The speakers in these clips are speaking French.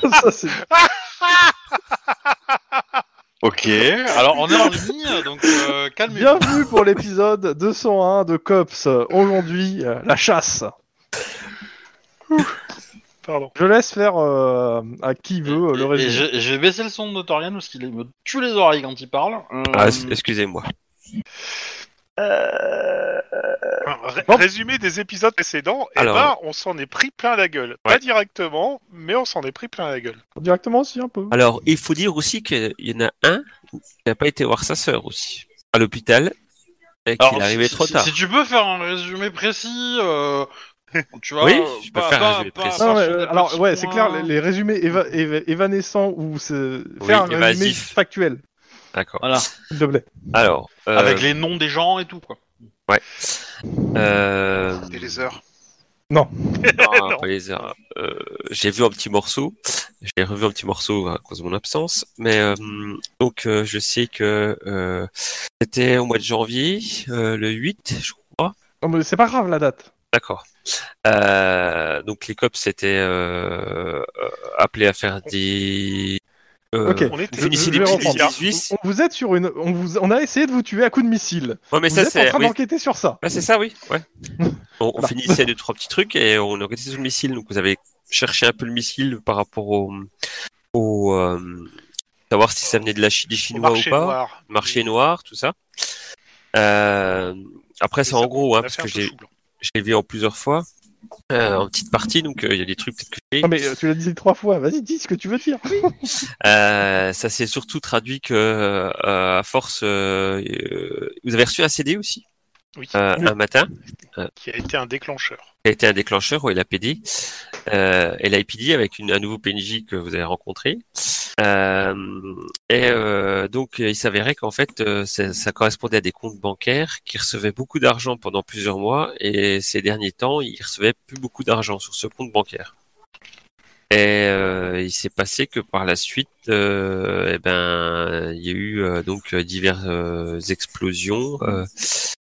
Ça, c'est- Ok, Euh, alors on est en ligne, donc euh, calmez-vous. Bienvenue pour l'épisode 201 de Cops. Aujourd'hui, euh, la chasse. Pardon. Je laisse faire euh, à qui veut euh, le Et résumé. je, je vais baisser le son de Torian parce qu'il me tue les oreilles quand il parle. Euh, Ah, es- excusez-moi. Ré- Bon. Résumé des épisodes précédents, eh Alors. ben, on s'en est pris plein la gueule. Pas directement, mais on s'en est pris plein la gueule. Directement aussi, un peu. Alors, il faut dire aussi qu'il y en a un qui n'a pas été voir sa sœur aussi à l'hôpital et qu'il alors, est arrivé si- trop si- tard. Si tu peux faire un résumé précis, euh, tu vois. Oui, euh, je peux faire un résumé précis. Non, mais, sur euh, des alors, petits ouais, c'est clair, points. les, les résumés éva- éva- évanescents ou se- Oui, faire un résumé évasif. factuel, D'accord. Voilà, s'il te plaît. Alors, euh, avec les noms des gens et tout quoi. euh, Et les heures. non, Non. pas les heures. Euh, j'ai vu un petit morceau, j'ai revu un petit morceau à cause de mon absence, mais euh, donc euh, je sais que euh, c'était au mois de janvier, euh, le 8, je crois. Non, mais c'est pas grave la date. D'accord. Euh, donc les cops s'étaient euh, euh, appelés à faire des. euh, Ok. On était Je- finissez je les vais petits reprendre. indices. On vous êtes sur une, on vous, on a essayé de vous tuer à coups de missile. Ouais, mais vous ça êtes en c'est. train oui, d'enquêter sur ça. ouais, c'est ça, oui. Ouais. On, on Bah. finissait deux trois petits trucs et on regardait sur le missile. Donc vous avez cherché un peu le missile par rapport au, au euh, savoir si ça venait de la Chine, des Chinois ou marché pas. noir. Marché noir, tout ça. Euh, après, c'est en gros, hein, parce que j'ai j'ai vu en plusieurs fois, euh, en petite partie. Donc euh, il y a des trucs peut-être que j'ai. Non, mais euh, tu l'as dit trois fois. Vas-y, dis ce que tu veux dire. Euh, ça s'est surtout traduit que euh, à force, euh, euh, vous avez reçu un CD aussi Oui. euh, Oui. un matin. Qui a été un déclencheur. a été un déclencheur au LAPD, euh, LAPD avec une, un nouveau PNJ que vous avez rencontré. Euh, et euh, donc, il s'avérait qu'en fait, euh, ça, ça correspondait à des comptes bancaires qui recevaient beaucoup d'argent pendant plusieurs mois et ces derniers temps, ils recevaient plus beaucoup d'argent sur ce compte bancaire. Et euh, il s'est passé que par la suite, euh, eh ben, il y a eu euh, donc euh, diverses euh, explosions euh,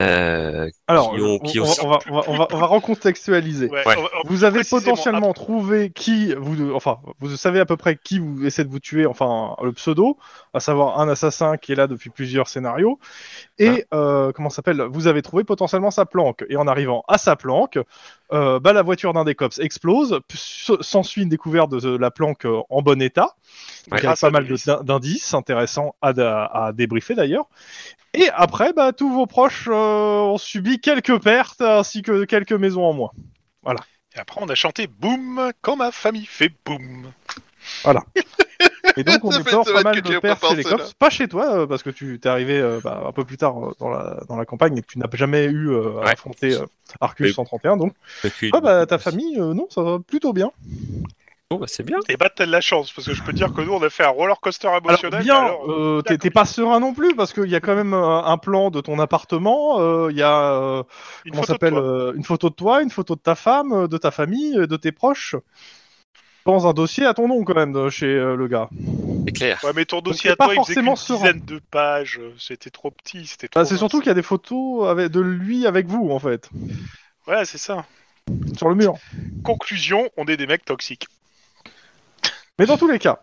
euh, Alors, Qui ont- on- qui on, ont- on va, on, va, on, va, on va recontextualiser. Ouais, Oh, Ouais. on va- on- Vous avez précisément, potentiellement trouvé qui vous, enfin, vous savez à peu près qui vous essaie de vous tuer, enfin le pseudo, à savoir un assassin qui est là depuis plusieurs scénarios. Et euh, comment ça s'appelle Vous avez trouvé potentiellement sa planque. Et en arrivant à sa planque, euh, bah, la voiture d'un des cops explose. p- s- S'ensuit une découverte de de la planque euh, en bon état. Donc, Ouais. il y a Grâce pas à mal de- Brice. d'indices intéressants à, da- à débriefer d'ailleurs. Et après, bah, tous vos proches euh, ont subi quelques pertes ainsi que quelques maisons en moins. Et après, on a chanté Boum quand ma famille fait Boum. Et donc on Ça nous fait sort deux pas mois mal que tu de es pertes chez les reparti, cops. Pas chez toi, euh, parce que tu t'es arrivé euh, bah, un peu plus tard euh, dans, la, dans la campagne et que tu n'as jamais eu euh, à Ouais. affronter euh, Arcus Oui. 131. Donc, avec une- ah, bah, ta famille, euh, non, ça va plutôt bien. Bon, bah, c'est bien. Et bah, t'as de la chance, parce que je peux te dire que nous, on a fait un roller coaster Alors, émotionnel. bien, mais alors, euh, t'es- tac, t'es pas serein non plus, parce qu'il y a quand même euh, un plan de ton appartement, euh, il y a euh, une comment photo de s'appelle, toi. euh, une photo de toi, une photo de ta femme, euh, de ta famille, euh, de tes proches. Dans un dossier à ton nom quand même de chez euh, le gars. C'est clair. Ouais, mais ton dossier euh, t'es à pas toi, il faisait forcément qu'une serein. dizaine de pages. C'était trop petit, c'était trop Bah, c'est Oh, mince. surtout qu'il y a des photos avec, de lui avec vous en fait Ouais, c'est ça. sur le mur. Conclusion, on est des mecs toxiques. Mais dans tous les cas,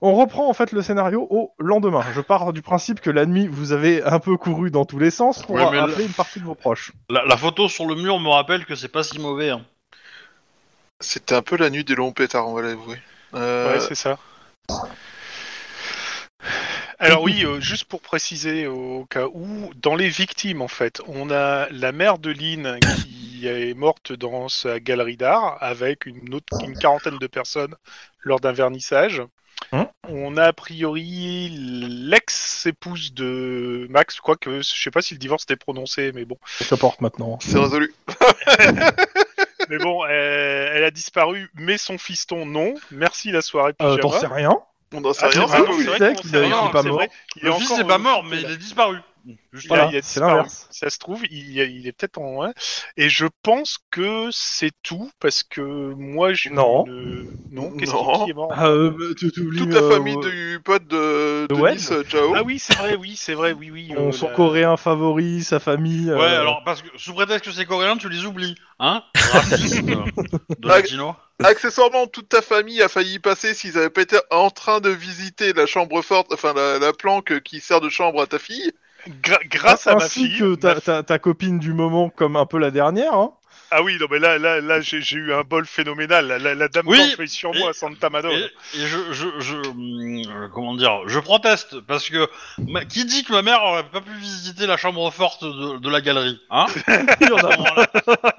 on reprend en fait le scénario au lendemain. Je pars du principe que la nuit, vous avez un peu couru dans tous les sens pour Ouais, mais appeler une partie de vos proches. La, la photo sur le mur me rappelle que c'est pas si mauvais. hein. C'était un peu la nuit des longs pétards, on va l'avouer. Euh, Ouais, c'est ça. Alors oui, euh, juste pour préciser au cas où, dans les victimes en fait, on a la mère de Lynn qui est morte dans sa galerie d'art avec une, autre, une quarantaine de personnes lors d'un vernissage. Hein on a a priori l'ex-épouse de Max, quoique je sais pas si le divorce était prononcé, mais bon. On se porte maintenant. c'est résolu. Mais bon, euh, elle a disparu, mais son fiston non. Merci la soirée Euh, pyjama. T'en sais rien On n'en sait Ah, c'est rien. vrai, c'est tu oui, pas c'est vrai. sais qu'on qu'il sait est- rien, il est pas c'est mort. vrai. Il est le encore fils est au- pas mort, mais il est disparu. Juste Voilà, Là, il a c'est disparu. l'inverse. Ça se trouve, il, il est peut-être en un. Et je pense que c'est tout parce que moi, je Non. ne- non. Qu'est-ce Non. qui est mort Euh, tu- tu oublies, Toute la euh, famille euh, du pote de, de de Wes Nice, euh, Jao. Ah oui, c'est vrai, oui, c'est vrai, oui, oui. Son, euh, son la- coréen favori, sa famille. euh, Ah, Ouais, alors parce que sous prétexte que c'est coréen, tu les oublies, hein Racisme de Ah, latino. Accessoirement, toute ta famille a failli y passer s'ils avaient pas été en train de visiter la chambre forte, enfin la, la planque qui sert de chambre à ta fille. Gra- grâce à ma Ah, Ainsi fille. Bah, que ta, ma- ta- ta copine du moment, comme un peu la dernière. hein. Ah oui, non, mais là, là, là j'ai j'ai eu un bol phénoménal. La, la- la dame Oui. blanche est sur Et- moi, Santa Madonna. Et, et je, je, je, hum, euh, comment dire, je proteste parce que ma- qui dit que ma mère aurait pas pu visiter la chambre forte de, de la galerie, hein Il y en a-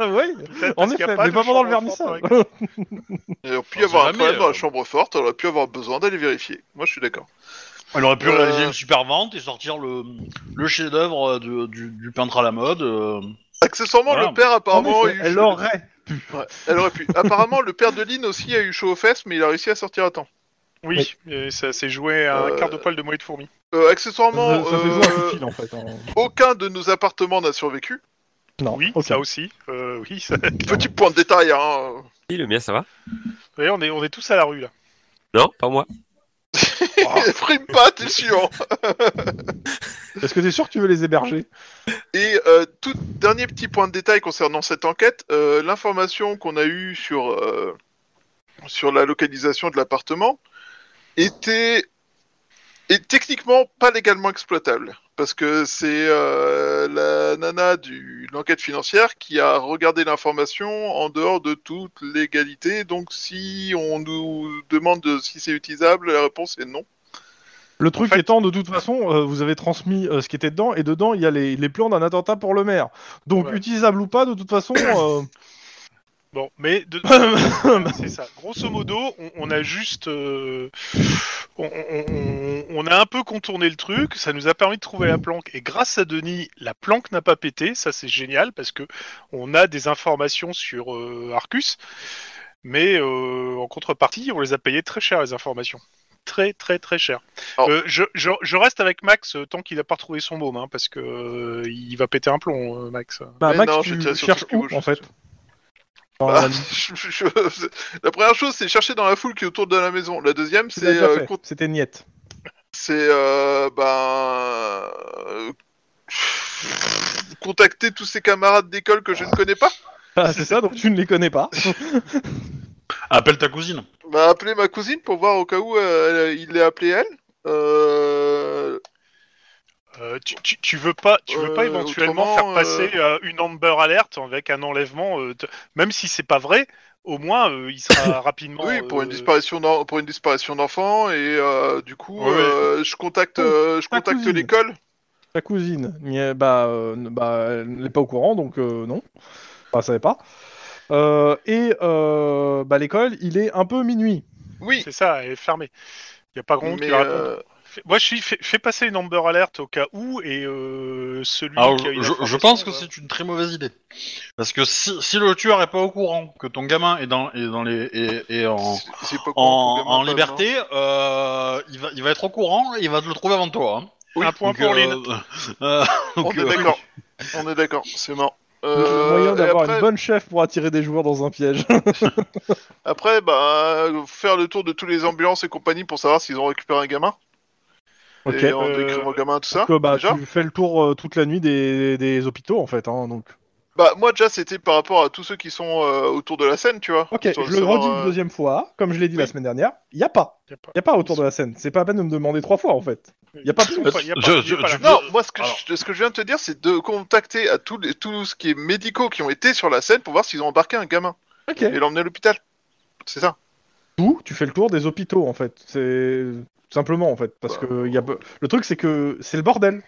oui, en parce effet, qu'il y a mais pas pas de hein, pendant le chambre forte vernissage. Elle aurait pu Oh, On sait avoir un jamais, problème dans euh. la chambre forte, elle aurait pu avoir besoin d'aller vérifier. Moi, je suis d'accord. Elle aurait pu Euh. réaliser une super vente et sortir le, le chef-d'œuvre de- du, du peintre à la mode. euh. Accessoirement, Voilà. le père apparemment En a effet, eu Ah. Oh, elle chaud- aurait. Ouais, elle aurait pu. apparemment, le père de Lynn aussi a eu chaud aux fesses, mais il a réussi à sortir à temps. Oui, et ça s'est joué à un Euh, quart de poil de moelle de fourmi. Euh, Ça, accessoirement, ça fait euh, jouer un coup de fil, en fait. hein. aucun de nos appartements n'a survécu. Non, Oui, aucun. ça aussi. Euh, oui, ça... Petit point de détail, hein. Oui, le mien, ça va Voyez, on, est, on est tous à la rue là. Non, pas moi. Frime pas, t'es chiant. Est-ce que t'es sûr que tu veux les héberger Et euh, tout dernier petit point de détail concernant cette enquête, euh, l'information qu'on a eue sur, euh, sur la localisation de l'appartement était est techniquement pas légalement exploitable. Parce que c'est euh, la nana du- de l'enquête financière qui a regardé l'information en dehors de toute légalité. Donc si on nous demande de- si c'est utilisable, la réponse est non. Le truc étant, de toute façon, euh, vous avez transmis euh, ce qui était dedans, et dedans, il y a les, les plans d'un attentat pour le maire. Donc, Ouais. utilisable ou pas, de toute façon, euh, Bon, mais de... Voilà, c'est ça. Grosso modo, on, on a juste, euh, on, on- on- on a un peu contourné le truc. Ça nous a permis de trouver la planque. Et grâce à Denis, la planque n'a pas pété. Ça, c'est génial parce que on a des informations sur euh, Arcus, mais euh, en contrepartie, on les a payées très cher les informations. Très très très cher. Alors- Euh, je, je- je reste avec Max euh, tant qu'il n'a pas retrouvé son môme, hein, parce que euh, il va péter un plomb, euh, Max. bah, Mais Max, non, tu j'étais surtout cherches plus où, gauche. en fait Dans Bah, la- je- je- la première chose, c'est chercher dans la foule qui est autour de la maison. La deuxième, tu l'as c'est déjà euh, fait, con- C'était Niette. c'est euh, ben euh, contacter tous ces camarades d'école que je ne connais pas. Ah, c'est ça, donc tu ne les connais pas. Appelle ta cousine. Bah, appeler ma cousine pour voir au cas où euh, elle- il l'ait appelée elle. Euh, Euh, tu, tu- tu veux pas, tu veux pas Euh, éventuellement faire autrement, passer euh, une Amber Alert avec un enlèvement, euh, t- même si c'est pas vrai, au moins euh, il sera rapidement. oui, pour une euh, disparition d'en- pour une disparition d'enfant et euh, du coup Ouais, ouais. euh, je contacte euh, je Oh, Ta contacte cousine. l'école. Ta cousine, Niette, bah, euh, n- bah, elle n'est pas au courant, donc euh, non. Enfin, elle savait pas. Euh, et euh, bah, l'école, il est un peu minuit. Oui. C'est ça, elle est fermée. Il y a pas grand monde qui Mais, va répondre. euh, Fais- Moi, je suis fais, fais passer une Amber Alert au cas où et euh, celui. Alors, qui a eu je, la je- je formation, pense que euh, c'est une très mauvaise idée. Parce que si, si le tueur est pas au courant que ton gamin est dans, est dans les est- est en, c'est- c'est pas en, con, tout en gamin, pas, liberté, euh, il, va, il va être au courant et il va te le trouver avant toi. hein. un point Donc, pour euh, Lynn. euh, non. donc, On euh, est d'accord. On est d'accord. C'est mort. Donc, Euh, moyen et d'avoir après- une bonne chef pour attirer des joueurs dans un piège. Après, bah, faire le tour de tous les ambulances et compagnie pour savoir s'ils ont récupéré un gamin. Ok. Et en euh, décrivant le gamin, tout ça. Que, bah, déjà. tu fais le tour euh, toute la nuit des, des hôpitaux en fait. Hein, donc. Bah, moi, déjà, c'était par rapport à tous ceux qui sont euh, autour de la scène, tu vois. Ok, Sur- je le sur, redis euh, une deuxième fois, comme je l'ai dit la oui. semaine dernière, il n'y a pas. y a pas- Il a pas autour de la scène. C'est pas la peine de me demander trois fois en fait. y a pas plus. y a pas- y a pas- Je- y a je- pas je- la- Non, moi, ce que, Alors. je, ce que je viens de te dire, c'est de contacter à tous, les, tous ce qui est médicaux qui ont été sur la scène pour voir s'ils ont embarqué un gamin Ok. et l'emmener à l'hôpital. C'est ça. Tout, tu fais le tour des hôpitaux en fait. C'est simplement en fait parce Bah. que y a... peu- le truc c'est que c'est le bordel.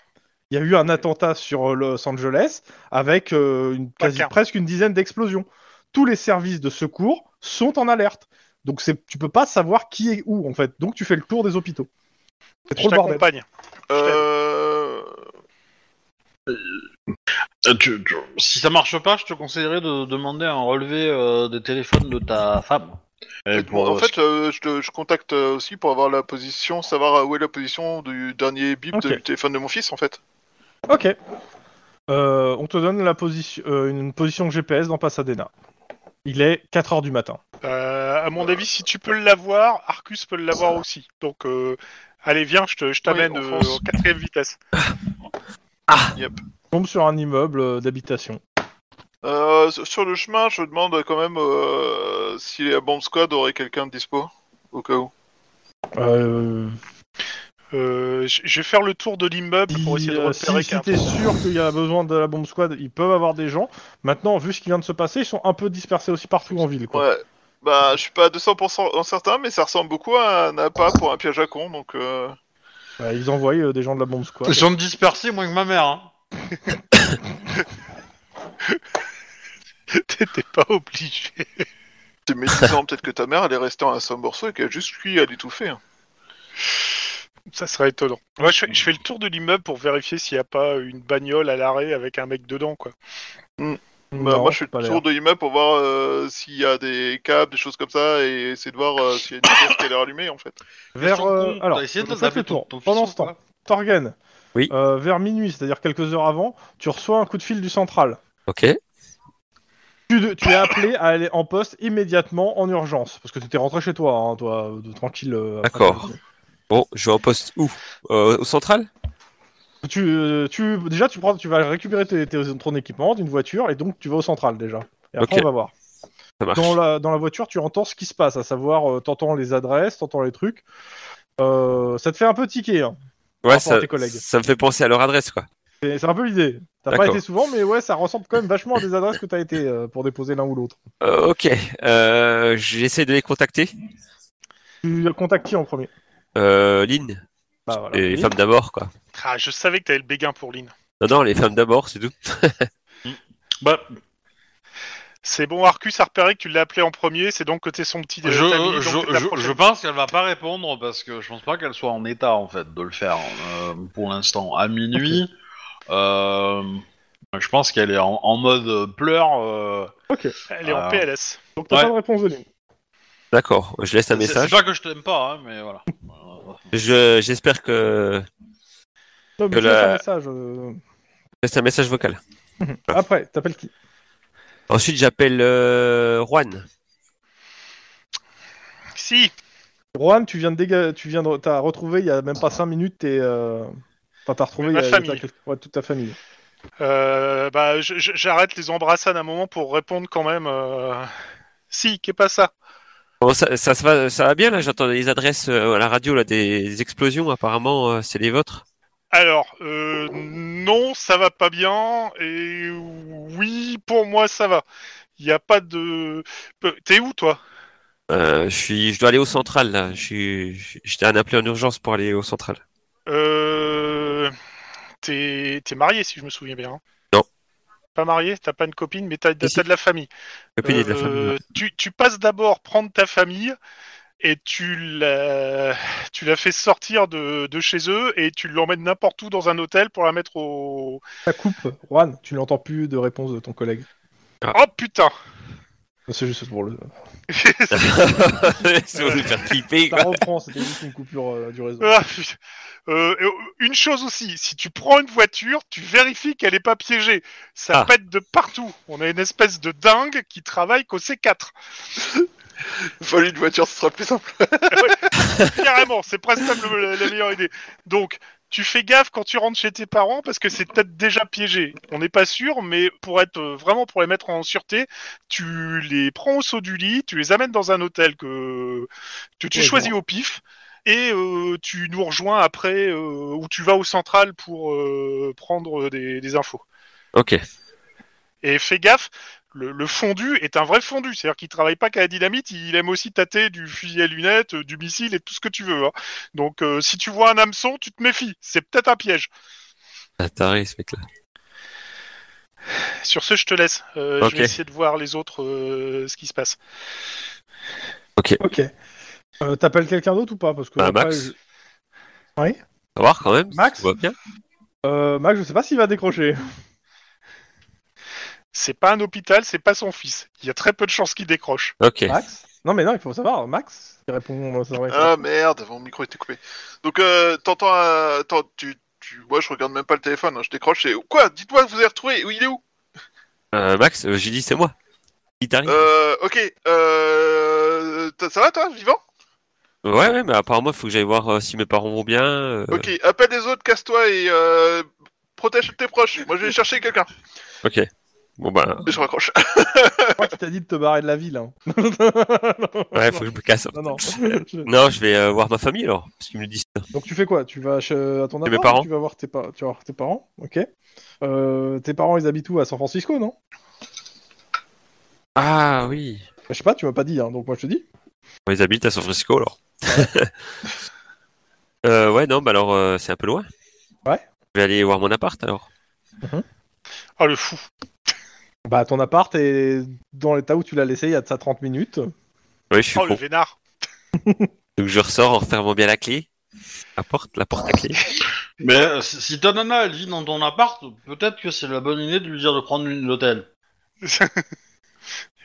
Il y a eu un attentat sur euh, Los Angeles avec euh, une Pas quasi- qu'un. presque une dizaine d'explosions. Tous les services de secours sont en alerte. Donc c'est tu peux pas savoir qui est où en fait. Donc tu fais le tour des hôpitaux. C'est Je trop le bordel. t'accompagne. Euh... Euh, tu- tu- si ça marche pas, je te conseillerais de demander un relevé euh, des téléphones de ta femme. Et pour, en euh, fait, euh, je, te- je contacte euh, aussi pour avoir la position, savoir euh, où est la position du dernier bip Ok. du téléphone de mon fils, en fait. Ok. Euh, on te donne la position, euh, une position GPS dans Pasadena. Il est 4h du matin. Euh, à mon avis, si tu peux l'avoir, Arcus peut l'avoir aussi. Donc, euh, allez, viens, je te- je t'amène on euh, fonce. en quatrième vitesse. Tombe sur un immeuble euh, d'habitation. Euh, sur sur le chemin, je demande quand même euh, si la bombe squad aurait quelqu'un de dispo, au cas où. Euh, Euh, je je vais faire le tour de l'immeuble pour essayer de euh, repérer si qu'un si t'es sûr qu'il y a besoin de la bombe squad, ils peuvent avoir des gens. Maintenant, vu ce qui vient de se passer, ils sont un peu dispersés aussi partout en Oh. ville. Quoi. Ouais. Bah, je suis pas à 200% en certain, mais ça ressemble beaucoup à un appât pour un piège à con, donc... euh, Bah, ils envoient euh, des gens de la bombe squad. Ils sont dispersés moins que ma mère. Hein. T'étais pas obligé. C'est médisant, peut-être que ta mère, elle est restée en un seul morceau et qu'elle a juste cuit à l'étouffer. hein. Ça serait étonnant. Moi, je fais, je fais le tour de l'immeuble pour vérifier s'il n'y a pas une bagnole à l'arrêt avec un mec dedans, quoi. Bah, Non, moi, je fais pas le l'air. tour de l'immeuble pour voir euh, s'il y a des câbles, des choses comme ça, et essayer de voir euh, s'il y a une pièce qui a l'air allumée, en fait. Vers, Question euh, con, alors, t'as essayé de vous faites taper le tour. ton- ton Pendant fils ce ou temps, pas Torgan, Oui. euh, vers minuit, c'est-à-dire quelques heures avant, tu reçois un coup de fil du central. Ok. Tu, de- tu es appelé à aller en poste immédiatement en urgence, parce que tu t'es rentré chez toi, hein, toi, euh, de- tranquille. euh, après. D'accord. Bon, je vais en poste où Euh, Au central Tu, euh, tu, déjà, tu, prends, tu vas récupérer tes- tes- ton équipement d'une voiture, et donc tu vas au central déjà. Et après, Ok. on va voir. Ça marche. Dans la, dans la voiture, tu entends ce qui se passe, à savoir, euh, t'entends les adresses, t'entends les trucs. Euh, ça te fait un peu tiquer, hein. rapport Ouais, à ça, tes collègues. ça me fait penser à leur adresse, quoi. c'est c'est un peu l'idée. T'as pas D'accord. été souvent, mais ouais, ça ressemble quand même vachement à des adresses que t'as été euh, pour déposer l'un ou l'autre. Euh, ok. Euh, J'essaie de les contacter. Tu contactes qui en premier Euh, Lynn, Bah voilà. et les Oui. femmes d'abord, quoi. Ah, je savais que t'avais le béguin pour Lynn. Non, non, les femmes d'abord, c'est tout. Bah, C'est bon, Arcus a repéré que tu l'as appelé en premier, c'est donc que t'es son petit je, euh, t'as mis, donc je- t'es la je- prochaine. je pense qu'elle va pas répondre parce que je pense pas qu'elle soit en état en fait de le faire euh, pour l'instant. À minuit, euh, je pense qu'elle est en, en mode euh, pleurs. euh, Elle est en Ah. PLS. Donc t'as Ouais. pas de réponse de Lynn. D'accord, je laisse un c'est- C'est message. pas que je t'aime pas, hein, mais voilà. Je J'espère que. Non, mais Que tu laisses la- un message, euh, Je laisse un message vocal. Ah. Après, t'appelles qui Ensuite, j'appelle euh, Juan. Si, Juan, tu viens de déga... tu viens de... t'as retrouvé il y a même pas 5 minutes tes. euh, Enfin, t'as retrouvé Oui, ma il y a- famille. t'as- ouais, toute ta famille. euh, bah, je- je- j'arrête les embrassades un moment pour répondre quand même. euh, Si, qu'est pas ça Bon, ça, ça, se va, ça va bien, là J'entends les adresses euh, à la radio, là, des, des explosions, apparemment, euh, c'est les vôtres. Alors, euh, non, ça va pas bien, et oui, pour moi, ça va. Il n'y a pas de... Euh, T'es où, toi Euh, je suis, je dois aller au central là. Je suis, je- j'étais un appelé en urgence pour aller au central. Euh... T'es t'es marié, si je me souviens bien. hein. Non. Pas marié, t'as pas une copine, mais t'as Si, si. t'as de la famille. Copine de la Euh, famille. ouais. tu, tu passes d'abord prendre ta famille et tu la, tu la fais sortir de, de chez eux et tu l'emmènes n'importe où dans un hôtel pour la mettre au... Ça coupe, Juan, tu n'entends plus de réponse de ton collègue. Ah. Oh putain C'est juste pour le. Euh, Si on veut faire clipper. Ça Quoi. reprend, c'était juste une coupure euh, du réseau. Ah, putain. Euh, et, euh, Une chose aussi, si tu prends une voiture, tu vérifies qu'elle n'est pas piégée. Ça Ah. pète de partout. On a une espèce de dingue qui travaille qu'au C4. Voler une voiture, ce sera plus simple. Carrément, c'est presque le- la, la meilleure idée. Donc, tu fais gaffe quand tu rentres chez tes parents parce que c'est peut-être déjà piégé. On n'est pas sûr, mais pour être euh, vraiment pour les mettre en sûreté, tu les prends au saut du lit, tu les amènes dans un hôtel que, que tu Ouais, choisis au pif. Et euh, tu nous rejoins après euh, ou tu vas au central pour euh, prendre des, des infos. Ok. Et fais gaffe, le, le fondu est un vrai fondu, c'est-à-dire qu'il travaille pas qu'à la dynamite, il aime aussi tâter du fusil à lunettes, euh, du missile et tout ce que tu veux. hein. Donc euh, si tu vois un hameçon, tu te méfies, c'est peut-être un piège. Ah, taré ce mec là. Sur ce, je te laisse. Euh, Ok. Je vais essayer de voir les autres euh, ce qui se passe. Ok. Euh, t'appelles quelqu'un d'autre ou pas Parce que Bah, après, Max. je- Oui Ça va quand même. Max Tu vois bien. Euh, Max, je sais pas s'il va décrocher. C'est pas un hôpital, c'est pas son fils. Il y a très peu de chances qu'il décroche. Ok. Max Non, mais non, il faut savoir. Max Il répond. euh, ça va être- Ah merde, mon micro était coupé. Donc euh, t'entends, euh, attends, tu, tu, moi je regarde même pas le téléphone, hein, je décroche et quoi Dites-moi que vous avez retrouvé. Oui, il est où Euh, Max, euh, j'ai dit c'est moi. Il t'arrive. Euh, ok. Euh, t'as- ça va toi, vivant Ouais, ouais, mais apparemment il faut que j'aille voir euh, si mes parents vont bien. euh. Ok. Appelle les autres, casse-toi et euh, protège tes proches. Moi je vais chercher quelqu'un. Ok. Bon bah, Je raccroche. Je crois qu'il t'a dit de te barrer de la ville. hein. ouais, faut que je me casse. Non, non. Non, je vais euh, voir ma famille alors, parce qu'ils me le disent. Donc tu fais quoi Tu vas chez, à ton Chez mes appart, parents. Tu vas voir tes, pa- tu vas voir tes parents, ok. Euh, tes parents, ils habitent où À San Francisco, non Ah oui. Je sais pas, tu m'as pas dit, hein, donc moi je te dis. Ils habitent à San Francisco alors. euh, ouais, non, bah alors euh, c'est un peu loin. Ouais. Je vais aller voir mon appart alors. Ah, le fou. Bah ton appart est dans l'état où tu l'as laissé il y a de ça 30 minutes. Oui, je suis Oh, le con. vénard. Donc je ressors en fermant bien la clé. La porte, la porte à clé. Mais euh, si si ta nana elle vit dans ton appart, peut-être que c'est la bonne idée de lui dire de prendre une- l'hôtel.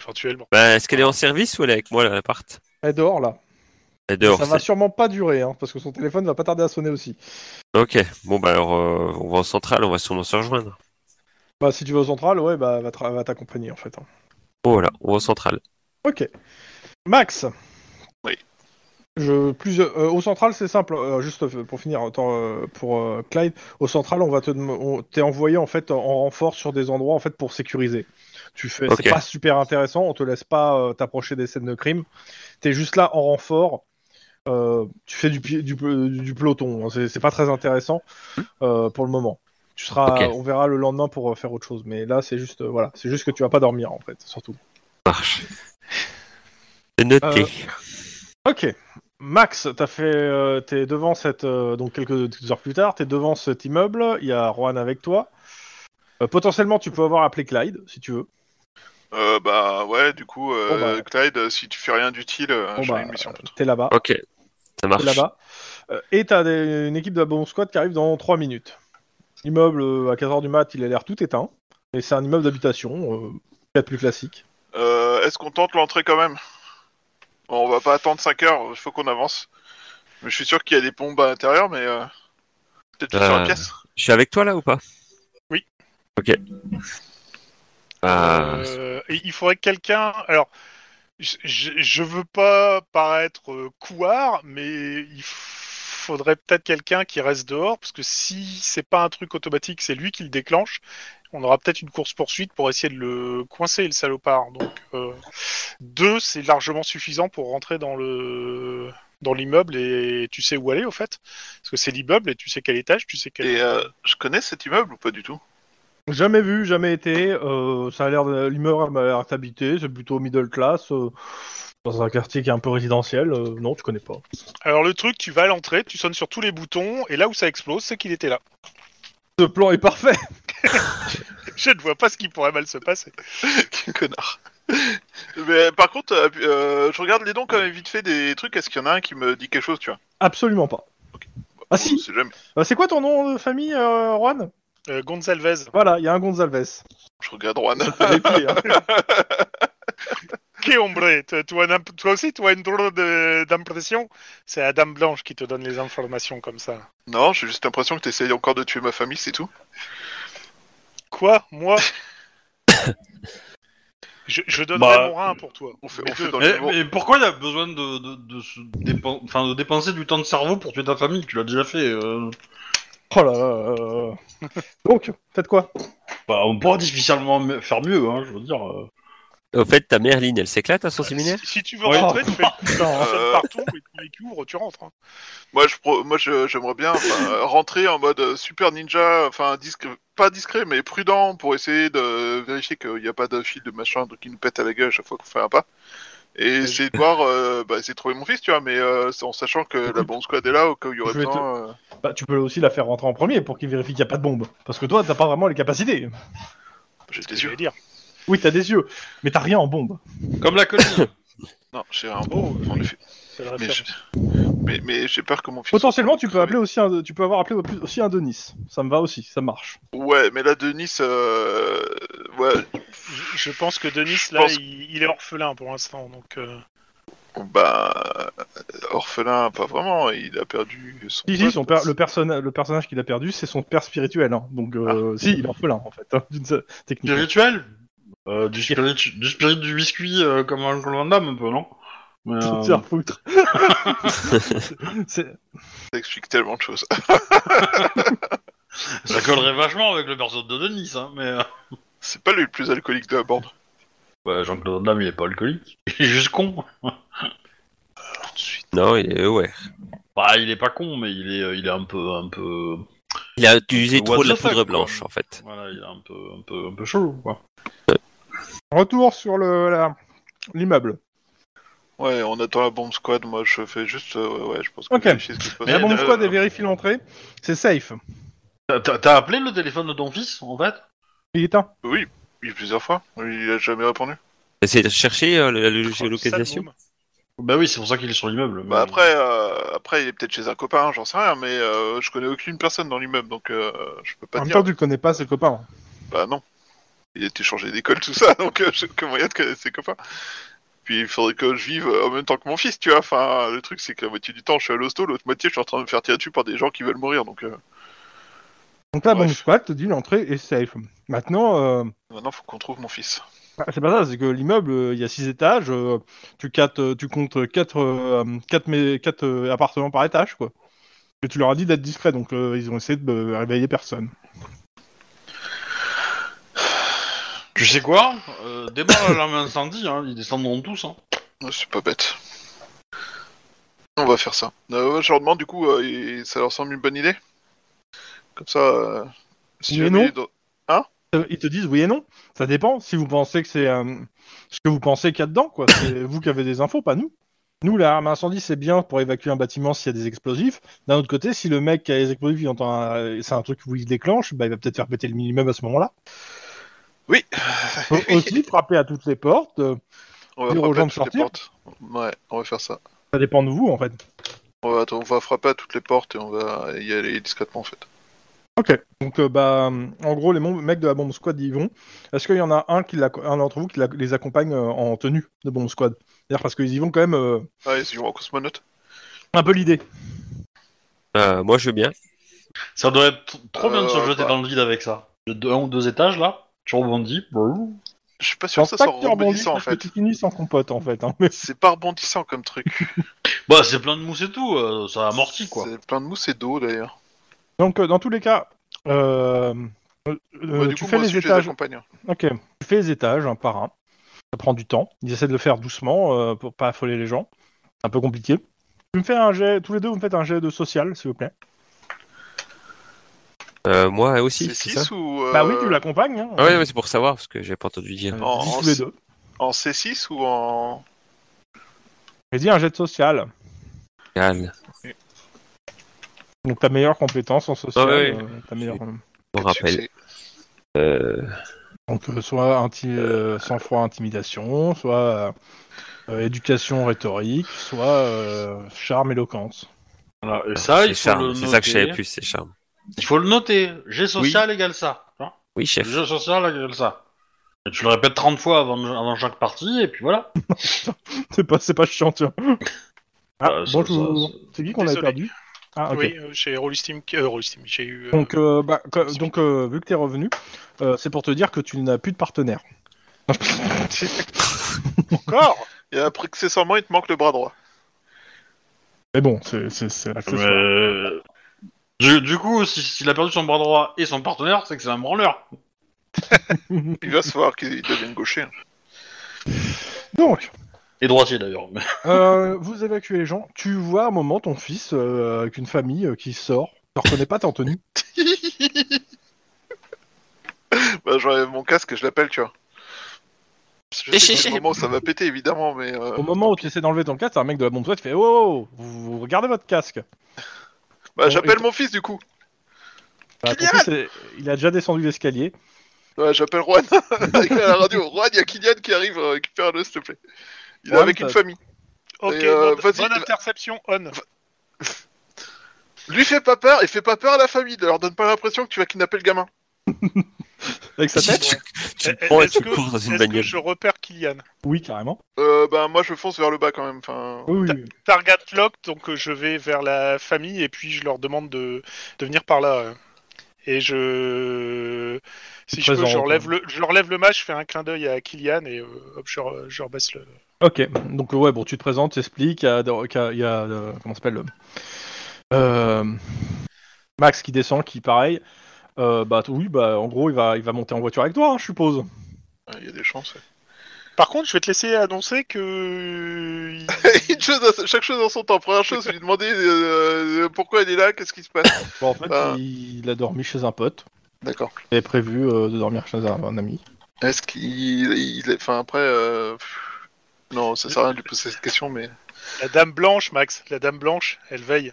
Éventuellement. Bah, est-ce qu'elle est en service ou elle est avec moi là, à l'appart Elle est dehors là. Elle est dehors. ça va c'est- sûrement pas durer, hein, parce que son téléphone va pas tarder à sonner aussi. Ok, bon bah alors euh, on va en centrale, on va sûrement se rejoindre. Bah si tu vas au central, ouais, bah elle va tra- elle va t'accompagner en fait. hein. Bon Oh, voilà, on va en centrale. Ok. Max. Oui. Je, plus, euh, au central, c'est simple. euh, juste euh, pour finir, attends, euh, pour euh, Clyde, au central, on va te dem- on- t'es envoyé en fait en renfort sur des endroits en fait pour sécuriser. Tu fais, Ok. c'est pas super intéressant. On te laisse pas euh, t'approcher des scènes de crime. T'es juste là en renfort. euh, tu fais du, pi- du, pe- du peloton. hein, c'est c'est pas très intéressant euh, pour le moment. Tu seras, Hmm. Ok. on verra le lendemain pour euh, faire autre chose. Mais là, c'est juste, euh, voilà, c'est juste que tu vas pas dormir en fait, surtout. Marche. Euh, C'est noté. Ok. Max, t'as fait, euh, t'es devant cette, euh, donc quelques heures plus tard, t'es devant cet immeuble. Il y a Juan avec toi. Euh, potentiellement, tu peux avoir appelé Clyde si tu veux. Euh, bah ouais, du coup, euh, Bon, bah. Clyde, euh, si tu fais rien d'utile, euh, Bon, j'ai bah, une mission pour toi. T'es là-bas. Ok, ça T'es marche. là-bas. Euh, et t'as des- une équipe de bon squad qui arrive dans 3 minutes. Immeuble euh, à 15h du mat, il a l'air tout éteint. Et c'est un immeuble d'habitation, euh, peut-être plus classique. Euh, Est-ce qu'on tente l'entrée quand même On va pas attendre 5 heures, il faut qu'on avance. Mais je suis sûr qu'il y a des bombes à l'intérieur, mais euh, peut-être sur Euh, la pièce. Je suis avec toi là ou pas Oui. Ok. Euh, Euh, et il faudrait que quelqu'un. Alors, je, je- je veux pas paraître euh, couard, mais il faudrait peut-être quelqu'un qui reste dehors, parce que si c'est pas un truc automatique, c'est lui qui le déclenche. On aura peut-être une course poursuite pour essayer de le coincer, le salopard. Donc euh, deux, c'est largement suffisant pour rentrer dans le dans l'immeuble et tu sais où aller au fait, parce que c'est l'immeuble et tu sais quel étage, tu sais quel. Et euh, je connais cet immeuble ou pas du tout Jamais vu, jamais été. euh, ça a l'air, de- l'immeuble a l'air habité. C'est plutôt middle class, euh, dans un quartier qui est un peu résidentiel. euh, non, tu connais pas. Alors le truc, tu vas à l'entrée, tu sonnes sur tous les boutons et là où ça explose, c'est qu'il était là. Ce plan est parfait. Je ne vois pas ce qui pourrait mal se passer. Quel connard Mais par contre, euh, euh, je regarde les dons quand même vite fait des trucs, est-ce qu'il y en a un qui me dit quelque chose, tu vois Absolument pas. Ah, si. On sait jamais. Euh, c'est quoi ton nom de famille, euh, Juan Euh, Gonzalvez, Voilà, il y a un Gonzalves. Je regarde Juan. Ça fait pied, hein. que hombre, t- toi, n'imp- toi aussi, tu as une drôle de- d'impression. C'est la dame blanche qui te donne les informations comme ça. non, j'ai juste l'impression que t'essayes encore de tuer ma famille, c'est tout. Quoi Moi je, je donnerai Bah, mon rein pour toi. On fait, Mais on fait deux. dans le Mais, niveau. Eh, mais pourquoi il y a besoin de, de, de se dépen- enfin, de dépenser du temps de cerveau pour tuer ta famille Tu l'as déjà fait. euh. Oh là là. euh. Donc, faites quoi Bah, on pourra difficilement me- faire mieux, hein, je veux dire. euh. Au fait, ta mère, Lynn, elle s'éclate à son séminaire Si, si tu veux Ouais. rentrer, tu fais Putain, une hein. Euh. sonne partout et tu les couvres, tu rentres. hein. Moi, je pro- moi, je- j'aimerais bien enfin, euh, rentrer en mode euh, super ninja, enfin discret, pas discret, mais prudent pour essayer de vérifier qu'il n'y a pas de fil de machin donc qui nous pète à la gueule à chaque fois qu'on fait un pas. Et essayer de voir, euh, bah, essayer de trouver mon fils, tu vois, mais euh, c'est en sachant que la bombe squad est là au cas où il y aurait Je vais te- besoin. euh, Bah, tu peux aussi la faire rentrer en premier pour qu'il vérifie qu'il n'y a pas de bombe. Parce que toi, t'as pas vraiment les capacités. J'ai C'est ce que des je yeux. vais dire. Oui, t'as des yeux, mais t'as rien en bombe. Comme la colline. Non, j'ai un bon, en effet. oh, euh, C'est le Mais référent. je- mais- mais j'ai peur que mon fils. Potentiellement, tu peux appeler aussi un, tu peux avoir appelé aussi un Denis. Ça me va aussi, ça marche. Ouais, mais là, Denis, euh... ouais, Je- je pense que Denis, Je là, pense- il, il est orphelin pour l'instant. Donc, euh, bah, orphelin, pas vraiment, il a perdu son. Si, si, son père, le, personna- le personnage qu'il a perdu, c'est son père spirituel. hein. Donc, euh, si, il est orphelin, en fait, hein, d'une seule- technique. Spirituel Euh, du, spirit, du spirit du biscuit euh, comme un Van Damme, un peu, non Mais, euh, Tiens, foutre. C'est- Ça explique tellement de choses. Ça collerait vachement avec le personnage de Denis, hein, mais... euh, C'est pas le plus alcoolique de la bande. Bah, Jean-Claude Van Damme, il est pas alcoolique. Il est juste con. Non, il est- ouais. Bah, il est pas con, mais il est, euh, il est un peu, un peu. Il a usé What trop de la the fuck, poudre quoi. blanche, en fait. Voilà, il est un peu, un peu, un peu chaud, quoi. Euh, Retour sur le la- l'immeuble. Ouais, on attend la bombe squad. Moi, je fais juste. euh, ouais, ouais, je pense que Ok. je vérifie ce qui se passe. La bombe euh, squad et vérifie l'entrée. C'est safe. T'as- T'as t'as appelé le téléphone de ton fils, en fait Il est éteint. Oui, oui, plusieurs fois. Oui, il a jamais répondu. C'est de chercher euh, le- le- la Oh, géolocalisation. sale Bah oui, c'est pour ça qu'il est sur l'immeuble. Bah mais- après, euh, après, il est peut-être chez un copain, j'en sais rien, mais euh, je connais aucune personne dans l'immeuble, donc euh, je peux pas En même dire. temps, tu le connais pas, c'est le copain. Bah non. Il a été changé d'école, tout ça, donc euh, j'ai aucun moyen de connaître ses copains. Puis il faudrait que je vive euh, en même temps que mon fils, tu vois. Enfin, le truc, c'est que la moitié du temps, je suis à l'hosto, l'autre moitié, je suis en train de me faire tirer dessus par des gens qui veulent mourir, donc euh, Donc là, la Bref. bombe squad te dit l'entrée est safe. Maintenant, euh, maintenant, faut qu'on trouve mon fils. Ah, C'est pas ça, c'est que l'immeuble, euh, il y a six étages, euh, tu, quatre- euh, tu comptes 4 euh, appartements par étage, quoi. Et tu leur as dit d'être discret, donc euh, ils ont essayé de euh, réveiller personne. Tu sais quoi euh, Démarre l'alarme incendie, hein, ils descendront tous. Hein. Ouais, C'est pas bête. On va faire ça. Euh, ouais, je leur demande du coup, euh, et- ça leur semble une bonne idée Comme ça. euh, si Mais jamais non. il y a d'autres- Euh, Ils te disent oui et non, ça dépend, si vous pensez que c'est euh, ce que vous pensez qu'il y a dedans, quoi. C'est vous qui avez des infos, pas nous. Nous, l'arme incendie, c'est bien pour évacuer un bâtiment s'il y a des explosifs. D'un autre côté, si le mec qui a les explosifs, il entend un- euh, c'est un truc où il déclenche, bah, il va peut-être faire péter le minimum à ce moment-là. Oui. Faut aussi frapper à toutes les portes, euh, On va Dire aux frapper gens à de toutes les portes. Ouais, on va faire ça. ça dépend de vous, en fait. On va, attends, on va frapper à toutes les portes et on va y aller discrètement en fait. Donc, euh, bah, euh, en gros, les mom- mecs de la bombe squad y vont. Est-ce qu'il y en a un, qui l'ac- un d'entre vous qui la- les accompagne euh, en tenue de bombe squad C'est-à-dire parce qu'ils y vont quand même euh, Ah, ils vont en cosmonaute. un peu l'idée. Euh, moi, je veux bien. Ça doit être trop bien de se Euh, jeter bah. dans le vide avec ça. De deux, un ou deux étages, là, tu rebondis. bah brrr. Je suis pas Je sûr que pense ça pas soit que tu rebondisses rebondissant en parce que fait. tu finis sans compote, en fait. hein. Mais C'est pas rebondissant comme truc. Bah, c'est plein de mousse et tout, euh, ça amortit, quoi. C'est plein de mousse et d'eau d'ailleurs. Donc, euh, dans tous les cas, euh, euh, Bah, du tu coup, fais moi les aussi, je étages. accompagne. Ok, tu fais les étages un par un. Ça prend du temps. Ils essaient de le faire doucement euh, pour pas affoler les gens. C'est un peu compliqué. Tu me fais un jet, tous les deux, vous me faites un jet de social, s'il vous plaît. Euh, moi aussi, C'est c'est ça 6 ou. euh, Bah oui, tu l'accompagnes. hein. Ah ouais, ouais, c'est pour savoir, parce que j'ai pas entendu Euh, dire. Non, dis en- tous les deux. En C6 ou en. J'ai dit un jet de social. Gal, Donc ta meilleure compétence en social, Ah ouais, ouais. euh, ta meilleure. on rappelle. Succès. Euh, Donc euh, soit inti euh, sang-froid intimidation, soit euh, euh, éducation rhétorique, soit euh, charme éloquence. Voilà, et ça, Ah, c'est Ah, il faut charme, le c'est ça que je savais noter. plus, c'est charme. Il faut le noter. G social égale ça. tu vois. Oui, chef. G social égale ça. Et tu le répètes 30 fois avant, avant chaque partie, et puis voilà. C'est pas c'est pas chiant, tu vois. Ah, Euh, ça- bonjour. ça- C'est qui qu'on avait Désolé. perdu Ah ok. Oui, euh, chez Rollistim, euh, Rollistim, j'ai eu. euh, Donc euh, bah, co- donc euh, vu que t'es revenu, euh, c'est pour te dire que tu n'as plus de partenaire. Encore Et après, accessoirement, il te manque le bras droit. Mais bon, c'est c'est- c'est Mais, l'accessoire. euh, Du, du coup, si- s'il a perdu son bras droit et son partenaire, c'est que c'est un branleur. Il va se voir qu'il devienne gaucher. hein. Donc Et droitier d'ailleurs. euh, vous évacuez les gens. Tu vois à un moment ton fils euh, avec une famille euh, qui sort. Tu reconnais pas, t'es en tenue. Bah, j'enlève mon casque et je l'appelle, tu vois. Je sais que c'est le moment où ça va péter, évidemment, mais. euh, Au moment où tu essaies d'enlever ton casque, t'as un mec de la bombe squad qui fait Oh, oh, vous, vous regardez votre casque. Bah, j'appelle mon fils, du coup. Bah, ton fils, euh, il a déjà descendu l'escalier. Ouais, j'appelle Juan avec la radio. Juan, il y a Kylian qui arrive, euh, récupère-le, s'il te plaît. Il est Juan, euh, avec t'as- une famille. Ok, euh, bonne, vas-y, bonne euh, interception, on. Lui, fais pas peur et fais pas peur à la famille. Ne leur donne pas l'impression que tu vas kidnapper le gamin. Avec sa tu, tête tu, tu Eh, Est-ce me prends et tu que- cours dans Est-ce une que bagnole. je repère Kylian Oui, carrément. Euh, bah, moi, je fonce vers le bas quand même. Enfin, Oui, oui. Target lock, donc euh, je vais vers la famille et puis je leur demande de, de venir par là. euh. Et je. Si je peux, Présent, je leur, lève quoi. le, je leur lève le match, je fais un clin d'œil à Kylian et euh, hop, je, leur- je leur baisse le. Ok, donc euh, ouais, bon, tu te présentes, t'expliques. Il y a, il y a, euh, comment ça s'appelle euh, euh, Max qui descend, qui pareil. euh, bah t- oui, bah en gros, il va, il va monter en voiture avec toi, hein, je suppose. Ouais, Il y a des chances. ouais. Par contre, je vais te laisser annoncer que. Une chose à- chaque chose en son temps. Première chose, lui demander euh, pourquoi il est là, qu'est-ce qui se passe. Bon, en fait, Ah. il, il a dormi chez un pote. D'accord. Il avait prévu euh, de dormir chez un, un ami. Est-ce qu'il. il est- Enfin, après. euh, pff, Non, ça sert à rien de lui poser cette question, mais. La dame blanche, Max, la dame blanche, elle veille.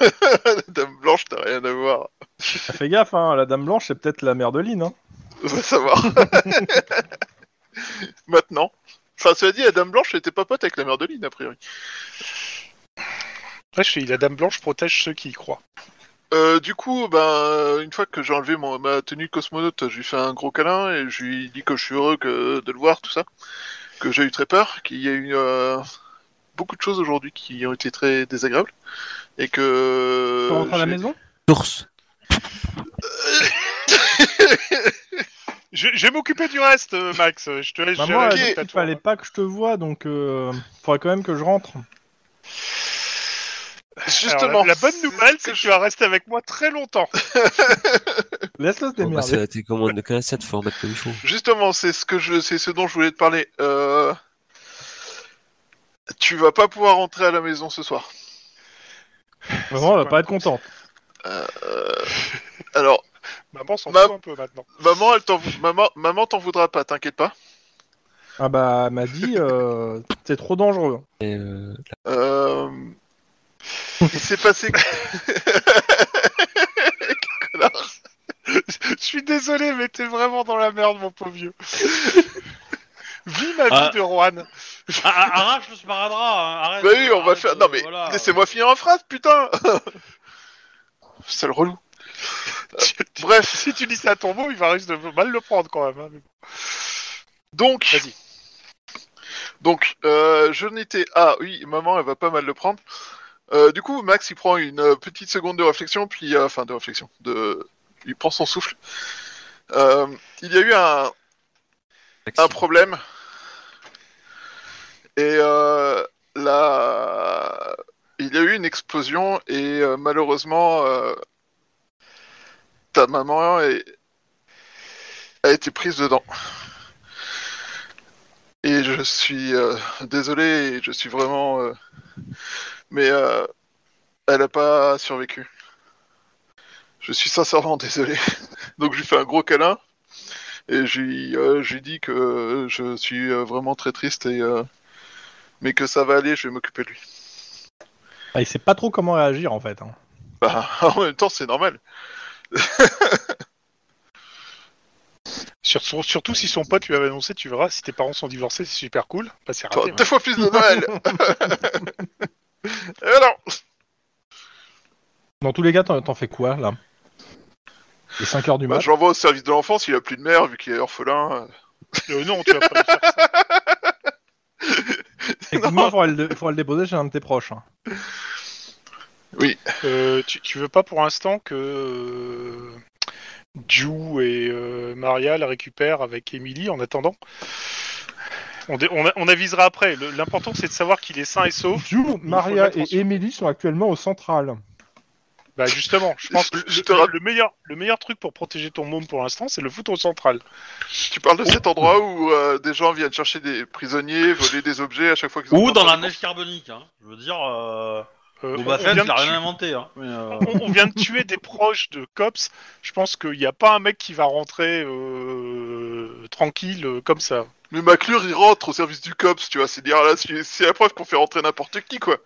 La dame blanche, t'as rien à voir. Fais gaffe, hein, la dame blanche, c'est peut-être la mère de Lynn. Hein. On va savoir. Maintenant. Enfin, cela dit, la dame blanche n'était pas pote avec la mère de Lynn, a priori. Après, je dis, la dame blanche protège ceux qui y croient. Euh, du coup, ben, une fois que j'ai enlevé mon- ma tenue de cosmonaute, je lui fais un gros câlin et je lui dis que je suis heureux que, de le voir, tout ça. Que j'ai eu très peur, qu'il y a eu euh, beaucoup de choses aujourd'hui qui ont été très désagréables. Et que. Tu rentres à la j'ai- maison Source. Je, je vais m'occuper du reste, euh, Max. Je te laisse Bah, gérer Moi, la j'ai- il tête à toi. fallait pas que je te vois, donc euh, faudrait quand même que je rentre. Alors, Justement. la, la bonne c'est nouvelle, ce c'est que je- tu vas rester avec moi très longtemps. Laisse-le se Bon, bah, démerder. c'est tes commandes de 15 de format comme il faut. Justement, c'est ce que je, c'est ce dont je voulais te parler. Euh, Tu vas pas pouvoir rentrer à la maison ce soir. Vraiment, elle va pas être contente. Alors, Maman s'en Ma- fout un peu maintenant. maman, elle t'en, maman, maman t'en voudra pas, t'inquiète pas. Ah bah, elle m'a dit, euh, t'es trop dangereux. Et, euh, Euh, Il s'est passé. Je suis désolé, mais t'es vraiment dans la merde, mon pauvre vieux. Vis ma vie Ah. de Rouen. Ah, ah, Arrache le sparadrap, hein, arrête. Bah oui, on va arrête, faire. euh, Non mais voilà. laissez-moi finir en phrase, putain. Sale relou. Bref, Si tu dis ça à ton mot, il va risque de mal le prendre quand même. hein. Mais donc. Vas-y. Donc, euh, je n'étais. Ah oui, maman, elle va pas mal le prendre. Euh, du coup, Max, il prend une euh, petite seconde de réflexion, puis. euh, Enfin, de réflexion. De... Il prend son souffle. Euh, il y a eu un, un problème. Et euh, là, il y a eu une explosion et euh, malheureusement, euh, ta maman est- a été prise dedans. Et je suis euh, désolé, et je suis vraiment. euh, Mais euh, elle n'a pas survécu. Je suis sincèrement désolé. Donc je lui fais un gros câlin. Et je lui euh, je lui dis que euh, je suis euh, vraiment très triste, et, euh, mais que ça va aller, je vais m'occuper de lui. Ah, il sait pas trop comment réagir en fait. hein. Bah, en même temps, c'est normal. surtout, surtout si son pote lui avait annoncé, tu verras, si tes parents sont divorcés, c'est super cool. Bah, c'est Ah, T'auras raté. deux fois plus de Noël Et Alors, Dans tous les cas, t'en t'en fais quoi là Il est 5h du bah, match. je l'envoie au service de l'enfance, il a plus de mère vu qu'il est orphelin. Euh, non, tu vas pas lui faire ça. Techniquement, faudrait le, faudrait le déposer chez un de tes proches. hein. Euh, tu, tu veux pas pour l'instant que euh, Ju et euh, Maria la récupèrent avec Emily en attendant on, dé- on, a- on avisera après. Le- L'important c'est de savoir qu'il est sain et sauf. Jules, Maria mettre en et suspens. Emily sont actuellement au central. Bah justement, je pense que le, Je te rappelle- le meilleur, le meilleur truc pour protéger ton môme pour l'instant, c'est le foutre au central. Tu parles de cet endroit où euh, des gens viennent chercher des prisonniers, voler des objets à chaque fois qu'ils ont Ou dans la besoin. neige carbonique, hein. Je veux dire, euh... Euh, Boba Fett, vient il de a tuer- rien inventé, hein. Mais, euh, on- on vient de tuer des proches de cops. Je pense qu'il n'y a pas un mec qui va rentrer euh, tranquille euh, comme ça. Mais McClure, il rentre au service du COPS, tu vois, c'est dire là, c'est c'est la preuve qu'on fait rentrer n'importe qui, quoi.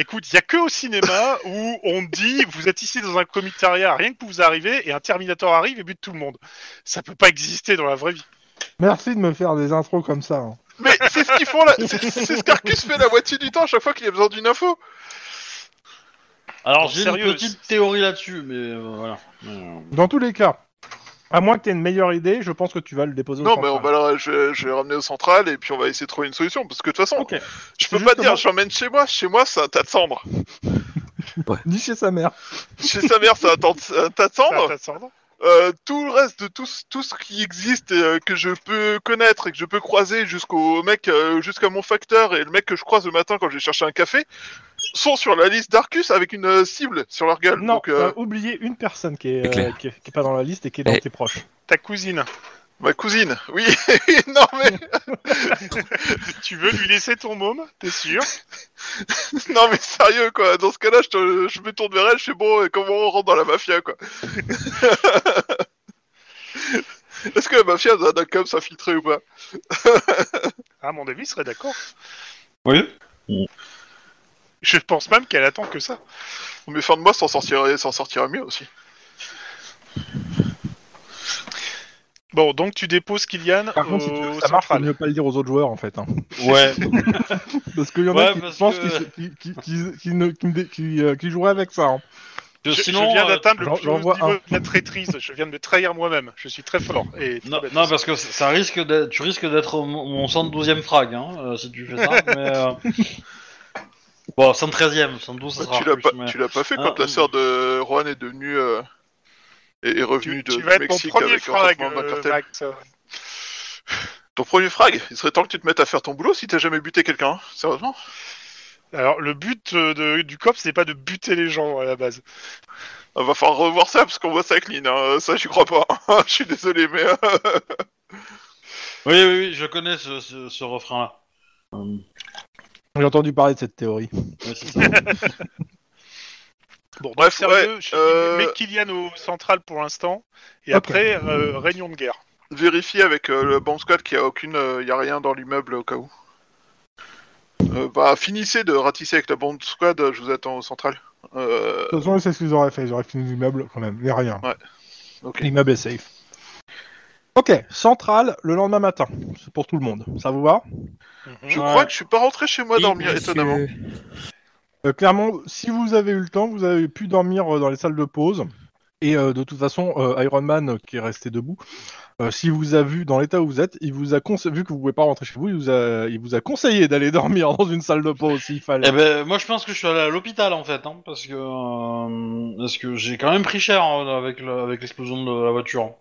Écoute, il n'y a que au cinéma où on dit vous êtes ici dans un commissariat, rien que vous arrivez et un Terminator arrive et bute tout le monde. Ça peut pas exister dans la vraie vie. Merci de me faire des intros comme ça. hein. Mais c'est ce qu'ils font là, c'est c'est ce qu'Arcus fait la moitié du temps à chaque fois qu'il a besoin d'une info. Alors Bon, j'ai sérieux, une petite théorie là-dessus, mais euh, voilà. Mais, euh, Dans tous les cas, à moins que t'aies une meilleure idée, je pense que tu vas le déposer au Non, mais central. on va le- je, je vais le ramener au central et puis on va essayer de trouver une solution. Parce que de toute façon, Ok. je peux C'est pas justement- dire j'emmène chez moi. Chez moi, c'est un tas de cendres. Ni chez sa mère. chez sa mère, c'est un, tas de- un tas de Oh. Ça, cendres. ça sort, non Euh, tout le reste de tout, ce- tout ce qui existe et, euh, que je peux connaître et que je peux croiser jusqu'au mec, euh, jusqu'à mon facteur et le mec que je croise le matin quand je vais chercher un café, sont sur la liste d'Arcus avec une euh, cible sur leur gueule. Non, donc, euh, t'as oublié une personne qui est, C'est euh, clair. qui est- qui est pas dans la liste et qui est dans Eh. tes proches. Ta cousine, ma cousine, oui. non mais, tu veux lui laisser ton môme T'es sûr non mais sérieux quoi. Dans ce cas-là, je, te- je me tourne vers elle. Je fais bon, euh, comment on rentre dans la mafia quoi Est-ce que la mafia a un com s'infiltrer ou pas À mon avis, il serait d'accord. Oui. Je pense même qu'elle attend que ça. Mais fin de mois, s'en sortira, s'en sortira mieux aussi. Bon, donc tu déposes Kylian Par contre, si tu veux au que ça marche, faut central. mieux pas le dire aux autres joueurs en fait. hein. Ouais. Parce qu'il y en a Ouais, qui parce pensent que- qu'ils se- qui- qui- qui- qui ne- qui me dé- qui, euh, qui joueraient avec ça. hein. Que Je, je sinon, viens euh, d'atteindre j'en- le plus j'en haut vois niveau un. de la traîtrise. Je viens de me trahir moi-même. Je suis très fort. Et non, non, parce que ça ça risque d'être, tu risques d'être mon mon 112e frag, hein, euh, si tu fais ça. mais, euh, Bon, 113e, 112, ça Ah, Bah, sera tu l'as plus, pas, mais- tu l'as pas fait Ah, quand la oui. sœur de Juan est devenue euh, est est revenue tu, de tu du vas être mon Mexique premier avec frag, l'enfouissement d'un euh, cartel. Max. Ton premier frag. Il serait temps que tu te mettes à faire ton boulot si t'as jamais buté quelqu'un. hein. Sérieusement. Alors, le but euh, de- du cop, c'est pas de buter les gens à la base. Ah, va falloir revoir ça parce qu'on voit ça clean. hein. Ça, j'y crois pas. Je suis désolé, mais euh, Oui, oui, oui, je connais ce, ce, ce refrain-là. Euh, J'ai entendu parler de cette théorie. ouais, c'est ça. Bon, donc, Bref, sérieux, ouais, je euh, mets Kylian au central pour l'instant. Et Ok. après, euh, réunion de guerre. vérifie avec euh, le bon squad qu'il y a aucune, euh, il y a rien dans l'immeuble au cas où. Euh, bah, finissez de ratisser avec la bombe squad, euh, je vous attends au central. Euh, De toute façon, c'est ce qu'ils auraient fait. Ils auraient fini l'immeuble quand même. Mais rien. ok. L'immeuble est safe. Ok, centrale le lendemain matin. C'est pour tout le monde. Ça vous va Je Ouais. crois que je suis pas rentré chez moi dormir, Monsieur- étonnamment. Euh, Clairement, si vous avez eu le temps, vous avez pu dormir euh, dans les salles de pause. Et euh, de toute façon, euh, Iron Man, euh, qui est resté debout, euh, s'il vous a vu dans l'état où vous êtes, il vous a conse- vu que vous pouvez pas rentrer chez vous, il vous a, il vous a conseillé d'aller dormir dans une salle de pause s'il fallait. Eh ben, moi je pense que je suis allé à l'hôpital en fait, hein, parce que euh, parce que j'ai quand même pris cher hein, avec le- avec l'explosion de la voiture.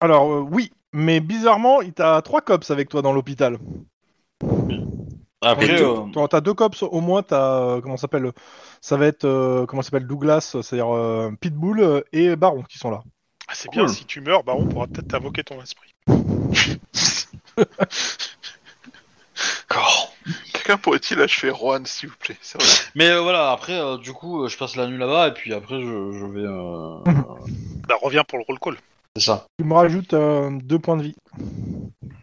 Alors euh, oui, mais bizarrement, il t'a trois cops avec toi dans l'hôpital. Après, tu- euh, T'en- T'as deux cops au moins. T'as euh, comment ça s'appelle Ça va être euh, comment ça s'appelle Douglas, euh, c'est-à-dire euh, Pitbull euh, et Baron qui sont là. Ah, c'est Cool. bien, si tu meurs, Baron pourra peut-être t'invoquer ton esprit. d'accord. Quelqu'un pourrait-il achever Juan, s'il vous plaît c'est vrai. Mais euh, voilà, après, euh, du coup, euh, je passe la nuit là-bas et puis après, je, je vais. euh, Bah, reviens pour le roll call. C'est ça. Tu me rajoutes euh, deux points de vie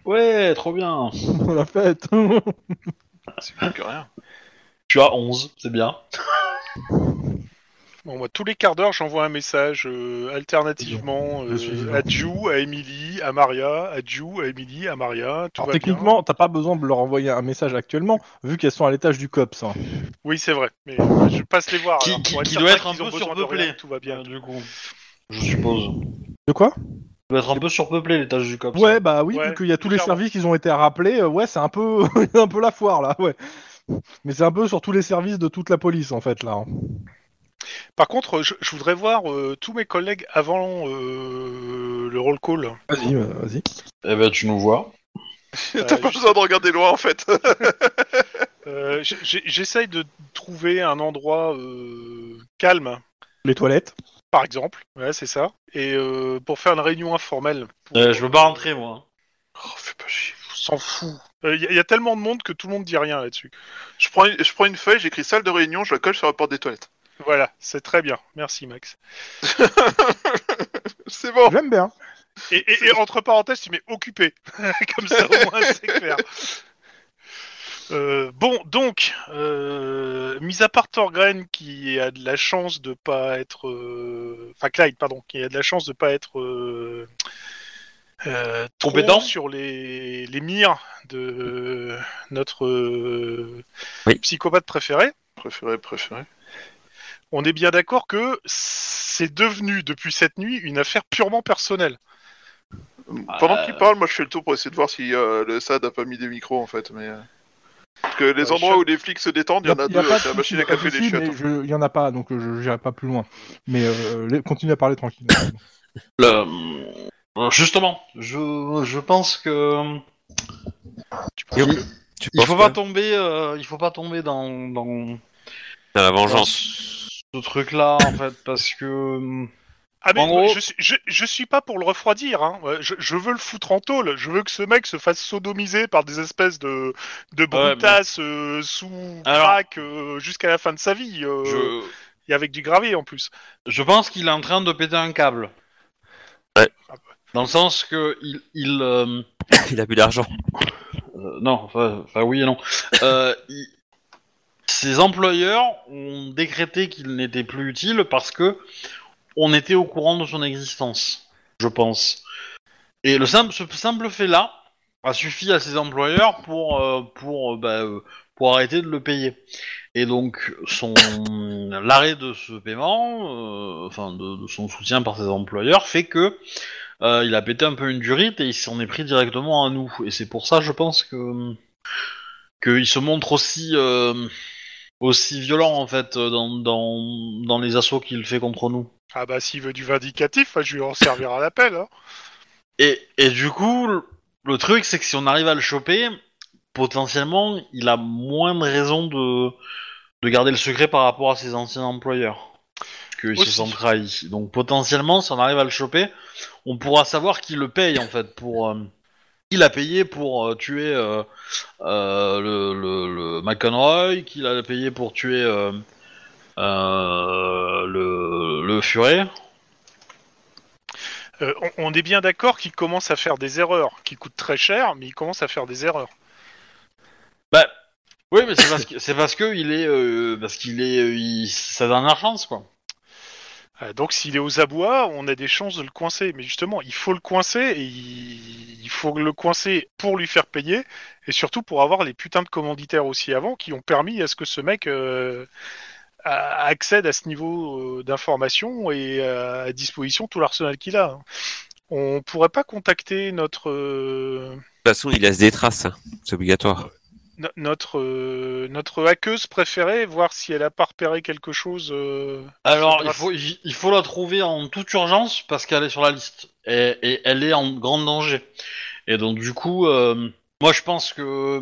Ouais, trop bien. pour la fête. C'est mieux que rien. Tu as 11, c'est bien. Bon, moi, tous les quarts d'heure, j'envoie un message euh, alternativement Je suis euh, vivant. à Ju, à Emily, à Maria, à Ju, à Emily, à Maria. Tout Alors, va techniquement, t'as pas besoin de leur envoyer un message actuellement, vu qu'elles sont à l'étage du COPS. hein. bien. Oui, c'est vrai. Mais euh, je passe les voir. Qui- alors, qui- pour qui certain doit être un qu'ils ont peu besoin de surpeuplé. rien, Tout va bien. Bien, du coup. Je suppose. De quoi Ça doit être un peu surpeuplé l'étage du cop. ça. Ouais, bah oui, Ouais, vu qu'il y a tous les clairement. services qui ont été rappelés, euh, ouais, c'est un peu, un peu la foire là, ouais. Mais c'est un peu sur tous les services de toute la police en fait là. hein. Par contre, je, je voudrais voir euh, tous mes collègues avant euh, le roll call. Vas-y, euh, vas-y. Eh ben, tu nous vois. Bah, T'as pas besoin de regarder loin en fait. Euh, j- j- J'essaye de trouver un endroit euh, calme, Les toilettes. par exemple. Ouais, c'est ça. Et euh, pour faire une réunion informelle. Pour- Euh, je veux pas rentrer, moi. Oh, fais pas chier. On s'en fout. Il y, a- y a tellement de monde que tout le monde dit rien là-dessus. Je prends, une, je prends une feuille, j'écris salle de réunion, je la colle sur la porte des toilettes. Voilà, c'est très bien. Merci, Max. C'est bon. J'aime bien. Et, et- et entre parenthèses, tu mets occupé. Comme ça, au moins, c'est clair. Euh, bon, donc, euh, mis à part Thorgren qui a de la chance de pas être, euh, enfin Clyde, pardon, qui a de la chance de pas être euh, euh, trop Compétent. sur les, les mires de euh, notre euh, Oui. psychopathe préféré. Préféré, préféré. on est bien d'accord que c'est devenu depuis cette nuit une affaire purement personnelle. Pendant Euh, qu'il parle, moi je fais le tour pour essayer de voir si euh, le SAD a pas mis des micros en fait. Mais... euh, Parce que les Euh, endroits je- où les flics se détendent, il y en a, deux. pas C'est la de machine à soucis, pas de café des soucis, chiottes. hein. mais je- Il y en a pas, donc euh, je j'irai pas plus loin. Mais euh, les- continue à parler tranquille. le- euh, Justement, je, je pense que. euh, Tu Et penses oui. que- Tu Il penses faut pas que- tomber, euh, il faut pas tomber dans, dans, Dans la vengeance. Ce truc-là, en fait, parce que. euh, Ah mais En gros- je, suis- je, je suis pas pour le refroidir, hein. Ouais, je, je veux le foutre en tôle, je veux que ce mec se fasse sodomiser par des espèces de, de mais- brutasses euh, sous Alors- crack euh, jusqu'à la fin de sa vie, euh, Je, et avec du gravé en plus. je pense qu'il est en train de péter un câble. Ouais. Dans le sens que il. il euh, Il a plus d'argent. Euh, non, enfin enfin, oui et non. Euh, il- Ses employeurs ont décrété qu'il n'était plus utile parce que on était au courant de son existence, je pense. Et le simple, ce simple fait-là a suffi à ses employeurs pour euh, pour euh, bah, euh, pour arrêter de le payer. Et donc son l'arrêt de ce paiement, euh, enfin de, de son soutien par ses employeurs, fait que euh, il a pété un peu une durite et il s'en est pris directement à nous. Et c'est pour ça, je pense que qu'il se montre aussi euh, aussi violent en fait euh, dans, dans, dans les assauts qu'il fait contre nous. Ah bah s'il veut du vindicatif, bah, je vais en servir à l'appel. Hein. Et, et du coup, le- le truc c'est que si on arrive à le choper, potentiellement, il a moins de raisons de de garder le secret par rapport à ses anciens employeurs. Qu'ils se Aussi. sentent trahis. Donc potentiellement, si on arrive à le choper, on pourra savoir qui le paye en fait pour. euh, qui l'a payé pour euh, tuer euh, euh, le, le, le McEnroy, qui l'a payé pour tuer euh, euh, le, le Furet. Euh, on, on est bien d'accord qu'il commence à faire des erreurs, qui coûtent très cher, mais il commence à faire des erreurs. Bah oui, mais c'est parce que c'est parce que il est euh, parce qu'il est euh, il- c'est sa dernière chance quoi. Euh, donc s'il est aux abois, on a des chances de le coincer. Mais justement, il faut le coincer et il, il faut le coincer pour lui faire payer et surtout pour avoir les putains de commanditaires aussi avant qui ont permis à ce que ce mec euh, a- accède à ce niveau euh, d'information et euh, à disposition tout l'arsenal qu'il a. hein. On pourrait pas contacter notre euh, De toute façon, il laisse des traces. hein. C'est obligatoire. no- notre euh, notre hackeuse préférée, voir si elle a pas repéré quelque chose. euh, Alors il grâce- faut il, il faut la trouver en toute urgence parce qu'elle est sur la liste et, et elle est en grand danger. Et donc du coup euh, moi je pense que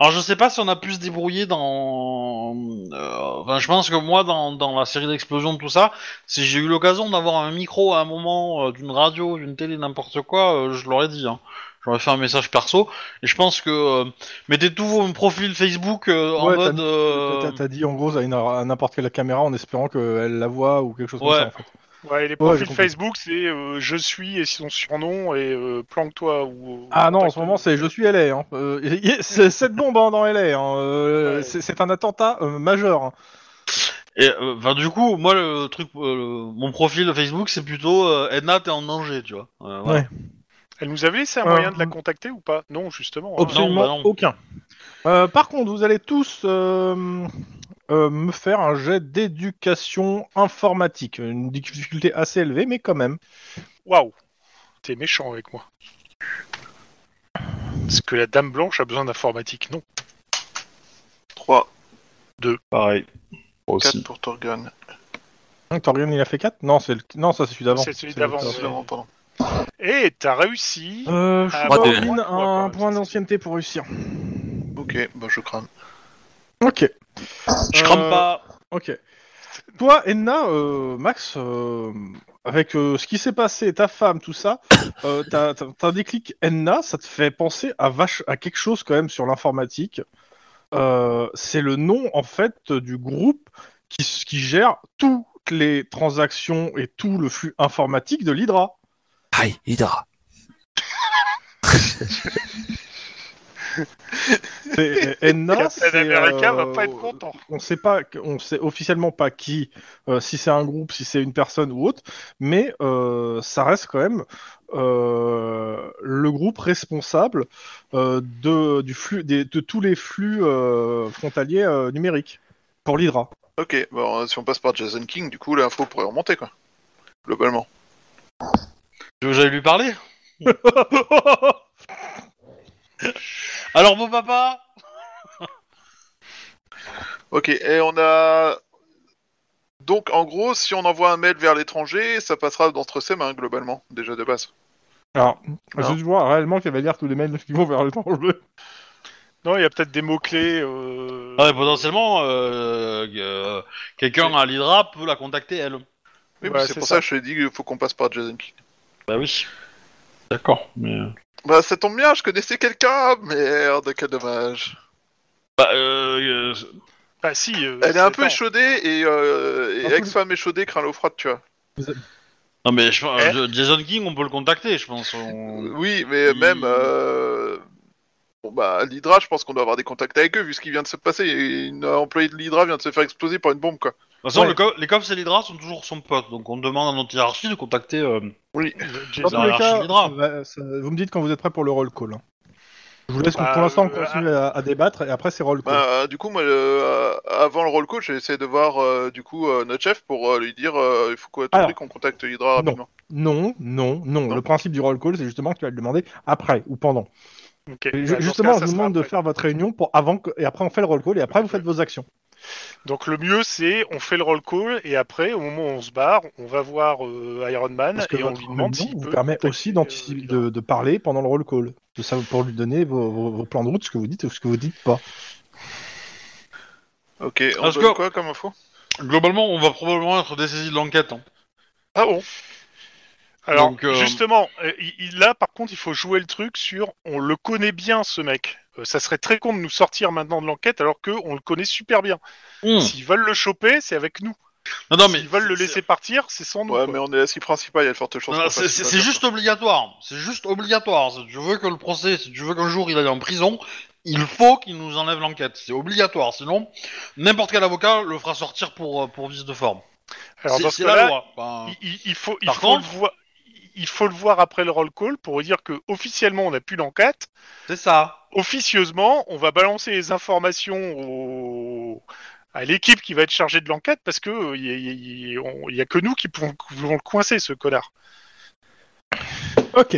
alors je sais pas si on a pu se débrouiller dans euh, enfin je pense que moi dans, dans la série d'explosions tout ça si j'ai eu l'occasion d'avoir un micro à un moment euh, d'une radio d'une télé n'importe quoi euh, je l'aurais dit hein. J'aurais fait un message perso et je pense que euh, mettez tous vos profils Facebook euh, en Ouais, t'as mode mis- euh, T'as- T'as dit en gros à, une- à n'importe quelle caméra en espérant qu'elle la voit ou quelque chose Ouais. comme ça. En fait. Ouais, et les j'ai profils compris. Facebook, c'est euh, je suis et son surnom et euh, planque-toi ou. Ah non, en contacte- ce moment c'est je suis LA. Hein. Euh, y- y- c'est cette bombe hein, dans LA. hein. Euh, Ouais. c'est- C'est un attentat euh, majeur. hein. Et euh, enfin, du coup, moi le truc, euh, le- mon profil Facebook, c'est plutôt euh, Edna, t'es en danger, tu vois. Euh, voilà. Ouais. Elle nous avait laissé un Euh, moyen de la contacter ou pas Non, justement. hein. Absolument bah non. aucun. Euh, par contre, vous allez tous euh, euh, me faire un jet d'éducation informatique. Une difficulté assez élevée, mais quand même. Waouh T'es méchant avec moi. Est-ce que la dame blanche a besoin d'informatique Non. 3, Pareil. 4 pour Torgan. Hein, Torian, il a fait 4 Non, c'est le... non, ça c'est celui d'avant. C'est celui C'est d'avant. le- Ah, ouais. Absolument, pardon. Et Eh, t'as réussi Euh, je Ah, bah, Corinne, deux. Ouais, quand un même, point ça, d'ancienneté pour réussir. Ok, bah je crame. Ok. Je Euh, crame pas. Ok. Toi, Enna, euh, Max, euh, avec euh, ce qui s'est passé, ta femme, tout ça, euh, t'as t'as- t'as un déclic Enna, ça te fait penser à, vache, à quelque chose quand même sur l'informatique. Euh, C'est le nom, en fait, du groupe qui, s- qui gère toutes les transactions et tout le flux informatique de l'Hydra. Ah Aïe, Hydra. C'est- Enna, Captain c'est, America euh, va pas être content. on sait pas, on sait officiellement pas qui, euh, si c'est un groupe, si c'est une personne ou autre, mais euh, ça reste quand même euh, le groupe responsable euh, de, du flux, des- de tous les flux euh, frontaliers euh, numériques pour l'Hydra. Ok, bah on- si on passe par Jason King, du coup l'info pourrait remonter quoi. Globalement. Tu veux que j'aille lui parler Alors, mon papa. Ok, et on a. Donc en gros, si on envoie un mail vers l'étranger, ça passera d'entre ses mains globalement, déjà de base. Alors, Non. je vois réellement qu'elle va lire tous les mails qui vont vers le temps Non, il y a peut-être des mots-clés. euh, Ah, et potentiellement, euh, euh, quelqu'un à l'Hydra peut la contacter, elle. Oui, mais Ouais, c'est c'est pour ça. ça, que je t'ai dit qu'il faut qu'on passe par Jason King. Bah oui. D'accord. Mais... euh, Bah, ça tombe bien, je connaissais quelqu'un Merde, quel dommage. Bah, euh, euh, Bah si. euh, Elle est un peu attends. échaudée et, euh, et Ah, cool. ex-femme échaudée craint l'eau froide, tu vois. non, mais je- euh, Eh je- Jason King, on peut le contacter, je pense. on- Oui, mais Il- même. euh, Bon, bah, l'Hydra, je pense qu'on doit avoir des contacts avec eux, vu ce qui vient de se passer. Une euh, employée de l'Hydra vient de se faire exploser par une bombe, quoi. De toute façon, Ouais. le co- les cops et l'Hydra sont toujours son pote, donc on demande à notre hiérarchie de contacter. euh, Dans tous Dans les la cas, Archimèdra. ça va- ça- vous me dites quand vous êtes prêt pour le roll call. hein. Je vous laisse Bah, pour l'instant euh, continuer à, à débattre et après c'est roll call. Bah, euh, du coup, moi, euh, avant le roll call, j'ai essayé de voir, euh, du coup, euh, notre chef pour euh, lui dire euh, il faut qu'on Alors. qu'on contacte l'Hydra Non. rapidement. Non, non, non, Non. Le principe du roll call, c'est justement que tu vas le demander après ou pendant. Ok, Et bah, ju- dans ce justement, cas, je ça vous sera demande de après. faire votre réunion pour avant que- et après on fait le roll call et après vous faites vos actions. Donc le mieux, c'est on fait le roll call et après, au moment où on se barre, on va voir euh, Iron Man Parce que et on votre lui demande réunion s'il vous peut permet contacter, aussi euh, d'anticiper- Hydra. de, de parler pendant le roll call. Tout ça pour lui donner vos, vos- vos plans de route, ce que vous dites ou ce que vous dites pas. Ok, on Let's donne go. quoi comme info Globalement, on va probablement être dessaisi de l'enquête. hein. Ah bon Alors Donc, euh, justement, euh, il- il- là par contre, il faut jouer le truc sur on le connaît bien ce mec. Euh, ça serait très con de nous sortir maintenant de l'enquête alors que on le connaît super bien. Hmm. S'ils veulent le choper, c'est avec nous. Non, non, mais S'ils veulent le c'est- laisser partir, c'est sans nous. Ouais, quoi. mais on est la cible principale, il y a de fortes chances. Non, qu'on c'est- fasse c'est pas c'est ça. juste obligatoire. C'est juste obligatoire. Si tu veux que le procès, si tu veux qu'un jour il aille en prison, il faut qu'il nous enlève l'enquête. C'est obligatoire. Sinon, n'importe quel avocat le fera sortir pour, euh, pour vice de forme. alors C'est dans ce c'est la cas-là, loi. Ben, il, il- il faut, il Par faut contre- le voir. Il faut le voir après le roll call pour dire que officiellement on n'a plus l'enquête. C'est ça. Officieusement, on va balancer les informations au- à l'équipe qui va être chargée de l'enquête parce que euh, il y, a- il y a- on- il y a que nous qui pouvons, qui pouvons le coincer ce connard. Ok.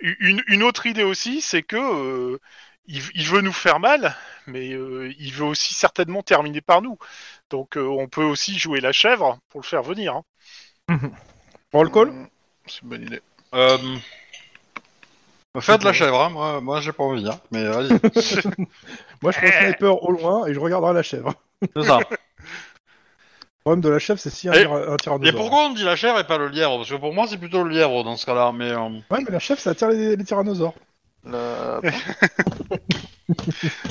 Une, une autre idée aussi, c'est que euh, il, il veut nous faire mal, mais euh, il veut aussi certainement terminer par nous. Donc euh, on peut aussi jouer la chèvre pour le faire venir. hein. Roll call Mm, C'est une bonne idée. Euh, faites la chèvre. hein. Moi, moi j'ai pas envie. hein. Mais vas-y. Moi je prends Eh. le sniper au loin et je regarderai la chèvre. C'est ça. Le problème de la chèvre, c'est si un Et- tir- un tireur de Eh. Et pourquoi on dit la chèvre et pas le lièvre Parce que pour moi, c'est plutôt le lièvre dans ce cas-là. Mais euh, Ouais, mais la chèvre, ça attire les, les tyrannosaures. La-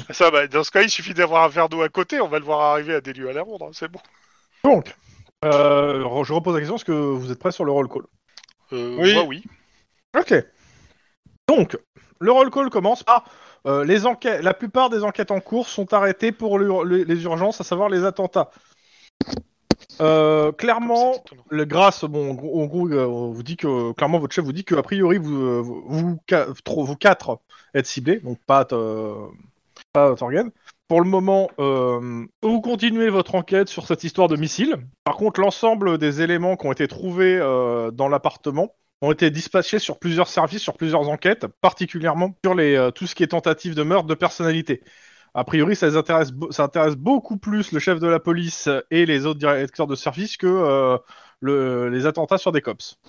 Ça, bah, dans ce cas, il suffit d'avoir un verre d'eau à côté, on va le voir arriver à des lieux à la ronde, hein, c'est bon. Donc, euh, re- je repose la question, est-ce que vous êtes prêt sur le roll call Euh, Oui. Moi, oui. Ok. Donc, le roll call commence par euh, les enquêtes. La plupart des enquêtes en cours sont arrêtées pour le- le- les urgences, à savoir les attentats. Euh, clairement, C'est étonnant. le grâce, bon, en gros- en gros, euh, on vous dit que clairement votre chef vous dit que a priori vous euh, vous, vous ca- tro- vous quatre êtes ciblés, donc pas euh, pas Torgen. Pour le moment, euh, vous continuez votre enquête sur cette histoire de missile. Par contre, l'ensemble des éléments qui ont été trouvés euh, dans l'appartement ont été dispatchés sur plusieurs services, sur plusieurs enquêtes, particulièrement sur les, euh, tout ce qui est tentative de meurtre de personnalité. A priori, ça, les intéresse, be- ça intéresse beaucoup plus le chef de la police et les autres directeurs de service que euh, le- les attentats sur des cops.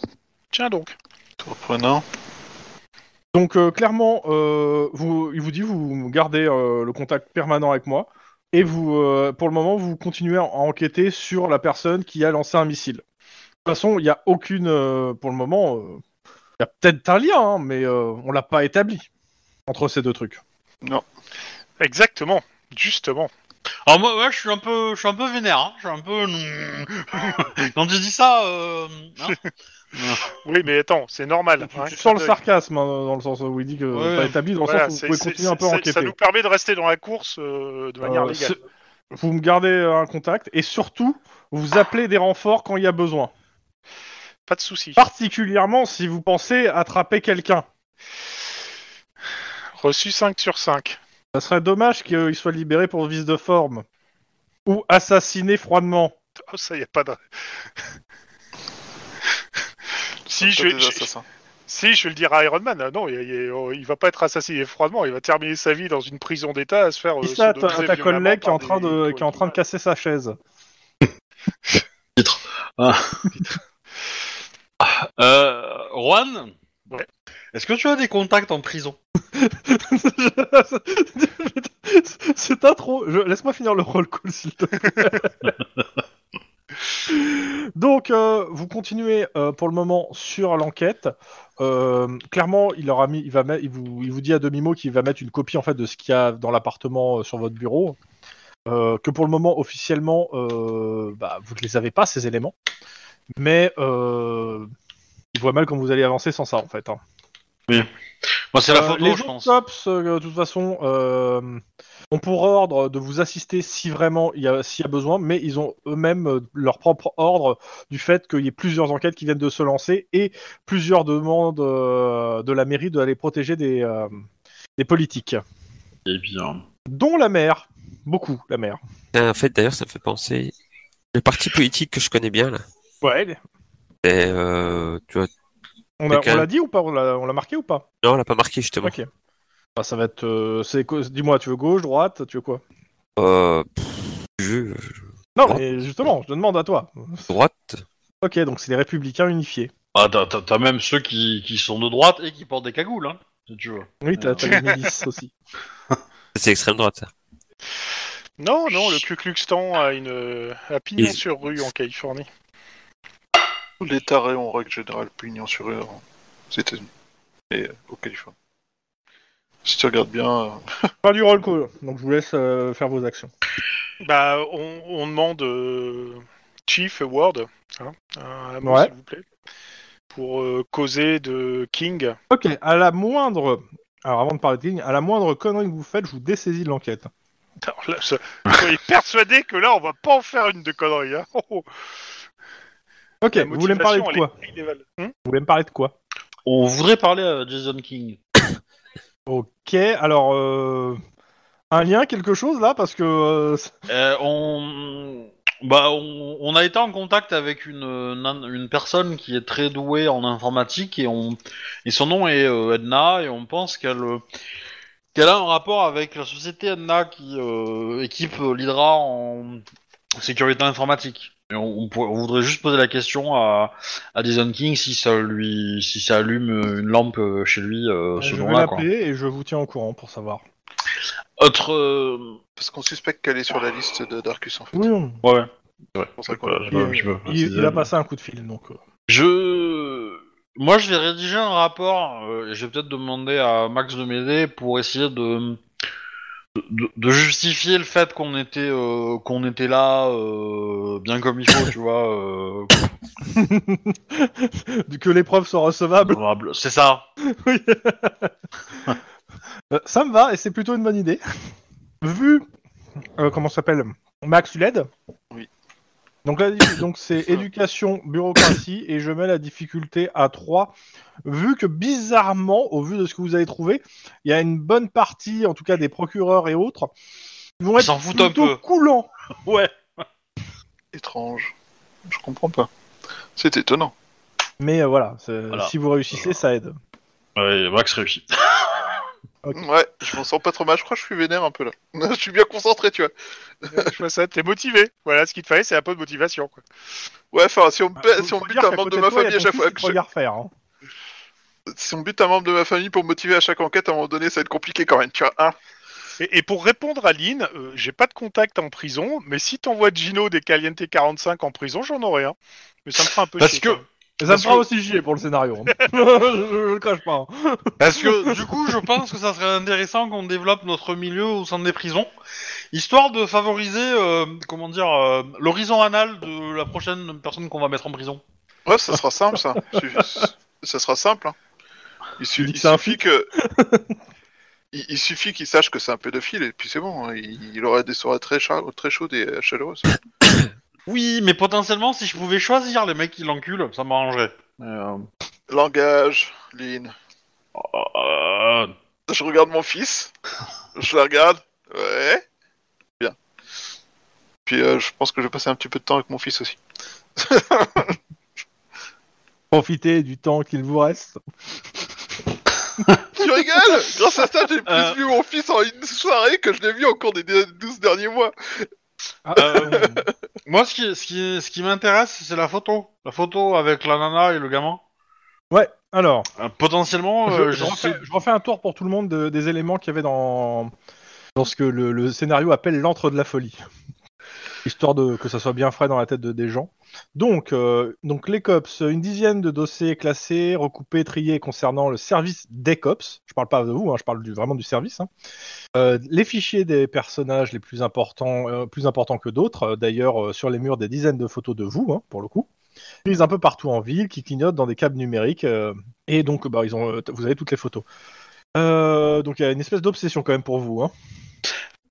Tiens donc. Surprenant. Donc euh, clairement, euh, vous, il vous dit vous gardez euh, le contact permanent avec moi et vous, euh, pour le moment, vous continuez à enquêter sur la personne qui a lancé un missile. De toute façon, il n'y a aucune, euh, pour le moment, euh, il y a peut-être un lien, hein, mais euh, on l'a pas établi entre ces deux trucs. Exactement. Justement. Alors moi, ouais, je suis un peu, je suis un peu vénère. hein. Je suis un peu. Quand tu dis ça, euh, hein, Oui, mais attends, c'est normal. hein, Tu sens le clin d'œil. sarcasme hein, dans le sens où il dit que Ouais. pas établi, dans le Voilà, sens où c'est- vous pouvez c'est- continuer un peu à c'est- enquêter. Ça nous permet de rester dans la course euh, de manière Euh, légale. c'est- Vous me gardez euh, un contact et surtout, vous appelez des renforts quand il y a besoin. Pas de souci. Ah Particulièrement si vous pensez attraper quelqu'un. Reçu 5 sur 5. Ça serait dommage qu'il soit libéré pour vice de forme. Ou assassiné froidement. Oh, ça, y a pas de. si, je, Des je- assassins. si, je vais le dire à Iron Man. Ah Non, il, il- oh, il va pas être assassiné froidement. Il va terminer sa vie dans une prison d'État à se faire. euh, Dis ça à ta, sodomiser à ta violemment collègue qui est en par train des- de, qui est en train de casser sa chaise. euh, Juan, Ouais. est-ce que tu as des contacts en prison Cette intro, je- laisse-moi finir le roll call s'il te plaît. Donc, euh, vous continuez euh, pour le moment sur l'enquête. Euh, clairement, il leur a mis, il va, mettre- il vous, il vous dit à demi mot qu'il va mettre une copie en fait de ce qu'il y a dans l'appartement euh, sur votre bureau. Euh, que pour le moment, officiellement, euh, bah, vous ne les avez pas ces éléments, mais euh, il voit mal comment vous allez avancer sans ça en fait. hein. Moi, c'est la Euh, photo, les je autres pense. cops, euh, de toute façon, euh, ont pour ordre de vous assister si vraiment il y a, s'il y a besoin, mais ils ont eux-mêmes euh, leur propre ordre du fait qu'il y ait plusieurs enquêtes qui viennent de se lancer et plusieurs demandes euh, de la mairie d'aller protéger des, euh, des politiques, Et puis, euh, dont la maire, beaucoup la maire. Tiens, Ah, en fait, d'ailleurs, ça me fait penser. Le parti politique que je connais bien, là. Ouais, Et, euh, tu vois... on a- on Ok. l'a dit ou pas On l'a on l'a marqué ou pas Non, on l'a pas marqué, justement. Ok. Bah, ça va être. euh, c'est quoi- Dis-moi, tu veux gauche, droite, tu veux quoi Euh, pff, je- Non, Droite. mais justement, je te demande à toi. Droite Ok, donc c'est les républicains unifiés. ah, t'as- t'as t'as même ceux qui, qui sont de droite et qui portent des cagoules, hein, si tu veux. Oui, t'as t'as les milices aussi. C'est extrême droite, ça. Non, non, le Ku Klux Klan a une euh, à Ils- Pignon-sur-Rue en Californie. Tous les tarés ont en règle générale pignon sur rue en- aux États-Unis et euh, au Californie. Si tu regardes bien, euh, Fin du roll call, donc je vous laisse euh, faire vos actions. Bah, on, on demande euh, Chief Award, hein, un mot, Ouais. s'il vous plaît, pour euh, causer de King. Ok, à la moindre. Alors avant de parler de ligne, à la moindre connerie que vous faites, je vous dessaisis de l'enquête. Alors là, ça- soyez persuadé que là, on va pas en faire une de conneries. Hein. Oh, oh. Ok, La vous voulez me parler de motivation, quoi elle est médiévale. Hum Vous voulez me parler de quoi On voudrait parler à Jason King. Ok, alors. euh, Un lien, quelque chose là Parce que. euh, c'est- Euh, on... Bah, on, on a été en contact avec une, euh, nan- une personne qui est très douée en informatique et, on, et son nom est euh, Edna et on pense qu'elle euh, qu'elle a un rapport avec la société Edna qui euh, équipe euh, l'Hydra en sécurité informatique. Et on, on pour- on voudrait juste poser la question à, à Jason King si ça lui si ça allume euh, une lampe euh, chez lui euh, ce Bah, je vais jour-là. quoi. l'appeler et je vous tiens au courant pour savoir. Autre euh, parce qu'on suspecte qu'elle est sur la liste de Darkus en fait. Oui, non. ouais. ouais. C'est pour ça qu'on Voilà, l'a- je Il, sais pas, je sais pas, il- Bah, c'est- il a passé un coup de fil donc. euh. Je. Moi, je vais rédiger un rapport. euh, je vais peut-être demander à Max de m'aider pour essayer de. De, de justifier le fait qu'on était euh, qu'on était là euh, bien comme il faut tu vois euh, que les preuves soient recevables. honorable. c'est ça Oui. Euh, ça me va et c'est plutôt une bonne idée. Vu euh, comment ça s'appelle Max, tu l'aides Oui. Donc là, dis- donc c'est éducation, bureaucratie et je mets la difficulté à 3 vu que bizarrement, au vu de ce que vous avez trouvé, il y a une bonne partie, en tout cas des procureurs et autres, qui vont ils être s'en foutent un plutôt peu coulants. ouais étrange. Je comprends pas. C'est étonnant. Mais euh, voilà, c'est- Voilà. si vous réussissez, ça aide. ouais Max réussit Ok. Ouais, je m'en sens pas trop mal. Je crois que je suis vénère un peu là. je suis bien concentré, tu vois. Je vois ça, t'es motivé. Voilà, ce qu'il te fallait, c'est un peu de motivation. Quoi. Ouais, enfin, si on, me pa- Ah, Faut- si on faut bute dire un qu'à membre de côté ma toi, il y a famille à ton chaque fils fois, qui te regarde faire. hein. si on bute un membre de ma famille pour me motiver à chaque enquête, à un moment donné, ça va être compliqué quand même. Tu vois, hein Et, et pour répondre à Lynn, euh, j'ai pas de contact en prison, mais si t'envoies Gino des Caliente 45 en prison, j'en aurai un. Mais ça me fera un peu Parce chier, que- quand même. Et ça me Parce fera que- aussi chier pour le scénario. hein. je, je le crache pas. hein. Parce que du coup, je pense que ça serait intéressant qu'on développe notre milieu au sein des prisons, histoire de favoriser, euh, comment dire, euh, l'horizon anal de la prochaine personne qu'on va mettre en prison. Ouais, ça sera simple, ça. Suffi- ça sera simple. hein. Il, su- Tu dis que il c'est un suffit que. Il, il suffit qu'il sache que c'est un pédophile et puis c'est bon, hein. il, il aura des soirées très, char- très chaudes et euh, chaleureuses. Oui, mais potentiellement, si je pouvais choisir les mecs qui l'enculent, ça m'arrangerait. Euh, Langage, Lynn. Oh, euh, Je regarde mon fils, je la regarde, ouais, bien. Puis euh, je pense que je vais passer un petit peu de temps avec mon fils aussi. Profitez du temps qu'il vous reste. Tu rigoles Grâce à ça, j'ai plus Euh. vu mon fils en une soirée que je l'ai vu au cours des dé- 12 derniers mois. euh, moi, ce qui, ce qui, ce qui m'intéresse, c'est la photo, la photo avec la nana et le gamin. Ouais, alors, Euh, potentiellement, je, euh, je j'essaie- refais, je refais un tour pour tout le monde de- des éléments qu'il y avait dans, lorsque le, le scénario appelle l'antre de la folie, histoire de que ça soit bien frais dans la tête de, des gens. Donc, euh, donc les cops, une dizaine de dossiers classés, recoupés, triés concernant le service des cops. Je parle pas de vous, hein, je parle du, vraiment du service. hein. Euh, les fichiers des personnages les plus importants, euh, plus importants que d'autres. Euh, D'ailleurs, euh, sur les murs, des dizaines de photos de vous, hein, pour le coup. Prises un peu partout en ville, qui clignotent dans des câbles numériques. euh, et donc, bah, ils ont, euh, t- vous avez toutes les photos. Euh, donc, il y a une espèce d'obsession quand même pour vous. hein.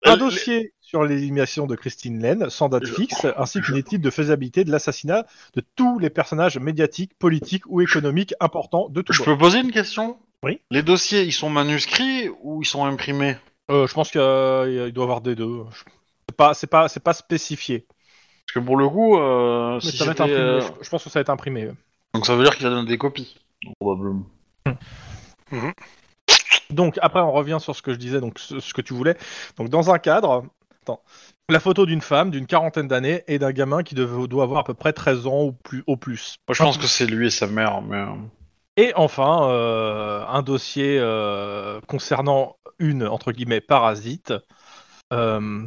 Un Euh, dossier sur l'élimination de Christine Lane, sans date Je- fixe, ainsi qu'une étude de faisabilité de l'assassinat de tous les personnages médiatiques, politiques ou économiques importants de tout Je bord. peux poser une question Oui. Les dossiers, ils sont manuscrits ou ils sont imprimés Euh, je pense qu'il euh, il doit y avoir des deux. Je- C'est pas, c'est pas, c'est pas spécifié. Parce que pour le coup, euh, Mais si ça va être c'était, imprimé. euh, Je- Je pense que ça va être imprimé. donc ça veut dire qu'il a donné des copies. Probablement. Donc après, on revient sur ce que je disais, donc ce, ce que tu voulais. Donc dans un cadre, attends, la photo d'une femme d'une quarantaine d'années et d'un gamin qui dev- doit avoir à peu près 13 ans ou plus, au plus. Moi, je pense que c'est lui et sa mère, mais. euh, Et enfin, euh, un dossier euh, concernant une, entre guillemets, parasite. Euh,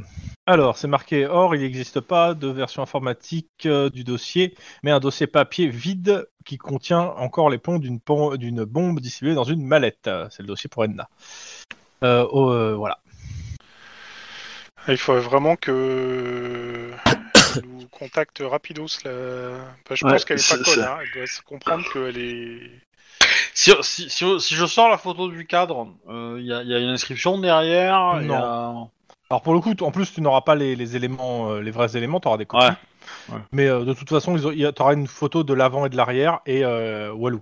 alors, c'est marqué, or, il n'existe pas de version informatique euh, du dossier, mais un dossier papier vide qui contient encore les plombs d'une pom- d'une bombe dissimulée dans une mallette. Euh, C'est le dossier pour Edna. Euh, oh, euh, voilà. Ah, Il faut vraiment que elle nous contacte rapidos la... Bah, je Ouais, pense qu'elle est c'est- pas conne, c'est- hein. elle doit se comprendre qu'elle est. Si, si, si, si je sors la photo du cadre, euh, il y, a- y a une inscription derrière. y a- Alors pour le coup, t- en plus, tu n'auras pas les, les éléments, euh, les vrais éléments, tu auras des copies. Ouais. Ouais. Mais euh, de toute façon, tu auras une photo de l'avant et de l'arrière et euh, Walou.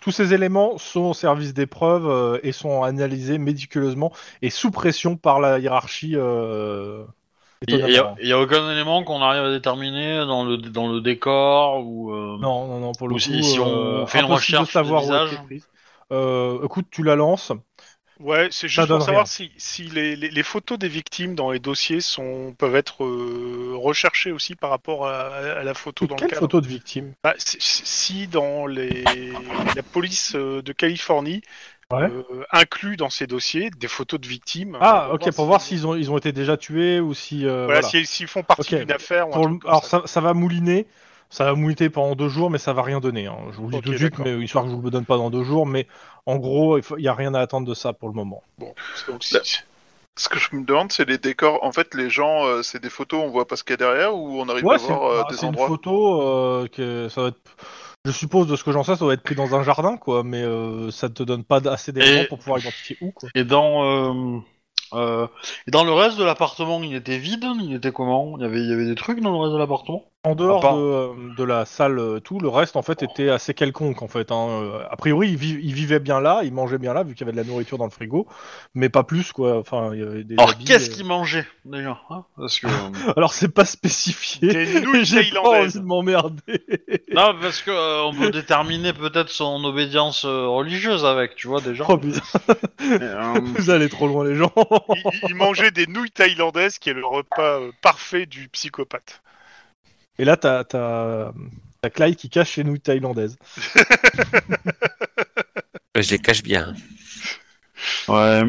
Tous ces éléments sont au service des preuves euh, et sont analysés méticuleusement et sous pression par la hiérarchie. euh, Il n'y a, étonnamment. y a aucun élément qu'on arrive à déterminer dans le, dans le décor ou. euh, Non, non, non, pour le Ou coup. si- si on euh, fait une impossible de recherche savoir des où elle a été visages. prise. Euh, écoute, tu la lances. Ouais, Ça c'est juste pour donne rien. savoir si, si les, les- les photos des victimes dans les dossiers sont peuvent être euh, recherchées aussi par rapport à, à la photo dans le Quelle cadre. photo de victime Bah, si- si dans les la police euh, de Californie Ouais. euh, inclut dans ses dossiers des photos de victimes. Ah, ok, pour voir si s'ils ont, ils ont été déjà tués ou si. euh, voilà, voilà. si- s'ils font partie Ok. d'une affaire. ou un Pour le- truc comme alors ça. ça. ça va mouliner, ça va mouliner pendant deux jours, mais ça va rien donner. hein. Je vous le dis Ok, tout de suite, d'accord. mais histoire que je vous le donne pas dans deux jours, mais en gros, il faut- il y a rien à attendre de ça pour le moment. Donc, Bah, si- Ce que je me demande, c'est les décors. En fait, les gens, euh, c'est des photos, on voit pas ce qu'il y a derrière ou on arrive à c'est voir euh, bah, des c'est une endroits. photo euh, que ça va être. Je suppose de ce que j'en sais, ça va être pris dans un jardin, quoi, mais euh, ça te donne pas assez d'éléments Et- pour pouvoir identifier où, quoi. Et dans. euh, euh, et dans le reste de l'appartement, il était vide Il était comment Il y avait- il y avait des trucs dans le reste de l'appartement En dehors À part- de, euh, de la salle, euh, tout le reste en fait était assez quelconque en fait. hein. Euh, A priori, ils, vi- ils vivaient bien là, ils mangeaient bien là, vu qu'il y avait de la nourriture dans le frigo, mais pas plus quoi. Enfin, il y avait des Alors habits, qu'est-ce euh, qu'il mangeait déjà hein Parce que. euh, Alors c'est pas spécifié. Des nouilles J'ai pas envie thaïlandaises. de m'emmerder. non, parce que euh, on peut déterminer peut-être son obédience euh, religieuse avec, tu vois déjà. Oh putain, Mais, euh, vous allez trop loin les gens. il, il- il mangeait des nouilles thaïlandaises, qui est le repas euh, parfait du psychopathe. Et là t'as t'as t'as Clyde qui cache chez nous thaïlandaise. Euh, Je les cache bien. Ouais.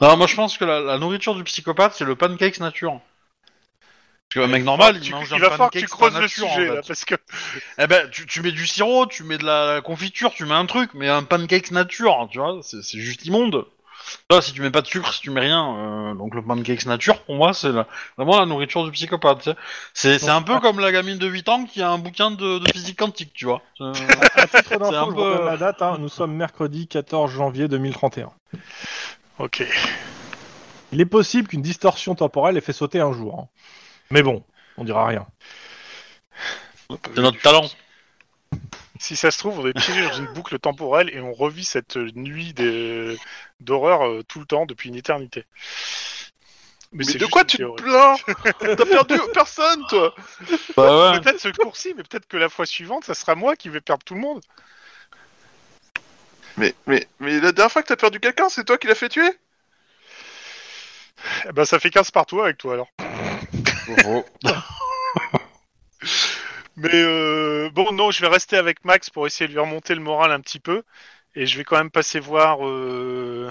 Non, moi je pense que la, la nourriture du psychopathe, c'est le pancakes nature. Parce qu'un mec normal, il Tu- mange il un va falloir que pancakes tu creuses par le nature, sujet en fait. là, parce que Eh ben, tu, tu mets du sirop, tu mets de la, la confiture, tu mets un truc, mais un pancakes nature, tu vois, c'est c'est juste immonde. Toi, si tu mets pas de sucre, si tu mets rien, euh, donc le pancakes nature, pour moi, c'est la- vraiment la nourriture du psychopathe. tu sais. C'est c'est un peu comme la gamine de 8 ans qui a un bouquin de, de physique quantique, tu vois. Euh, À titre C'est un d'info, je vous peu- redonne la date. hein. Nous sommes mercredi 14 janvier 2031. Ok. Il est possible qu'une distorsion temporelle ait fait sauter un jour. hein. Mais bon, on dira rien. C'est notre talent. Si ça se trouve, on est piégé dans une boucle temporelle et on revit cette nuit des- d'horreur euh, tout le temps depuis une éternité. Mais, c'est de juste quoi une tu te théorie. plains T'as perdu personne, toi. Bah Peut-être ce cours-ci, mais peut-être que la fois suivante, ça sera moi qui vais perdre tout le monde. Mais, mais, mais la dernière fois que t'as perdu quelqu'un, c'est toi qui l'as fait tuer. Eh ben, ça fait 15 partout avec toi alors. Mais euh, bon, non, je vais rester avec Max pour essayer de lui remonter le moral un petit peu. Et je vais quand même passer voir euh,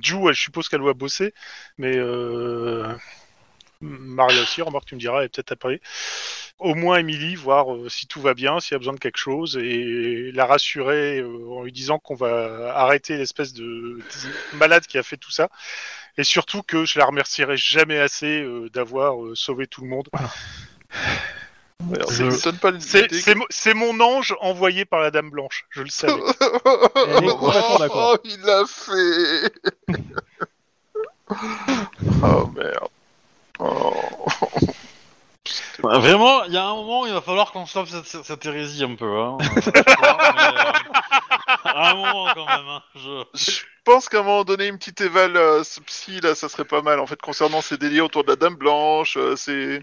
Ju, elle, je suppose qu'elle doit bosser, mais euh, Maria aussi, remarque, tu me diras, et peut-être après. Au moins Émilie, voir euh, si tout va bien, s'il y a besoin de quelque chose, et la rassurer euh, en lui disant qu'on va arrêter l'espèce de, de malade qui a fait tout ça. Et surtout que je la remercierai jamais assez euh, d'avoir euh, sauvé tout le monde. Alors, Je- ça ne sonne pas l'idée C'est- que- C'est mo- c'est mon ange envoyé par la Dame Blanche, je le savais. Elle est complètement d'accord. Oh, il l'a fait Oh merde. Oh. Bah, Vraiment, il y a un moment, il va falloir qu'on stoppe cette, cette hérésie un peu. Hein. Euh, tu vois, mais, euh, à un moment quand même. hein, je- Je pense qu'à un moment donné, une petite éval euh, ce psy, là, ça serait pas mal, en fait, concernant ces délires autour de la Dame Blanche, euh, c'est...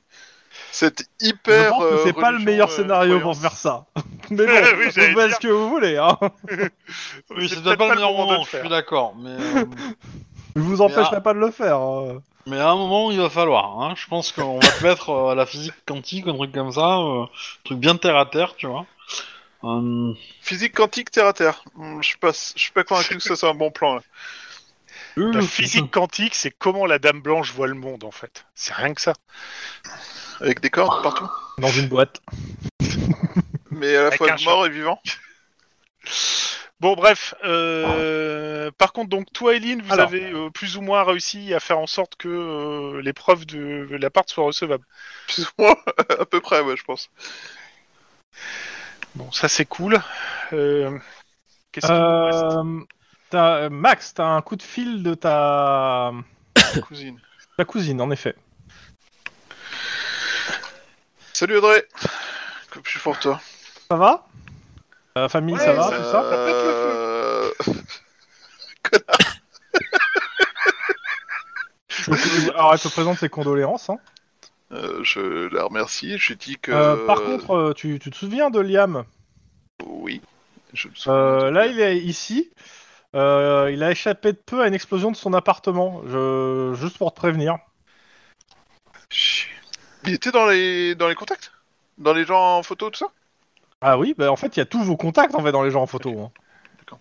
Cette hyper... Je pense que euh, c'est pas le religion, meilleur euh, scénario pour croyance. faire ça. Mais bon, Oui, vous j'allais faites dire. ce que vous voulez. Hein. Oui, c'est c'est peut-être peut-être pas, le pas le meilleur moment de moment, le je faire. suis d'accord. Mais, euh, Je vous empêcherai pas de le faire. euh. mais à un moment, il va falloir. hein. Je pense qu'on va te mettre euh, à la physique quantique, un truc comme ça. euh, un truc bien terre à terre, tu vois. Euh, Physique quantique terre à terre. Hmm, Je suis pas, je suis pas convaincu que ça soit un bon plan. Là. euh, La physique quantique, c'est comment la Dame Blanche voit le monde, en fait. C'est rien que ça. Avec des cordes partout. Dans une boîte. Mais à la Avec fois un mort et vivant. Bon, bref. euh, Par contre, donc, toi, Eline, vous Alors. avez euh, plus ou moins réussi à faire en sorte que euh, les preuves de l'appart soient recevables. Plus ou moins, à peu près, ouais, je pense. Bon, ça, c'est cool. Euh, Qu'est-ce qu'il nous reste Euh, t'as- euh, Max, t'as un coup de fil de ta... Cousine. ta cousine, en effet. Salut Audrey. Que puis-je pour toi Ça va La famille, Ouais, ça va ça- tout ça Euh, Donc, euh, Alors, elle te présente ses condoléances. hein. euh, Je la remercie. Je lui dis que. Euh, par contre, euh, tu, tu te souviens de Liam Oui. Je me souviens Euh, de- Là, il est ici. Euh, il a échappé de peu à une explosion de son appartement. Je... Juste pour te prévenir. Chier. Il était dans les dans les contacts Dans les gens en photo, tout ça Ah oui, bah en fait, il y a tous vos contacts en fait dans les gens en photo. hein.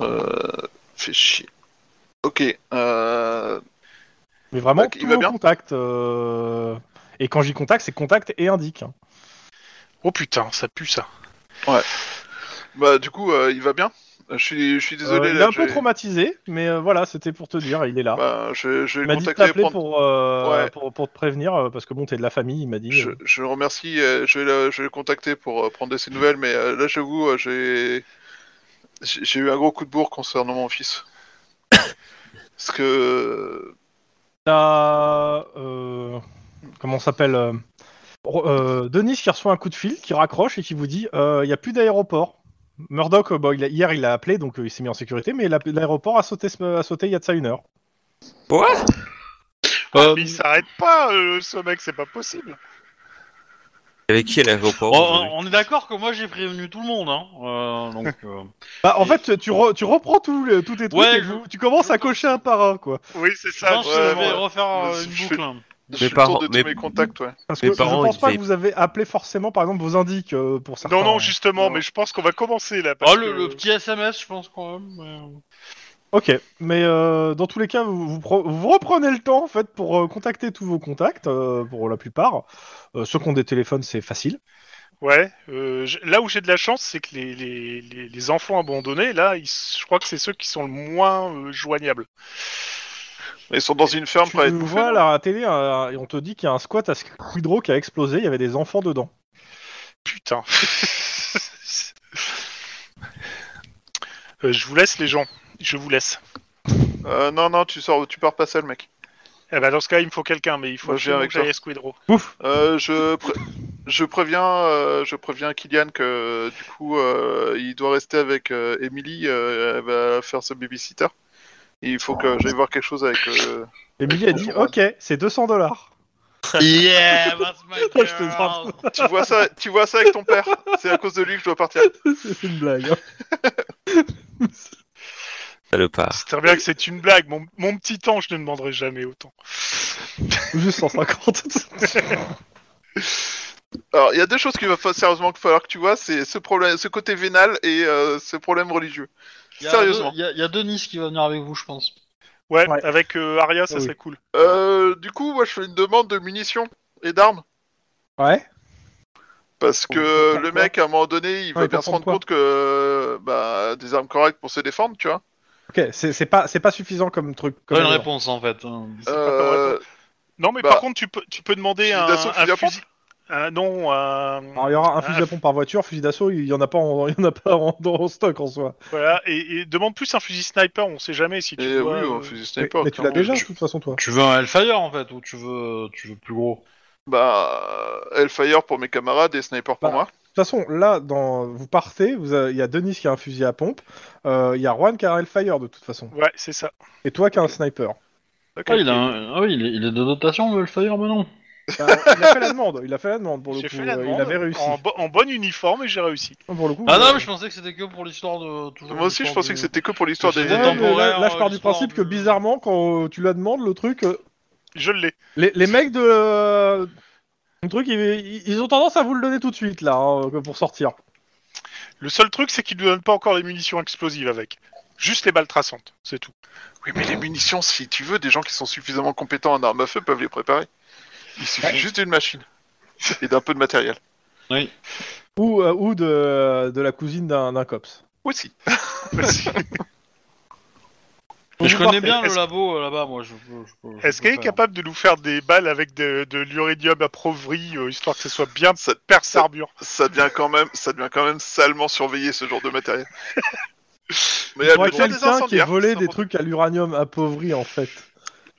Euh. Fait chier. Ok. Euh. Mais vraiment, Ok, il tous va vos bien contacts. euh, Et quand j'y contacte, c'est contact et indique. hein. Oh putain, ça pue, ça. Bah, du coup, euh, il va bien je suis, je suis désolé. Euh, il est là, un peu j'ai- traumatisé, mais euh, voilà, c'était pour te dire, il est là. Bah, je, je vais il le m'a dit de contacter. t'appeler prendre- pour, euh, Ouais. pour, pour te prévenir, euh, parce que bon, t'es de la famille, il m'a dit. Je, euh. je le remercie, euh, je, vais le, je vais le contacter pour euh, prendre de ses nouvelles, mais euh, là j'avoue, euh, j'ai j'ai j'ai eu un gros coup de bourre concernant mon fils. Parce que euh, T'as. euh, comment ça s'appelle euh, Ro- euh, Denis qui reçoit un coup de fil, qui raccroche et qui vous dit euh, il n'y a plus d'aéroport. Murdoch, euh, bon, il a- hier il a appelé, donc euh, il s'est mis en sécurité, mais l'a- l'aéroport a sauté, ce- a sauté il y a de ça une heure. Quoi euh, Ah, Mais il s'arrête pas, euh, ce mec, c'est pas possible. Avec qui à l'aéroport on- aujourd'hui on est d'accord que moi, j'ai prévenu tout le monde. Hein. euh, donc, euh, Bah, en fait, tu- tu, re- tu reprends tout, le- tous tes trucs Ouais, et je- vous- tu commences à cocher un par un, quoi. Oui, c'est je pense que je ouais, vais ouais. refaire euh, Je une fais- boucle. hein. je Mes suis le parents- tour de tous mes- mes contacts, ouais. Parce Mes que parents, je pense ils pas devaient- que vous avez appelé forcément, par exemple, vos indices euh, pour certains. Non, non, justement, Non. mais je pense qu'on va commencer là. parce Oh, le, que- le petit SMS, je pense quand même. mais- euh. Ok, mais euh, dans tous les cas, vous, vous, pre- vous reprenez le temps en fait pour euh, contacter tous vos contacts, euh, pour la plupart. Euh, ceux qui ont des téléphones, c'est facile. Ouais, euh, j- là où j'ai de la chance, c'est que les, les, les, les enfants abandonnés, là, ils, s- je crois que c'est ceux qui sont le moins euh, joignables. Ils sont dans une ferme Tu près vois là, à la télé, euh, et on te dit qu'il y a un squat à Squidro qui a explosé, il y avait des enfants dedans. Putain. Euh, je vous laisse, les gens. Je vous laisse. Euh, non, non, tu sors, tu pars pas seul, mec. Eh ben, dans ce cas, il me faut quelqu'un, mais il faut Moi, je absolument viens avec que j'aille à Squidro. Euh, je, pré- je préviens, euh, je préviens Kylian que euh, du coup, euh, il doit rester avec euh, Emily. euh, elle va faire ce babysitter. Et il faut que j'aille voir quelque chose avec. euh, Emily a dit Ok, c'est 200 dollars. Yeah, that's my Je te girl. sens- tu vois ça, tu vois ça avec ton père. C'est à cause de lui que je dois partir. c'est une blague. Salopard. C'est très bien que c'est une blague. Mon, mon petit temps, je ne demanderai jamais autant. Juste 150. Alors, il y a deux choses qu'il va fa- sérieusement qu'il va falloir que tu vois, c'est ce problème, ce côté vénal et euh, ce problème religieux. Il y a Sérieusement. deux- Il y, a- il y a Denis qui va venir avec vous, je pense. Ouais, Ouais. avec euh, Aria, ça Oui. serait cool. Euh, du coup, moi, je fais une demande de munitions et d'armes. Ouais. Parce Pour- que pour le quoi mec, à un moment donné, il Ouais, va pour bien se prendre rendre quoi compte que euh, bah, des armes correctes pour se défendre, tu vois. Ok, c'est c'est pas, c'est pas suffisant comme truc. Comme Pas une raison. réponse en fait. hein. Euh, Non, mais Bah, par contre, tu peux, tu peux demander fusil un, d'assaut, un fusil à pompe fusil. un- non, un- Alors, il y aura un Ah. fusil à pompe par voiture, fusil d'assaut, il y en a pas, en, il y en a pas en, en stock en soi. voilà, et, et demande plus un fusil sniper, on sait jamais si tu et vois, Eh oui, euh, on fusil Mais, sniper. mais tu clairement. l'as déjà, de Tu- toute façon, toi. Tu veux un Hellfire en fait ou tu veux tu veux plus gros Bah, Hellfire pour mes camarades et sniper pour Bah, moi. De toute façon, là, dans... vous partez, vous avez- il y a Denis qui a un fusil à pompe, euh, il y a Juan qui a un Hellfire, de toute façon, Ouais, c'est ça. et toi qui a un sniper. Ah, il a un- ah oui, il est, il est de dotation le Hellfire maintenant. Bah, il a fait la demande, il a fait la demande, pour le J'ai coup, fait la euh, demande il avait réussi. En, bo- en bon uniforme et j'ai réussi. Pour le coup, euh, Ah vous- non, mais je pensais que c'était que pour l'histoire de. toujours Moi aussi, je l'histoire pensais du- que c'était que pour l'histoire que des. Ouais, c'était mais là, là, temporaire, Bah, je pars euh, du l'histoire principe du- que bizarrement, quand euh, tu la demandes, le truc, euh, Je l'ai. les, les mecs de euh, le truc, ils, ils ont tendance à vous le donner tout de suite là, hein, pour sortir. Le seul truc, c'est qu'il ne donne pas encore les munitions explosives avec. Juste les balles traçantes, c'est tout. Oui, mais les munitions, si tu veux, des gens qui sont suffisamment compétents en armes à feu peuvent les préparer. Il suffit juste d'une machine et d'un peu de matériel. Ou, euh, ou de, de la cousine d'un d'un cops. Aussi. Mais Vous je connais partez. bien le Est-ce- labo euh, là-bas, moi. Je, peux- je peux- je Est-ce peux qu'elle est faire. capable de nous faire des balles avec de, de l'uranium appauvri, euh, histoire que ce soit bien Ça- perce arbure Ça devient quand même, ça devient quand même salement surveillé ce genre de matériel. Mais Il y aurait peut faire des quelqu'un qui incendiaires, volait c'est des important. trucs à l'uranium appauvri en fait.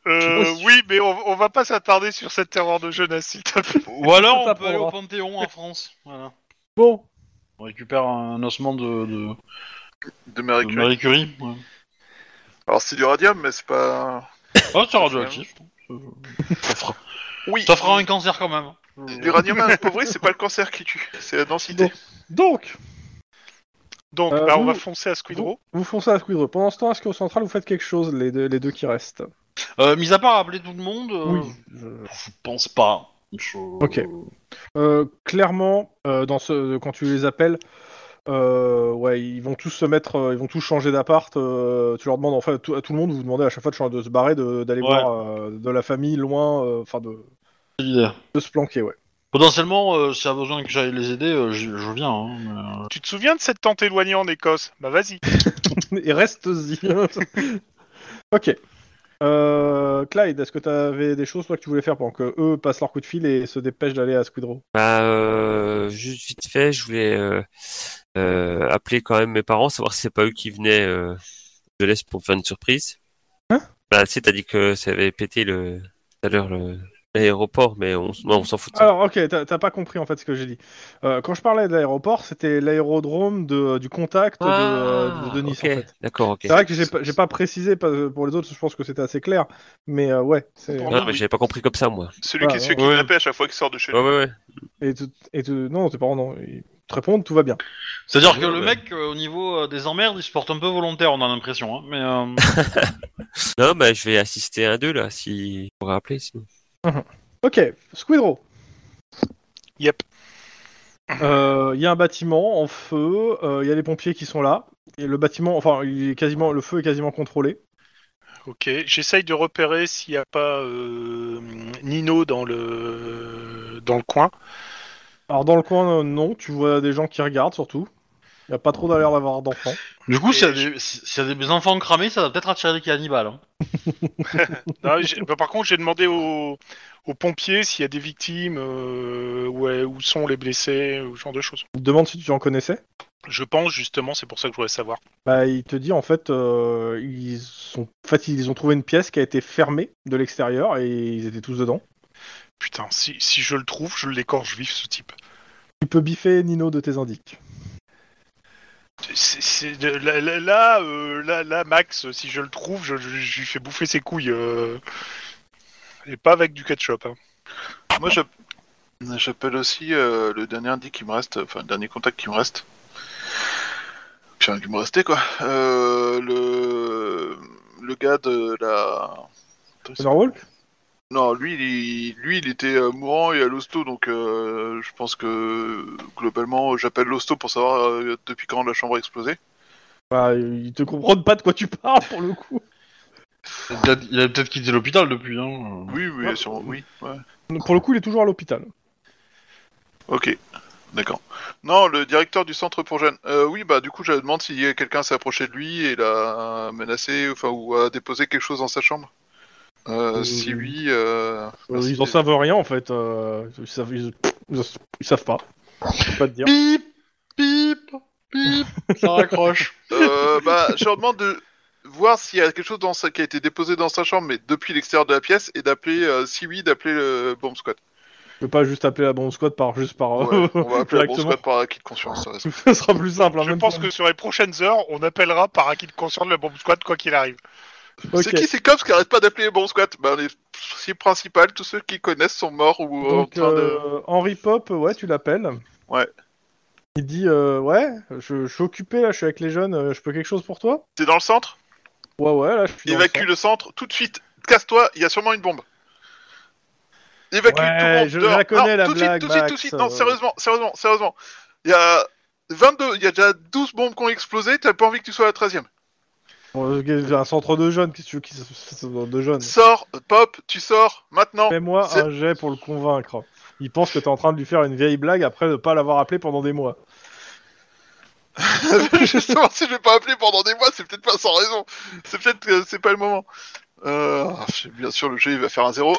Euh, Je- oui, mais on, on va pas s'attarder sur cette terreur de jeunesse, s'il te plaît. Ou alors Ça on peut aller au t'apprendra. Panthéon en France. Voilà. Bon, On récupère un ossement de, de, De Marie de Curie. Marie Curie. ouais. Alors c'est du radium, mais c'est pas. Ah, c'est radioactif. Ça fera... Oui. ça fera un cancer quand même. L'uranium appauvri, c'est pas le cancer qui tue, c'est la densité. donc, Donc, Euh, bah, on vous- va foncer à vous, Squidro. vous foncez à la Squidro. Pendant ce temps, est-ce qu'au central vous faites quelque chose, les deux, les deux qui restent Euh, mis à part appeler tout le monde, euh, Oui. je pense pas. Je- Ok. Euh, clairement, euh, dans ce, quand tu les appelles, euh, ouais, ils vont tous se mettre, euh, ils vont tous changer d'appart. euh, tu leur demandes, enfin, tout- à tout le monde, vous demandez à chaque fois de, changer- de se barrer, de- d'aller Ouais. voir euh, de la famille loin, euh, enfin, de, C'est l'idée. de se planquer, ouais. Potentiellement, euh, s'il y a besoin que j'aille les aider, euh, je, je viens. hein, mais, euh, Tu te souviens de cette tante éloignée en Écosse Bah vas-y. Et reste-y. ok. Euh, Clyde, est-ce que tu avais des choses toi, que tu voulais faire pendant que eux passent leur coup de fil et se dépêchent d'aller à Squidrow Bah, euh, juste vite fait, je voulais euh, euh, appeler quand même mes parents, savoir si c'est pas eux qui venaient euh, de l'Est pour me faire une surprise. Hein Bah, si, t'as dit que ça avait pété le, tout à l'heure le- l'aéroport, mais on, s- non, on s'en fout de ça. Ah, Alors, ok, t'as t'as pas compris en fait ce que j'ai dit. Euh, quand je parlais de l'aéroport, c'était l'aérodrome de- du contact de, Ah, de Denis ok, en fait. D'accord, ok. C'est vrai que j'ai pas, j'ai pas précisé pas- pour les autres, je pense que c'était assez clair, mais euh, ouais. c'est- Pour Non, nous, mais oui. j'avais pas compris comme ça, moi. Celui Ah, qui Ouais, se fait ouais. kidnapper à chaque fois qu'il sort de chez Ouais, lui. ouais, ouais. Et, tout- et tout- non, tes parents non, ils te répondent, tout va bien. C'est-à-dire que Ouais, le ouais. mec, euh, au niveau euh, des emmerdes, il se porte un peu volontaire, on a l'impression. Hein, mais euh, Non, bah, je vais assister à un d'eux, là, si on pourrait appeler, sinon. Ok, Squidro. Yep. Euh, Il y a un bâtiment en feu, euh, il y a les pompiers qui sont là. Et le bâtiment, enfin, il est quasiment, le feu est quasiment contrôlé. Ok, j'essaye de repérer s'il n'y a pas euh, Nino dans le dans le coin. Alors dans le coin, euh, non, tu vois des gens qui regardent surtout. Il n'y a pas trop d'air d'avoir d'enfants. du coup, Et s'il y, a des- si- s'il y a des enfants cramés, ça va peut-être attirer des cannibales. hein. Non, j'ai- bah, par contre, j'ai demandé aux, aux pompiers s'il y a des victimes, euh, ouais, où sont les blessés, ou ce genre de choses. Il te demande si tu en connaissais. Je pense justement, c'est pour ça que je voulais savoir. Bah, il te dit en fait, euh, ils, sont... en fait, ils ont trouvé une pièce qui a été fermée de l'extérieur et ils étaient tous dedans. Putain, si, si je le trouve, je l'écorche vif ce type. Tu peux biffer Nino de tes indices. C'est- c'est- là, là- là, euh, là- là, Max, si je le trouve, je, je- je lui fais bouffer ses couilles. euh. Et pas avec du ketchup. hein. Moi, j'app- j'appelle aussi euh, le dernier indice qui me reste, enfin le dernier contact qui me reste. Putain, qui me restait quoi. Euh, le le gars de la. Norwalk Non, lui, il, lui, il était euh, mourant et à l'hosto, donc euh, je pense que globalement, j'appelle l'hosto pour savoir euh, depuis quand la chambre a explosé. bah, Ils te comprennent pas de quoi tu parles pour le coup. Il a, il a peut-être quitté l'hôpital depuis. Hein. Oui, oui, Ouais. sûrement, oui. ouais. Pour le coup, il est toujours à l'hôpital. Ok, d'accord. Non, le directeur du centre pour jeunes. Euh, oui, bah du coup, je demande si quelqu'un s'est approché de lui et l'a menacé, enfin, ou a déposé quelque chose dans sa chambre. Euh, Euh, Si oui, euh, Euh, bah, ils si- en savent rien en fait. euh, ils, savent, ils- ils- ils savent pas. Je peux pas te dire. Pip, pip, pip, ça raccroche. Euh, bah, je leur demande de voir s'il y a quelque chose dans sa... qui a été déposé dans sa chambre, mais depuis l'extérieur de la pièce, et d'appeler, euh, si oui, d'appeler le bomb squad. Je peux pas juste appeler la bombe squad par juste par. Ouais, on va appeler le bomb directement. squad par acquis de conscience. ça reste. Ce sera plus simple. hein, Je même pense pour- que sur les prochaines heures, on appellera par acquis de conscience la bombe squad quoi qu'il arrive. Ok. C'est qui ces cops qui arrêtent pas d'appeler les bomb squad bah, Les principaux, principales, tous ceux qui connaissent sont morts ou en Donc train de... euh, Henry Pop, ouais, tu l'appelles. Ouais. Il dit euh, ouais, je, je suis occupé là, je suis avec les jeunes, euh, je peux quelque chose pour toi T'es dans le centre Ouais ouais, là je suis. dans le Évacue le centre tout de suite. Casse-toi, il y a sûrement une bombe. Évacue Ouais, tout le monde. je dehors. la connais, Non, la tout de blague, suite, tout de suite, Max, tout de suite. euh. Non, sérieusement, sérieusement, sérieusement. Il y a 22, il y a déjà 12 bombes qui ont explosé, t'as pas envie que tu sois la 13 e Bon, Euh, j'ai un centre de jeunes, qu'est-ce que tu veux qu'ils se- se- de jeunes Sors, pop, tu sors, maintenant. Fais-moi C'est- un jet pour le convaincre. Il pense que t'es en train de lui faire une vieille blague après ne pas l'avoir appelé pendant des mois. Justement, si je vais pas appeler pendant des mois, c'est peut-être pas sans raison. C'est peut-être que c'est pas le moment. Euh, bien sûr, le jeu, il va faire un 0.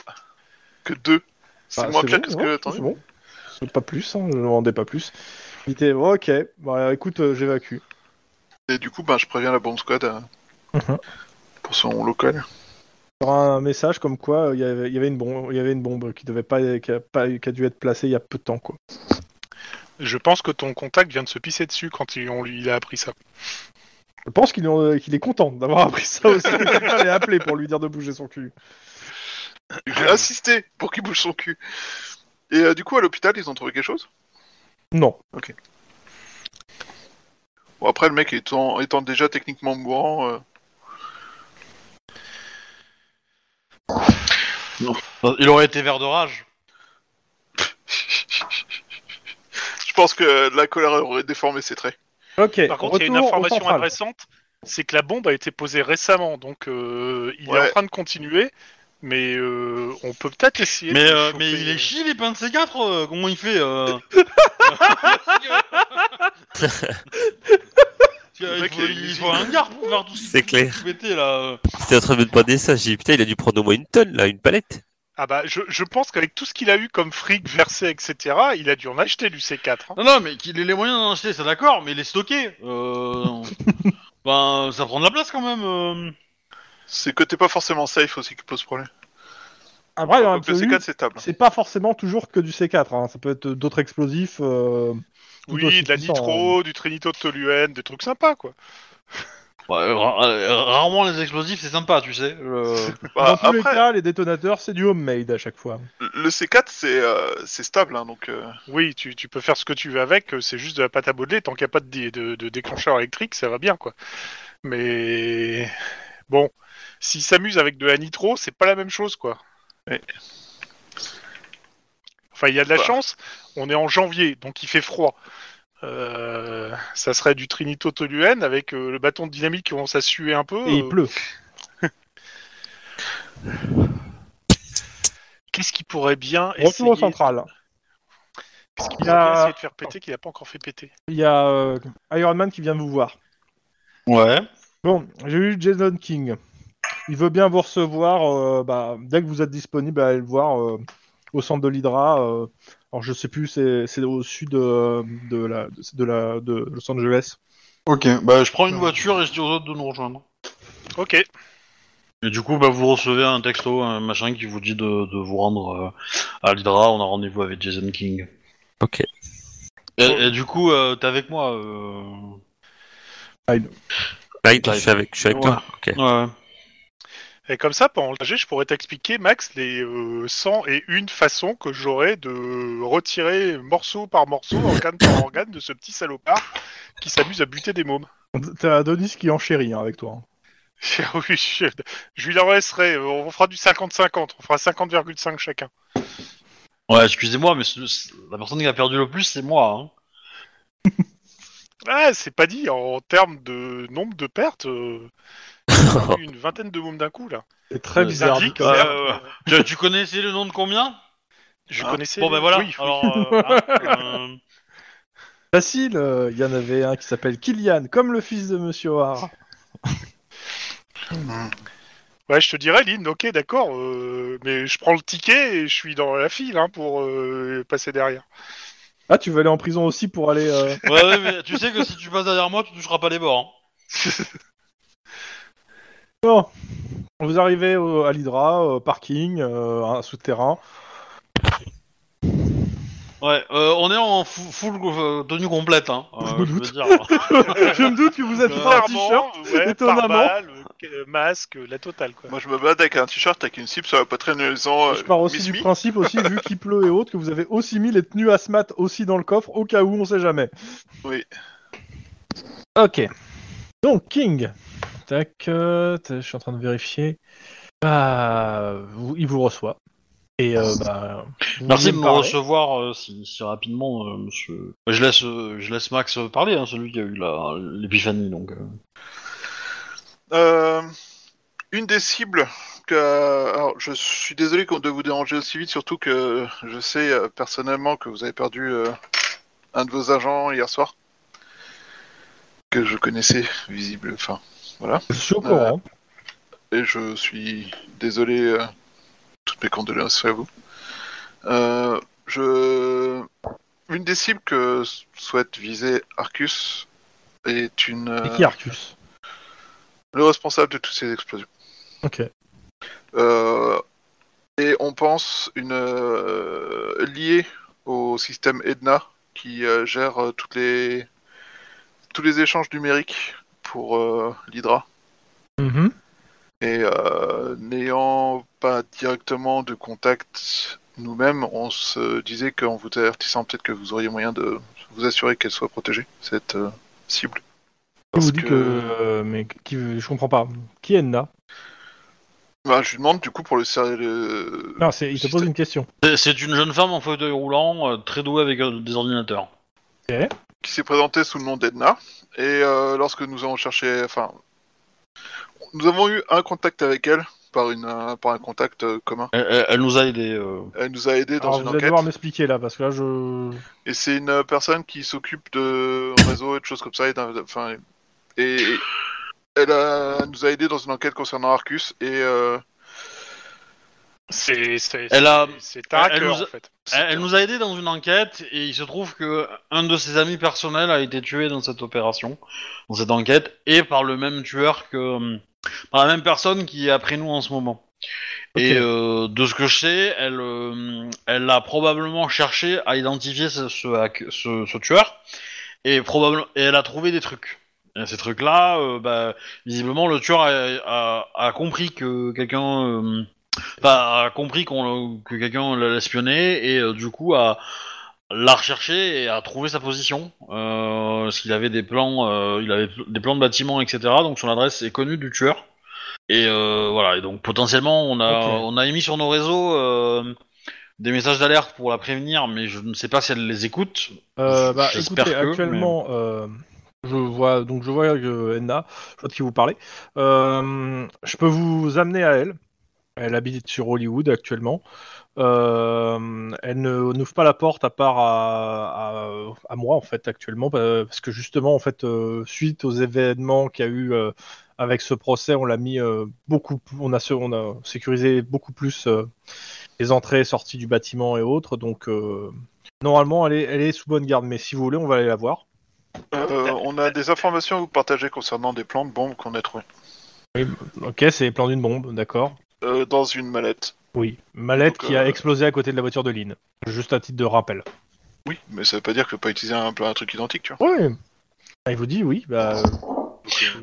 Que 2. C'est Bah, moins pire bon, que ce ouais, que j'attendais. C'est bon. C'est Pas plus, hein, je ne demandais pas plus. Il était bon, ok, bah écoute, euh, j'évacue. Et du coup, ben, je préviens la bombe squad euh, Mhm. pour son local. Il y aura un message comme quoi euh, il y avait- il y avait une bombe, il y avait une bombe qui devait pas, qui a, pas- qui a dû être placée il y a peu de temps quoi. Je pense que ton contact vient de se pisser dessus quand il, on lui, il a appris ça. Je pense qu'il en- euh, qu'il est content d'avoir appris ça aussi. que Quelqu'un l'ait appelé pour lui dire de bouger son cul. J'ai insisté pour qu'il bouge son cul. Et euh, du coup, à l'hôpital, ils ont trouvé quelque chose. Non. Bon, après, le mec étant, étant déjà techniquement mourant, euh, Il aurait été vert de rage. je pense que la colère aurait déformé ses traits. Ok. Par contre, il y a une retour au information central. intéressante, c'est que la bombe a été posée récemment, donc euh, il est Ouais. en train de continuer, mais euh, on peut peut-être essayer. de Mais, le euh, choper. mais il est chill, il est pas un de ces quatre. euh, comment il fait euh Le il, mec, faut, il a une il usine. faut un garde pour faire tout ce C'est clair. tout péter, là. euh. J'étais en train de me demander ça. J'ai dit, putain, il a dû prendre au moins une tonne, là, une palette. Ah bah, je, je pense qu'avec tout ce qu'il a eu comme fric versé, etc., il a dû en acheter du C4. hein. Non, non, mais qu'il ait les moyens d'en acheter, c'est d'accord, mais les stocker. Euh... ben, ça prend de la place quand même. euh. C'est que t'es pas forcément safe aussi qui pose problème. Après, dans Donc le l'absolu, C4, c'est hein. stable. c'est pas forcément toujours que du C4. hein, Ça peut être d'autres explosifs. euh, tout Oui, aussi de la puissants, hein. nitro, du trinitotoluène, des trucs sympas, quoi. Ouais, ra- euh, rarement les explosifs, c'est sympa, tu sais. euh. Bah, Dans tous les après, cas, les détonateurs, c'est du homemade à chaque fois. le C4, c'est euh, c'est stable, hein, donc euh, Oui, tu, tu peux faire ce que tu veux avec, euh, c'est juste de la pâte à modeler, tant qu'il n'y a pas de, dé- de- de déclencheur électrique, ça va bien, quoi. Mais bon, s'il s'amuse avec de la nitro, c'est pas la même chose, quoi. Ouais. Enfin, il y a de la Bah. chance, on est en janvier, donc il fait froid. Euh, ça serait du trinitotoluène avec euh, le bâton de dynamique qui commence à suer un peu. Et il euh, pleut. Qu'est-ce qui pourrait bien Retour au essayer- central. qu'est-ce qu'il Il y a- pourrait bien essayer de faire péter qu'il n'a pas encore fait péter Il y a euh, Iron Man qui vient vous voir. Ouais. Bon, j'ai eu Jason King. Il veut bien vous recevoir euh, bah, dès que vous êtes disponible à aller le voir euh, au centre de l'Hydra. euh, alors je sais plus, c'est c'est au sud euh, de, la, de, la, de Los Angeles. Ok, bah je prends une voiture et je dis aux autres de nous rejoindre. Ok, Et du coup, bah, vous recevez un texto, un machin qui vous dit de, de vous rendre euh, à l'Hydra. On a rendez-vous avec Jason King. Ok. Et, et du coup, euh, t'es avec moi. euh, Là, Bah, il- je suis avec, je suis avec Ouais. toi. Ok. Ouais. Et comme ça, pendant le trajet, je pourrais t'expliquer, Max, les euh, 100 et une façons que j'aurais de retirer morceau par morceau, organe par organe, de ce petit salopard qui s'amuse à buter des mômes. T'as Adonis qui enchérit hein, avec toi. oui, je, je lui en laisserai. euh, On fera du 50-50. On fera 50,5 chacun. Ouais, excusez-moi, mais c'est- c'est- la personne qui a perdu le plus, c'est moi. hein. Ah, c'est pas dit. En termes de nombre de pertes, euh, On a eu une vingtaine de mômes d'un coup là. C'est très Ouais. bizarre. Indique, Nicolas. merde. Euh, tu, tu connaissais le nom de combien Je Hein connaissais. Bon ben voilà. Oui, Alors, euh, hein, euh, Facile, euh, il y en avait un qui s'appelle Kylian, comme le fils de Monsieur Har. Ouais, je te dirais, Lynn, ok, d'accord, euh, mais je prends le ticket et je suis dans la file hein, pour euh, passer derrière. Ah, tu veux aller en prison aussi pour aller. euh, ouais, ouais, mais tu sais que si tu passes derrière moi, tu toucheras pas les bords. hein. Bon, vous arrivez au- à l'Hydra, euh, parking, euh, un souterrain. Ouais. euh, on est en fou- full euh, tenue complète. Hein, euh, Je me je veux doute. dire. je me doute que vous êtes pas en t-shirt. Clairement, ouais, étonnamment. pare-balles, euh, masque, la totale quoi. Moi, je me bats avec un t-shirt avec une cible sur la poitrine en disant. euh, Je pars aussi Miss du Me. principe aussi, vu qu'il pleut et autres, que vous avez aussi mis les tenues asthmates aussi dans le coffre, au cas où, on sait jamais. Oui. Ok. Donc, King. Tac, euh, tac, je suis en train de vérifier. Bah, vous- il vous reçoit. Et euh, bah, vous Merci venez de me parler. recevoir euh, si, si rapidement, euh, monsieur. Je laisse, euh, je laisse Max euh, parler, hein, celui qui a eu la- l'épiphanie. Donc, euh. Euh, une des cibles que. Alors, je suis désolé qu'on- de vous déranger aussi vite, surtout que je sais euh, personnellement que vous avez perdu euh, un de vos agents hier soir. Que je connaissais, visible. Enfin, Je suis au courant. et je suis désolé. euh, toutes mes condoléances à vous. Euh, je. Une des cibles que souhaite viser Arcus est une. Et euh, qui Arcus le responsable de toutes ces explosions. Ok. Euh, et on pense une euh, liée au système Edna qui euh, gère euh, toutes les tous les échanges numériques pour euh, l'Hydra. Mhm. Et euh, n'ayant pas directement de contact nous-mêmes, on se disait qu'en vous avertissant peut-être que vous auriez moyen de vous assurer qu'elle soit protégée cette euh, cible. Qui vous Parce dit que... que- euh, mais qui, je comprends pas. Qui est Enna Bah, je lui demande du coup pour le, ser- le- Non, c'est, il te pose une question. C'est- C'est une jeune femme en fauteuil roulant, euh, très douée avec euh, des ordinateurs. qui s'est présenté sous le nom d'Edna. Et euh, lorsque nous avons cherché, enfin, nous avons eu un contact avec elle par une euh, par un contact euh, commun. Elle, elle- elle nous a aidés. euh. Elle nous a aidés dans Alors, une vous allez enquête. devoir m'expliquer là, parce que là, je. Et c'est une euh, personne qui s'occupe de réseaux et de choses comme ça. Et, d'un- enfin, et et elle a- nous a aidés dans une enquête concernant Arcus. Et euh, C'est c'est- Elle a- c'est- c'est un elle- elle hacker nous a- en fait. Elle, elle nous a aidés dans une enquête et il se trouve que un de ses amis personnels a été tué dans cette opération, dans cette enquête, et par le même tueur que euh, par la même personne qui est après nous en ce moment. Ok. Et euh, de ce que je sais, elle, euh, elle a probablement cherché à identifier ce, ce hack- ce- ce tueur et probablement et elle a trouvé des trucs. Et ces trucs-là, euh, bah, visiblement, le tueur a, a- a compris que quelqu'un euh, bah, a compris qu'on le- que quelqu'un l'a espionné et euh, du coup a l'a recherché et a trouvé sa position. Euh, parce qu'il avait des plans, euh, il avait des plans de bâtiment, etc. Donc son adresse est connue du tueur. Et euh, voilà. Et donc potentiellement, on a Ok. on a émis sur nos réseaux euh, des messages d'alerte pour la prévenir, mais je ne sais pas si elle les écoute. Euh, bah, J'espère écoutez, que, actuellement, euh, je vois donc je vois que Enna, je vois de qui vous parlez. Euh, je peux vous amener à elle. Elle habite sur Hollywood actuellement. Euh, elle ne n'ouvre pas la porte à part à, à- à moi en fait actuellement pa- parce que justement en fait euh, suite aux événements qu'il y a eu euh, avec ce procès, on l'a mis euh, beaucoup, plus- on a sé- on a sécurisé beaucoup plus euh, les entrées et sorties du bâtiment et autres donc. euh, Normalement, elle est, elle est sous bonne garde, mais si vous voulez, on va aller la voir. euh, on a des informations à vous partager concernant des plans de bombes qu'on a trouvés Ok, c'est les plans d'une bombe, d'accord. Euh, dans une mallette. Oui. Mallette Donc, qui a euh, explosé à côté de la voiture de Lynn. Juste à titre de rappel. Oui, mais ça veut pas dire que pas utiliser un, un truc identique, tu vois. Oui. Il vous dit oui, bah.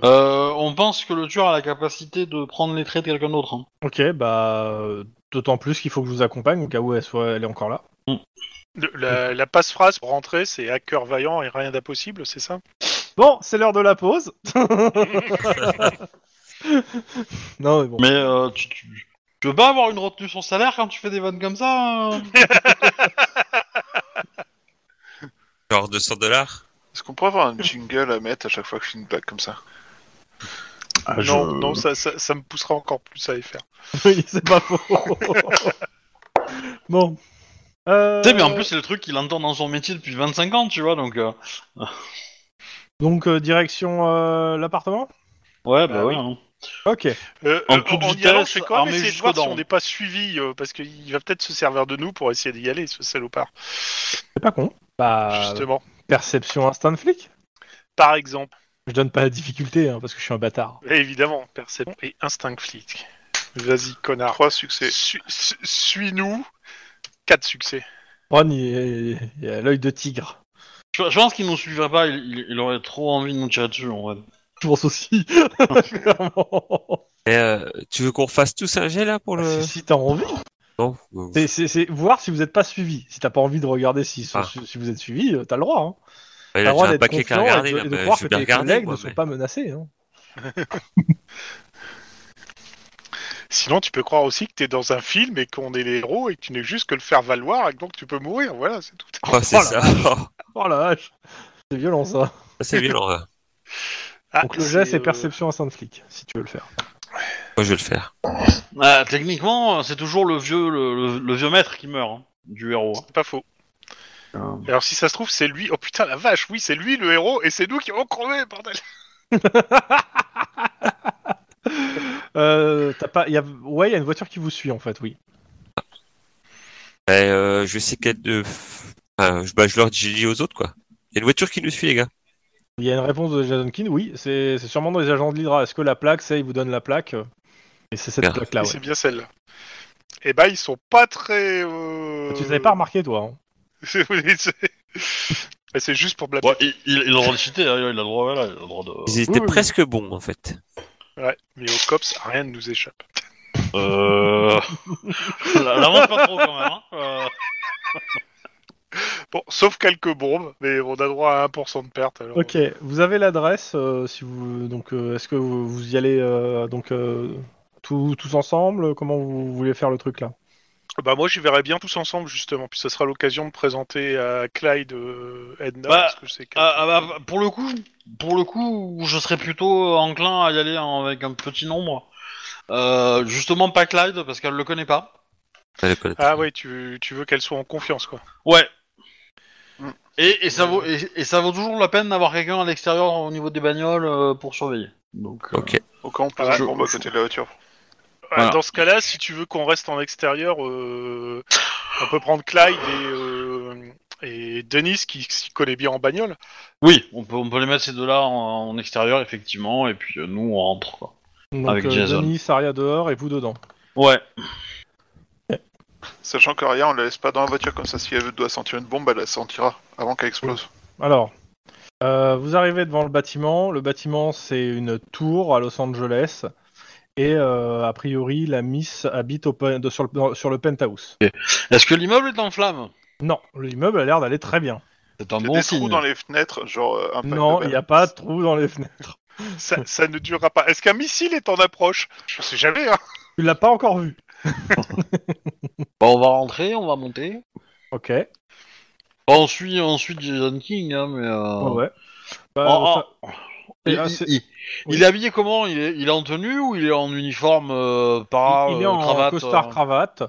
Euh, on pense que le tueur a la capacité de prendre les traits de quelqu'un d'autre. hein. Ok, bah. euh, D'autant plus qu'il faut que je vous accompagne au cas où elle, soit, elle est encore là. Le- la la passe-phrase pour rentrer, c'est hacker vaillant et rien d'impossible, c'est ça Bon, c'est l'heure de la pause. non, mais bon. Mais euh, tu, tu, tu veux pas avoir une retenue sur salaire quand tu fais des vannes comme ça hein Genre 200 dollars Est-ce qu'on pourrait avoir un jingle à mettre à chaque fois que je fais une blague comme ça Ah, je- non, non, ça, ça, ça me poussera encore plus à les faire. Oui, c'est pas faux. bon. Euh, Tu sais, mais en plus, c'est le truc qu'il entend dans son métier depuis 25 ans, tu vois, donc... euh, Donc, euh, direction euh, l'appartement Ouais, bah, Bah ouais. oui. hein. Ok. Euh, En euh, toute en vitesse, y allant, je sais quoi, armé mais essayer de jusqu'aux voir si dents. on n'est pas suivi, euh, parce qu'il va peut-être se servir de nous pour essayer d'y aller, ce salopard. C'est pas con. Ah, Bah, Justement, perception instinct de flic par exemple. Je donne pas la difficulté hein, parce que je suis un bâtard. Et évidemment, perception et instinct flic. Vas-y, connard. Trois succès. Su- su- Suis-nous. Quatre succès. Ron, il, est- il a l'œil de tigre. Je, je pense qu'il nous suivrait pas, il, il- il aurait trop envie de nous tirer dessus, en vrai. Je pense aussi. Clairement. Et, euh, tu veux qu'on fasse tous un jet là pour le Bah, Si, si t'as envie. Non. euh, Bon. C'est- C'est c'est voir si vous n'êtes pas suivi. Si t'as pas envie de regarder si, Ah. si vous êtes suivi, euh, t'as le droit. hein. T'as Ouais, là, le J'ai droit un d'être paquet qu'à confiant regarder. et de, là, et de bah, croire je que vais bien tes regarder. collègues moi, ne mais- sont pas menacés. hein. Sinon, tu peux croire aussi que t'es dans un film et qu'on est les héros et que tu n'es juste que le faire valoir et que donc tu peux mourir. Voilà, c'est tout. Oh, c'est Oh la ça. Oh la vache. C'est violent ça. c'est violent. hein. Ah, Donc le geste c'est euh, perception instinct de flic, si tu veux le faire. Moi, je vais le faire. Ah, techniquement, c'est toujours le vieux, le, le- le vieux maître qui meurt, hein, du héros. hein. C'est euh, pas faux. Ah. Et Alors si ça se trouve, c'est lui. Oh putain, la vache, oui, c'est lui le héros et c'est nous qui avons crevé, bordel. Euh, t'as pas, y a, ouais, il y a une voiture qui vous suit en fait, oui. Et, euh, je sais qu'elle de. Enfin, je, bah, je leur j'ai dit aux autres quoi. Il y a une voiture qui nous suit les gars. Il y a une réponse de Jason King, oui, c'est c'est sûrement dans les agents de l'Hydra. Est-ce que la plaque, c'est, il vous donne la plaque euh, Et c'est cette Merde. plaque-là, Et ouais. C'est bien celle-là. Eh ben, ils sont pas très. euh, Tu l'avais pas remarqué, toi. hein. Oui, c'est- Mais c'est juste pour blâmer. Ouais, il, il- il a le droit de citer, hein, il a le droit, voilà, il a le droit de... Ils étaient oui. presque bons en fait. Ouais, Mais au cops, rien ne nous échappe. Euh... L'avance pas trop, quand même, hein. Euh, Bon, sauf quelques bombes, mais on a droit à 1% de perte. Alors... Ok, vous avez l'adresse, euh, si vous, donc, euh, est-ce que vous, vous y allez euh, donc euh, tous- tous ensemble Comment vous voulez faire le truc là Bah moi, j'y verrais bien tous ensemble justement, puis ça sera l'occasion de présenter à Clyde euh, Edna Bah, parce que c'est. quelqu'un- ah, ah, bah, pour le coup, pour le coup, je serais plutôt enclin à y aller en- avec un petit nombre. Euh, justement pas Clyde, parce qu'elle le connaît pas. Je le connais. Ah ouais, tu, tu veux qu'elle soit en confiance quoi. Ouais. Mm. Et, et ça vaut, et, et ça vaut toujours la peine d'avoir quelqu'un à l'extérieur au niveau des bagnoles euh, pour surveiller. Donc, euh, Ok. Au cas où on pose Ah, une je- bombe à côté de la voiture. Ah, Voilà. Dans ce cas-là, si tu veux qu'on reste en extérieur, euh, on peut prendre Clyde et, euh, et Denis qui s'y connaît bien en bagnole. Oui, on peut, on peut les mettre ces deux-là en, en extérieur, effectivement, et puis euh, nous, on rentre. Quoi. donc, euh, Avec Jason. Denis, Saria dehors et vous dedans. Ouais. Sachant que rien, on la laisse pas dans la voiture comme ça. Si elle doit sentir une bombe, elle la sentira avant qu'elle explose. Alors, euh, vous arrivez devant le bâtiment. Le bâtiment, c'est une tour à Los Angeles. Et euh, a priori, la Miss habite au pen- de- sur, le, sur le penthouse. Est-ce que l'immeuble est en flamme Non, l'immeuble a l'air d'aller très bien. C'est un Il y a bon des signe. trous dans les fenêtres, genre euh, impact non, de il balle. n'y a pas de trou dans les fenêtres. Ça, ça ne durera pas. Est-ce qu'un missile est en approche Je sais jamais. Hein. Tu l'as pas encore vu. Bah, on va rentrer, on va monter. Ok. Bah, on suit, on suit Jason King, hein, mais... euh, ouais, ouais. en- Bah, en- ça- il, Et, ah, Oh, il- c'est- il- il est habillé comment il est, il est en tenue ou il est en uniforme euh, para, il est euh, en cravate, costard euh, cravate.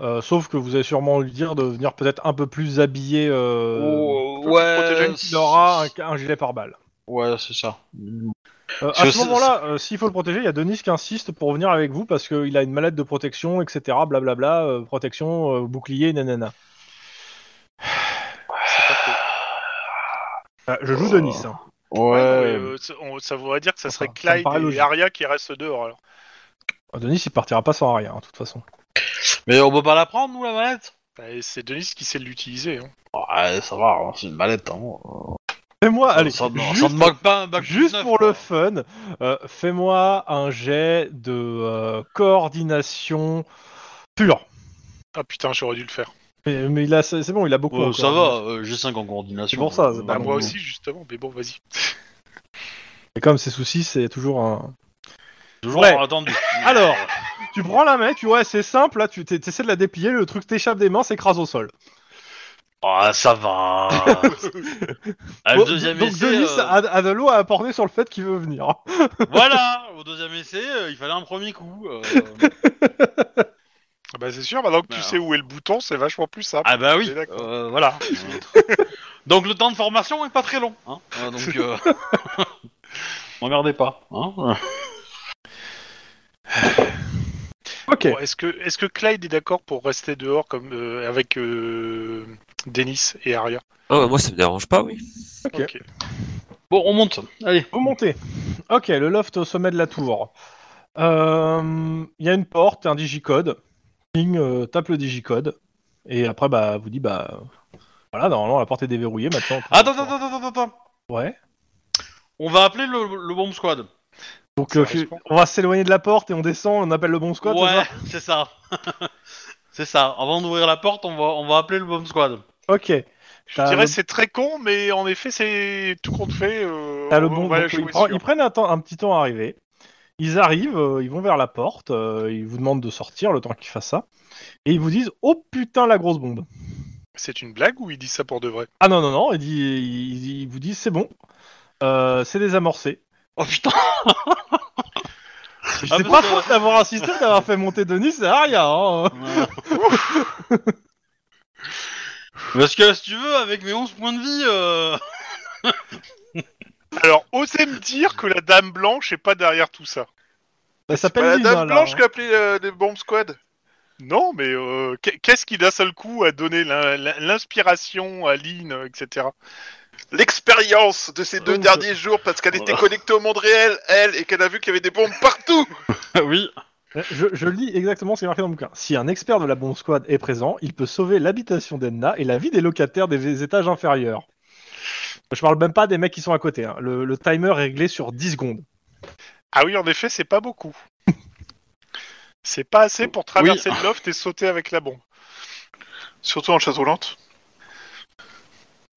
euh, sauf que vous allez sûrement lui dire de venir peut-être un peu plus habillé. euh, ou- peut protéger Oh, ouais, une Il aura un, un gilet pare-balles. Ouais, c'est ça. Euh, Je à ce sais- moment-là, euh, s'il faut le protéger, il y a Denis qui insiste pour venir avec vous parce qu'il a une mallette de protection, etc. Blablabla, euh, protection, euh, bouclier, nanana. C'est pas faux. Euh, je joue Oh. Denis. hein. Ouais, Ouais, non, mais, euh, ça- on- ça voudrait dire que ça serait Enfin, ça me Clyde paraît et logique. Aria qui restent dehors. Alors. Euh, Denis, il partira pas sans rien, hein, de toute façon. mais on peut pas la prendre, nous, la mallette Bah, et c'est Denis qui sait l'utiliser. hein. Ouais, ça va, hein, c'est une mallette. Hein. Fais-moi, Ça- allez, ça, ne- ça juste, ne manque pas un bac juste 19, pour quoi. le fun, euh, fais-moi un jet de euh, coordination pure. Ah putain, j'aurais dû le faire. Mais, mais il a, c'est c'est bon, il a beaucoup. Ouais, en ça coordination. va, euh, j'ai 5 en coordination. C'est pour ça, c'est Euh, pas Bah, bon, moi bon. aussi, justement, mais bon, vas-y. Et comme ses soucis, c'est toujours un, Toujours Ouais. attendu. Alors, tu prends la mec, tu ouais, c'est simple, là, tu t'es- t'essaies de la déplier, le truc t'échappe des mains, s'écrase au sol. Ah, ça va. Ah, Bon, le deuxième donc essai. Denis euh, a, a de l'eau à apporter sur le fait qu'il veut venir. Voilà, au deuxième essai, euh, il fallait un premier coup. euh. Ah Bah c'est sûr, maintenant que Bah, tu sais où est le bouton, c'est vachement plus simple. Ah bah oui, C'est d'accord. euh, voilà. donc le temps de formation est pas très long. Hein. Euh, donc, euh... m'emmerdez pas. Hein Ok. Bon, est-ce que est-ce que Clyde est d'accord pour rester dehors comme euh, avec euh, Dennis et Arya Oh, moi, ça me dérange pas, oui. Ok. bon, on monte. Allez. Vous montez. Ok, le loft au sommet de la tour. Euh, Il y a une porte, un digicode. Ping, euh, tape le digicode. Et après, bah, vous dit, bah. euh, Voilà, normalement, la porte est déverrouillée maintenant. Ah, Attends, attends, attends, attends, attends. Ouais. On va appeler le, le bomb squad. Donc, Ça euh, fi- répond. on va s'éloigner de la porte et on descend, on appelle le bon squad. ouais, c'est ça c'est ça. c'est ça. Avant d'ouvrir la porte, on va, on va appeler le bomb squad. Ok. Je T'as dirais le- c'est très con, mais en effet c'est tout compte fait. euh, T'as le bon. Oh, on va- on va donc, jouer ils, prend- sûr. ils prennent un, temps, un petit temps à arriver. Ils arrivent, euh, ils vont vers la porte, euh, ils vous demandent de sortir le temps qu'ils fassent ça. Et ils vous disent Oh putain, la grosse bombe C'est une blague ou ils disent ça pour de vrai Ah non, non, non, ils, dit- ils- ils vous disent C'est bon, euh, c'est désamorcé. Oh putain. C'est Ah, pas parce que- faute d'avoir assisté, d'avoir fait monter Denis, c'est Aria Bah, hein. Parce que si tu veux, avec mes 11 points de vie, euh, Alors osez me dire que la dame blanche est pas derrière tout ça. Elle Pas s'appelle la Lina, dame là, blanche hein. qui a appelé euh, les bombes squad Non, mais euh, qu'est- qu'est-ce qui d'un seul coup a donné l'in- l'in- l'inspiration à Lynn, euh, etc. L'expérience de ces deux Donc, derniers jours parce qu'elle était connectée au monde réel, elle, et qu'elle a vu qu'il y avait des bombes partout oui. Euh, Je, je lis exactement ce qui est marqué dans le bouquin. Si un expert de la bombe squad est présent, il peut sauver l'habitation d'Enna et la vie des locataires des étages inférieurs. Je parle même pas des mecs qui sont à côté. hein. Le, le timer est réglé sur 10 secondes. Ah oui, en effet, c'est pas beaucoup. C'est pas assez pour traverser le loft et sauter avec la bombe. Surtout en chaise roulante.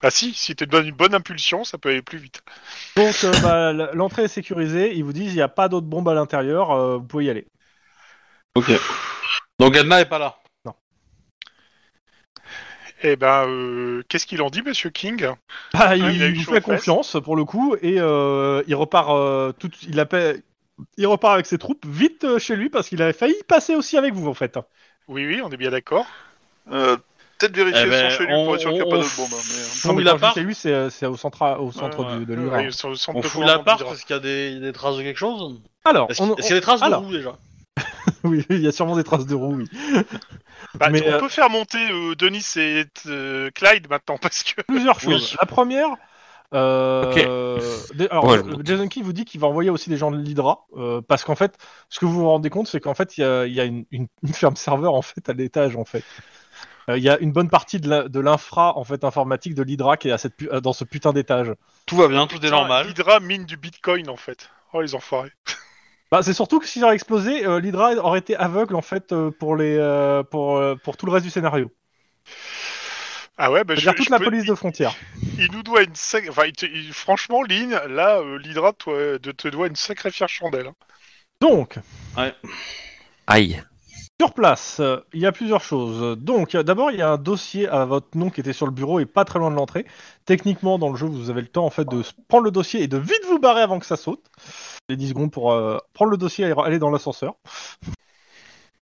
Ah si, si tu te donnes une bonne impulsion, ça peut aller plus vite. Donc euh, bah, l- l'entrée est sécurisée. Ils vous disent il n'y a pas d'autres bombes à l'intérieur. euh, vous pouvez y aller. Ok. Donc Edna est pas là. Eh ben, euh, qu'est-ce qu'il en dit, Monsieur King Bah, Ah, il, il a eu vous chaud fait aux fesses. confiance pour le coup et euh, il repart. euh, tout, il appelle. Il repart avec ses troupes vite euh, chez lui parce qu'il avait failli passer aussi avec vous en fait. hein. Oui, oui, on est bien d'accord. Euh, Peut-être vérifier Eh ben, son chez lui pour être sûr qu'il n'y a pas de bombes. hein, mais, euh. Fouille la part. Chez lui, c'est euh, c'est au centre, au centre Ouais, du- de Euh, l'Urin. ils sont au centre On de fouille l'appart commandement parce qu'il y a des, des traces de quelque chose. Alors, Est-ce on- qu'il est-ce qu'il y a des traces de alors. roues déjà oui, il y a sûrement des traces de roues, oui. du- Bah, mais, on euh, peut faire monter euh, Denis et euh, Clyde maintenant parce que. Plusieurs choses. Oui. La première, euh, dé- alors, Ouais, euh, je monte. Jason Key vous dit qu'il va envoyer aussi des gens de l'Hydra, euh, parce qu'en fait, ce que vous vous rendez compte, c'est qu'en fait, il y a, il y a une, une- une ferme serveur en fait à l'étage, en fait. Euh, Il y a une bonne partie de la- de l'infra en fait informatique de l'Hydra qui est à cette pu- euh, dans ce putain d'étage. Tout va bien, tout est normal. Hydra mine du bitcoin en fait. Oh, les enfoirés. Bah, c'est surtout que s'il avait explosé, euh, l'Hydra aurait été aveugle en fait euh, pour les euh, pour euh, pour tout le reste du scénario. Ah ouais, bah, je, C'est-à-dire je toute la peux- police de frontière. Il nous doit une sac- enfin, il te- il- franchement, Lynn, là, euh, l'Hydra toi, de- te doit une sacrée fière chandelle. hein. Donc, Aïe. Sur place, euh, il y a plusieurs choses. Donc, euh, d'abord, il y a un dossier à votre nom qui était sur le bureau et pas très loin de l'entrée. Techniquement, dans le jeu, vous avez le temps en fait de s- prendre le dossier et de vite vous barrer avant que ça saute. Les 10 secondes pour euh, prendre le dossier et aller dans l'ascenseur.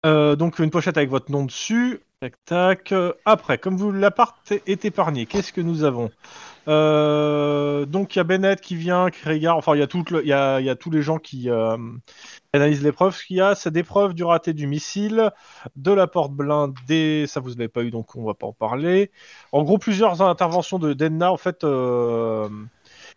Euh, donc, une pochette avec votre nom dessus. Tac, tac. Euh, Après, comme vous l'appart est épargné, qu'est-ce que nous avons Euh, Donc, il y a Bennett qui vient, qui regarde. Enfin, il y a toute le- il y a- il y a tous les gens qui euh, analysent les preuves. Ce qu'il y a, c'est des preuves du raté du missile de la porte blindée, ça vous l'avez pas eu donc on va pas en parler. En gros, plusieurs interventions de Denna en fait euh,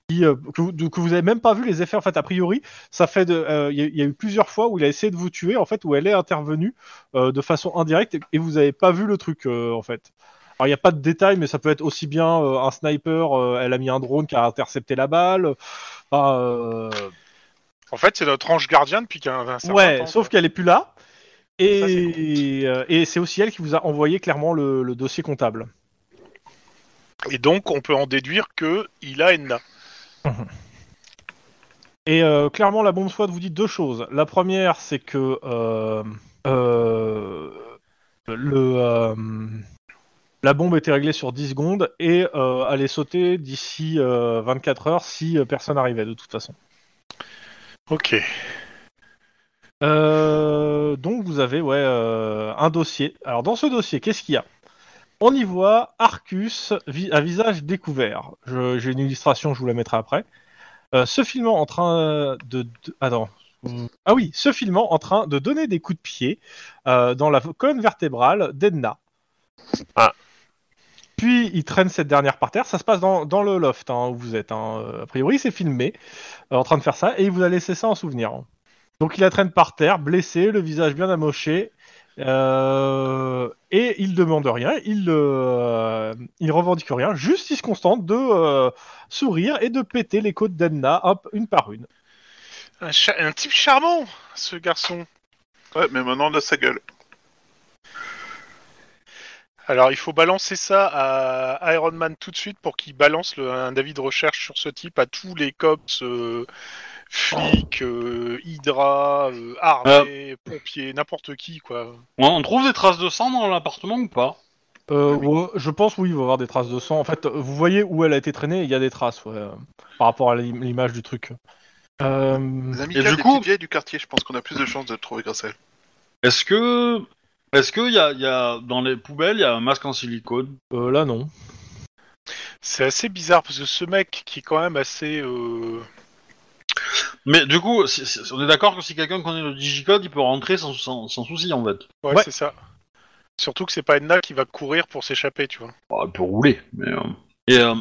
qui, euh, que, vous, de- que vous avez même pas vu les effets en fait a priori. Ça fait de, euh, il y, a- il y a eu plusieurs fois où il a essayé de vous tuer en fait où elle est intervenue euh, de façon indirecte et, et vous avez pas vu le truc euh, en fait. Alors il n'y a pas de détails, mais ça peut être aussi bien euh, un sniper, euh, elle a mis un drone qui a intercepté la balle. Enfin, euh, En fait, c'est notre ange gardien depuis qu'un un certain ouais, temps, sauf quoi. qu'elle est plus là. Ça, c'est Et euh, et c'est aussi elle qui vous a envoyé clairement le, le dossier comptable. Et donc, on peut en déduire que il a Enna. Et euh, clairement, la bombe SWAT vous dit deux choses. La première, c'est que euh, euh, le euh, La bombe était réglée sur 10 secondes et euh, allait sauter d'ici euh, 24 heures si euh, personne arrivait de toute façon. Ok. Euh, donc vous avez ouais, euh, un dossier. Alors dans ce dossier, qu'est-ce qu'il y a On y voit Arcus vi- à visage découvert. Je- J'ai une illustration, je vous la mettrai après. Euh, se filmant en train de... de- Attends. Ah oui, se filmant en train de donner des coups de pied euh, dans la colonne vertébrale d'Edna. Ah. Puis il traîne cette dernière par terre. Ça se passe dans, dans le loft hein, où vous êtes. hein. Euh, A priori, c'est filmé euh, en train de faire ça et il vous a laissé ça en souvenir. Donc il la traîne par terre, blessé, le visage bien amoché. euh, et il demande rien, il, euh, il revendique rien, justice constante de euh, sourire et de péter les côtes d'Anna, hop, une par une. Un, cha- un type charmant, ce garçon. euh, Ouais, mais maintenant, là, sa gueule. Alors, il faut balancer ça à Iron Man tout de suite pour qu'il balance le- un avis de recherche sur ce type à tous les cops, euh, flics, euh, hydra, euh, armés, pompiers, n'importe qui, quoi. Ouais, on trouve des traces de sang dans l'appartement ou pas Euh, ouais, je pense oui, il va y avoir des traces de sang. En fait, vous voyez où elle a été traînée, il y a des traces ouais, euh, par rapport à l'im- l'image du truc. Euh, Les Et amicales du des coup- petites vieilles du quartier, je pense qu'on a plus de chances de le trouver grâce à elle. Est-ce que. Est-ce qu'il y a, il y a- dans les poubelles, il y a un masque en silicone euh, là non. C'est assez bizarre parce que ce mec qui est quand même assez. euh, Mais du coup, c'est- c'est- on est d'accord que si quelqu'un connaît le digicode, il peut rentrer sans, sans- sans souci en fait. Ouais, Ouais. c'est ça. Surtout que c'est pas Edna qui va courir pour s'échapper, tu vois. Bon, Bah, il peut rouler, mais. euh, Et euh,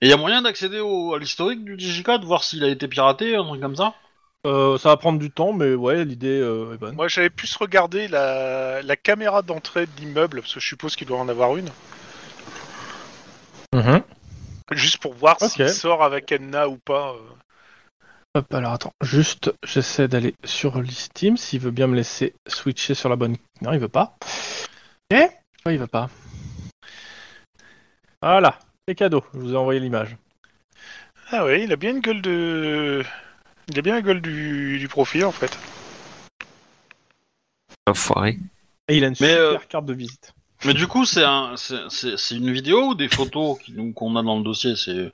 et il y a moyen d'accéder au- à l'historique du digicode, voir s'il a été piraté, un truc comme ça Euh, ça va prendre du temps, mais ouais, l'idée euh, est bonne. Moi, j'avais plus regardé la, la caméra d'entrée de l'immeuble parce que je suppose qu'il doit en avoir une. Mhm. Juste pour voir Ok. s'il sort avec Edna ou pas. euh. Hop, alors attends, juste j'essaie d'aller sur l'Steam s'il veut bien me laisser switcher sur la bonne. Non, il veut pas. Ok Pourquoi il veut pas Voilà, les cadeaux, je vous ai envoyé l'image. Ah ouais, il a bien une gueule de. Il a bien la gueule du, du profil en fait. Enfoiré. Et il a une Mais, super euh, carte de visite. Mais du coup, c'est un, c'est- c'est c'est une vidéo ou des photos qui nous- qu'on a dans le dossier C'est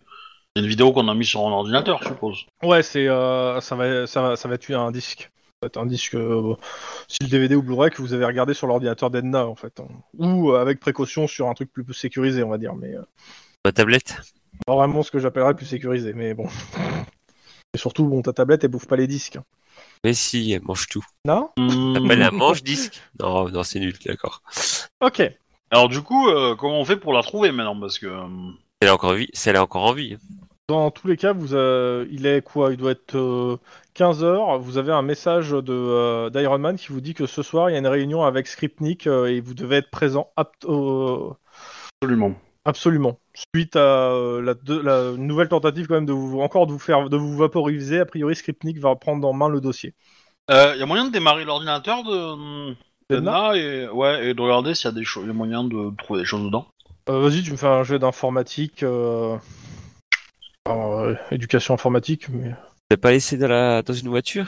c'est une vidéo qu'on a mise sur un ordinateur, je suppose. Ouais, c'est euh, ça va ça va ça va tuer un disque. Ça va être Un disque, euh, c'est le DVD ou Blu-ray que vous avez regardé sur l'ordinateur d'Edna en fait, hein. ou euh, avec précaution sur un truc plus sécurisé, on va dire, mais euh, Ma tablette pas vraiment ce que j'appellerais plus sécurisé, mais bon. Et surtout, bon, ta tablette elle bouffe pas les disques. hein. Mais si, elle mange tout. Non Hmm. T'appelles la manche disque Non, non, c'est nul, d'accord. Ok. Alors du coup, euh, comment on fait pour la trouver maintenant Parce que euh, Elle a encore vie, si elle a encore envie. Dans tous les cas, vous, euh, il est quoi Il doit être 15h. Vous avez un message de, euh, d'Iron Man qui vous dit que ce soir, il y a une réunion avec Skripnik euh, et vous devez être présent apt- euh, absolument. absolument. Suite à euh, la, deux- la nouvelle tentative quand même de vous, encore de vous faire de vous vaporiser, a priori Skripnik va prendre en main le dossier. Il euh, y a moyen de démarrer l'ordinateur de d'Edna et ouais et de regarder s'il y a des choses, il y a moyen de trouver des choses dedans. Euh, vas-y, tu me fais un jeu d'informatique. euh, alors, euh, éducation informatique, mais... T'as pas laissé dans, la... dans une voiture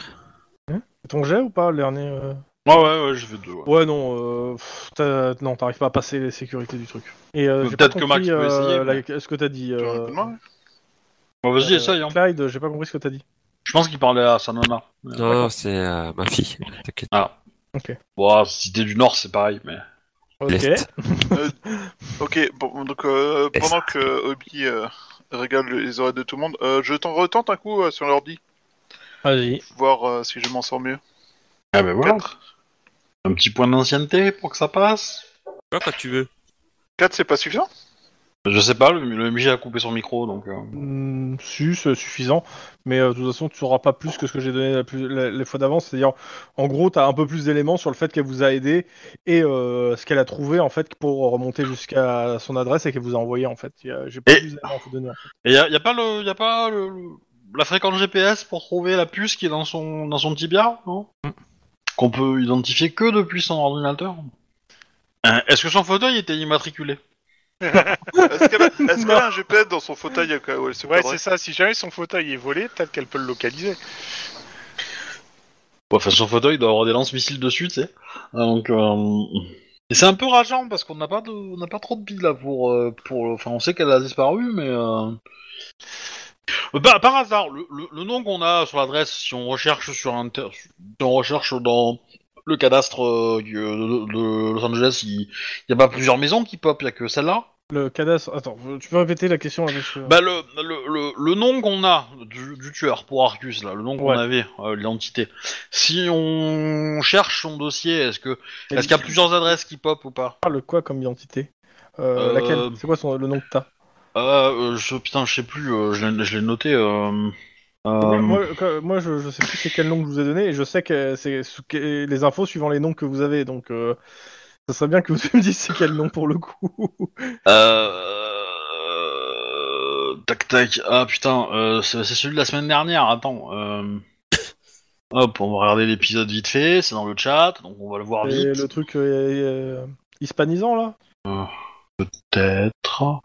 Ton jet ou pas, le dernier euh Ah ouais, ouais, j'ai fait deux. ouais. Ouais, non, euh, pff, t'as- non, t'arrives pas à passer les sécurités du truc. Et euh, Euh, j'ai pas peut-être que compris, Max peut euh, essayer, la- ce que t'as dit. Tu veux un euh, coup de main Bah, vas-y, euh, essaye. hein. Clyde, j'ai pas compris ce que t'as dit. Je pense qu'il parlait à sa nana. Non, non, c'est euh, ma fille. T'inquiète. Ah. Ok. Bon, si t'es du nord, c'est pareil, mais. Ok. Leste. Ok, bon, donc euh, Est-ce- pendant que Obi euh, régale les oreilles de tout le monde, euh, je t'en retente un coup euh, sur l'ordi, Vas-y. voir euh, si je m'en sors mieux. Ah ben voilà. Quatre. Un petit point d'ancienneté pour que ça passe. Toi, quand tu veux. 4, c'est pas suffisant Je sais pas, le, le MJ a coupé son micro, donc. euh, Mm, si, c'est suffisant. Mais euh, de toute façon, tu sauras pas plus que ce que j'ai donné la plus- la- les fois d'avant. C'est-à-dire, en gros, t'as un peu plus d'éléments sur le fait qu'elle vous a aidé et euh, ce qu'elle a trouvé en fait pour remonter jusqu'à son adresse et qu'elle vous a envoyé en fait. Y a- J'ai pas Et- plus d'éléments à vous donner. Et y a, y a pas le, y a pas le, le- la fréquence GPS pour trouver la puce qui est dans son, dans son tibia, non Qu'on peut identifier que depuis son ordinateur. Euh, Est-ce que son fauteuil était immatriculé Est-ce qu'elle a, est-ce qu'elle a un GPS dans son fauteuil au cas où elle se Ouais, perdrait c'est ça. Si jamais son fauteuil est volé, peut-être qu'elle peut le localiser. Ouais, Enfin, son fauteuil doit avoir des lance-missiles dessus, tu sais. Ah, Donc, euh, Et c'est un peu rageant parce qu'on n'a pas de, on n'a pas trop de billes là pour, euh, pour, enfin on sait qu'elle a disparu mais. euh, euh, Bah, par hasard, le, le- le nom qu'on a sur l'adresse, si on recherche sur inter... si on recherche dans le cadastre euh, de, de- de Los Angeles, il n'y a pas plusieurs maisons qui pop, il n'y a que celle-là. Le cadastre. Attends, tu peux répéter la question avec. euh, Bah le, le, le, le nom qu'on a du, du tueur pour Arcus, là, le nom qu'on Ouais. avait, euh, l'identité. Si on cherche son dossier, est-ce que elle- est-ce qu'il y a plusieurs adresses qui pop ou pas parle quoi comme identité Euh, Euh, Laquelle C'est quoi son- le nom que t'as euh, euh, je, Putain, je sais plus, euh, je l'ai je l'ai noté. Euh, euh, Moi, que- moi, je, je sais plus c'est quel nom que je vous ai donné et je sais que c'est sous que- les infos suivant les noms que vous avez donc. euh, Ça serait bien que vous me disiez quel nom pour le coup. euh, Tac tac. Ah putain, euh, c'est c'est celui de la semaine dernière. Attends. euh, Hop, on va regarder l'épisode vite fait. C'est dans le chat, donc on va le voir Et vite. le truc euh, euh, hispanisant là Peut-être.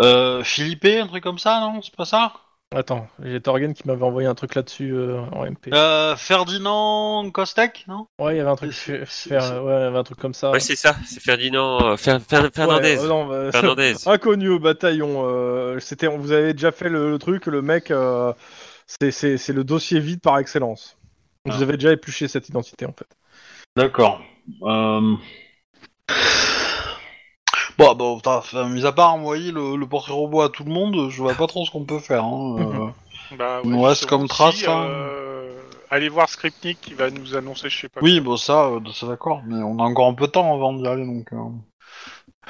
Euh, Philippe, un truc comme ça, non C'est pas ça Attends, j'ai Torgen qui m'avait envoyé un truc là-dessus euh, en MP. Euh, Ferdinand Kostek, non Ouais, il y avait un truc, c'est- f- faire- c'est- ouais, il y avait un truc comme ça. Ouais, c'est ça, c'est Ferdinand, euh, Fer- Fer- Fernandez. Ouais, euh, non, euh, Fernandez. Ah. Inconnu au bataillon. euh, C'était, on vous avez déjà fait le, le truc. Le mec, euh, c'est- c'est c'est le dossier vide par excellence. Donc, Ah. Vous avez déjà épluché cette identité en fait. D'accord. Euh... Bon, bon, putain, enfin, mis à part envoyer le, le portrait robot à tout le monde, je vois pas trop ce qu'on peut faire. hein, euh. Bah, Il nous reste justement, comme trace, hein. si, là. euh, Allez voir Scriptnik qui va nous annoncer, je sais pas. Oui, bon, ça, euh, c'est d'accord, mais on a encore un peu de temps avant d'y aller, donc... euh.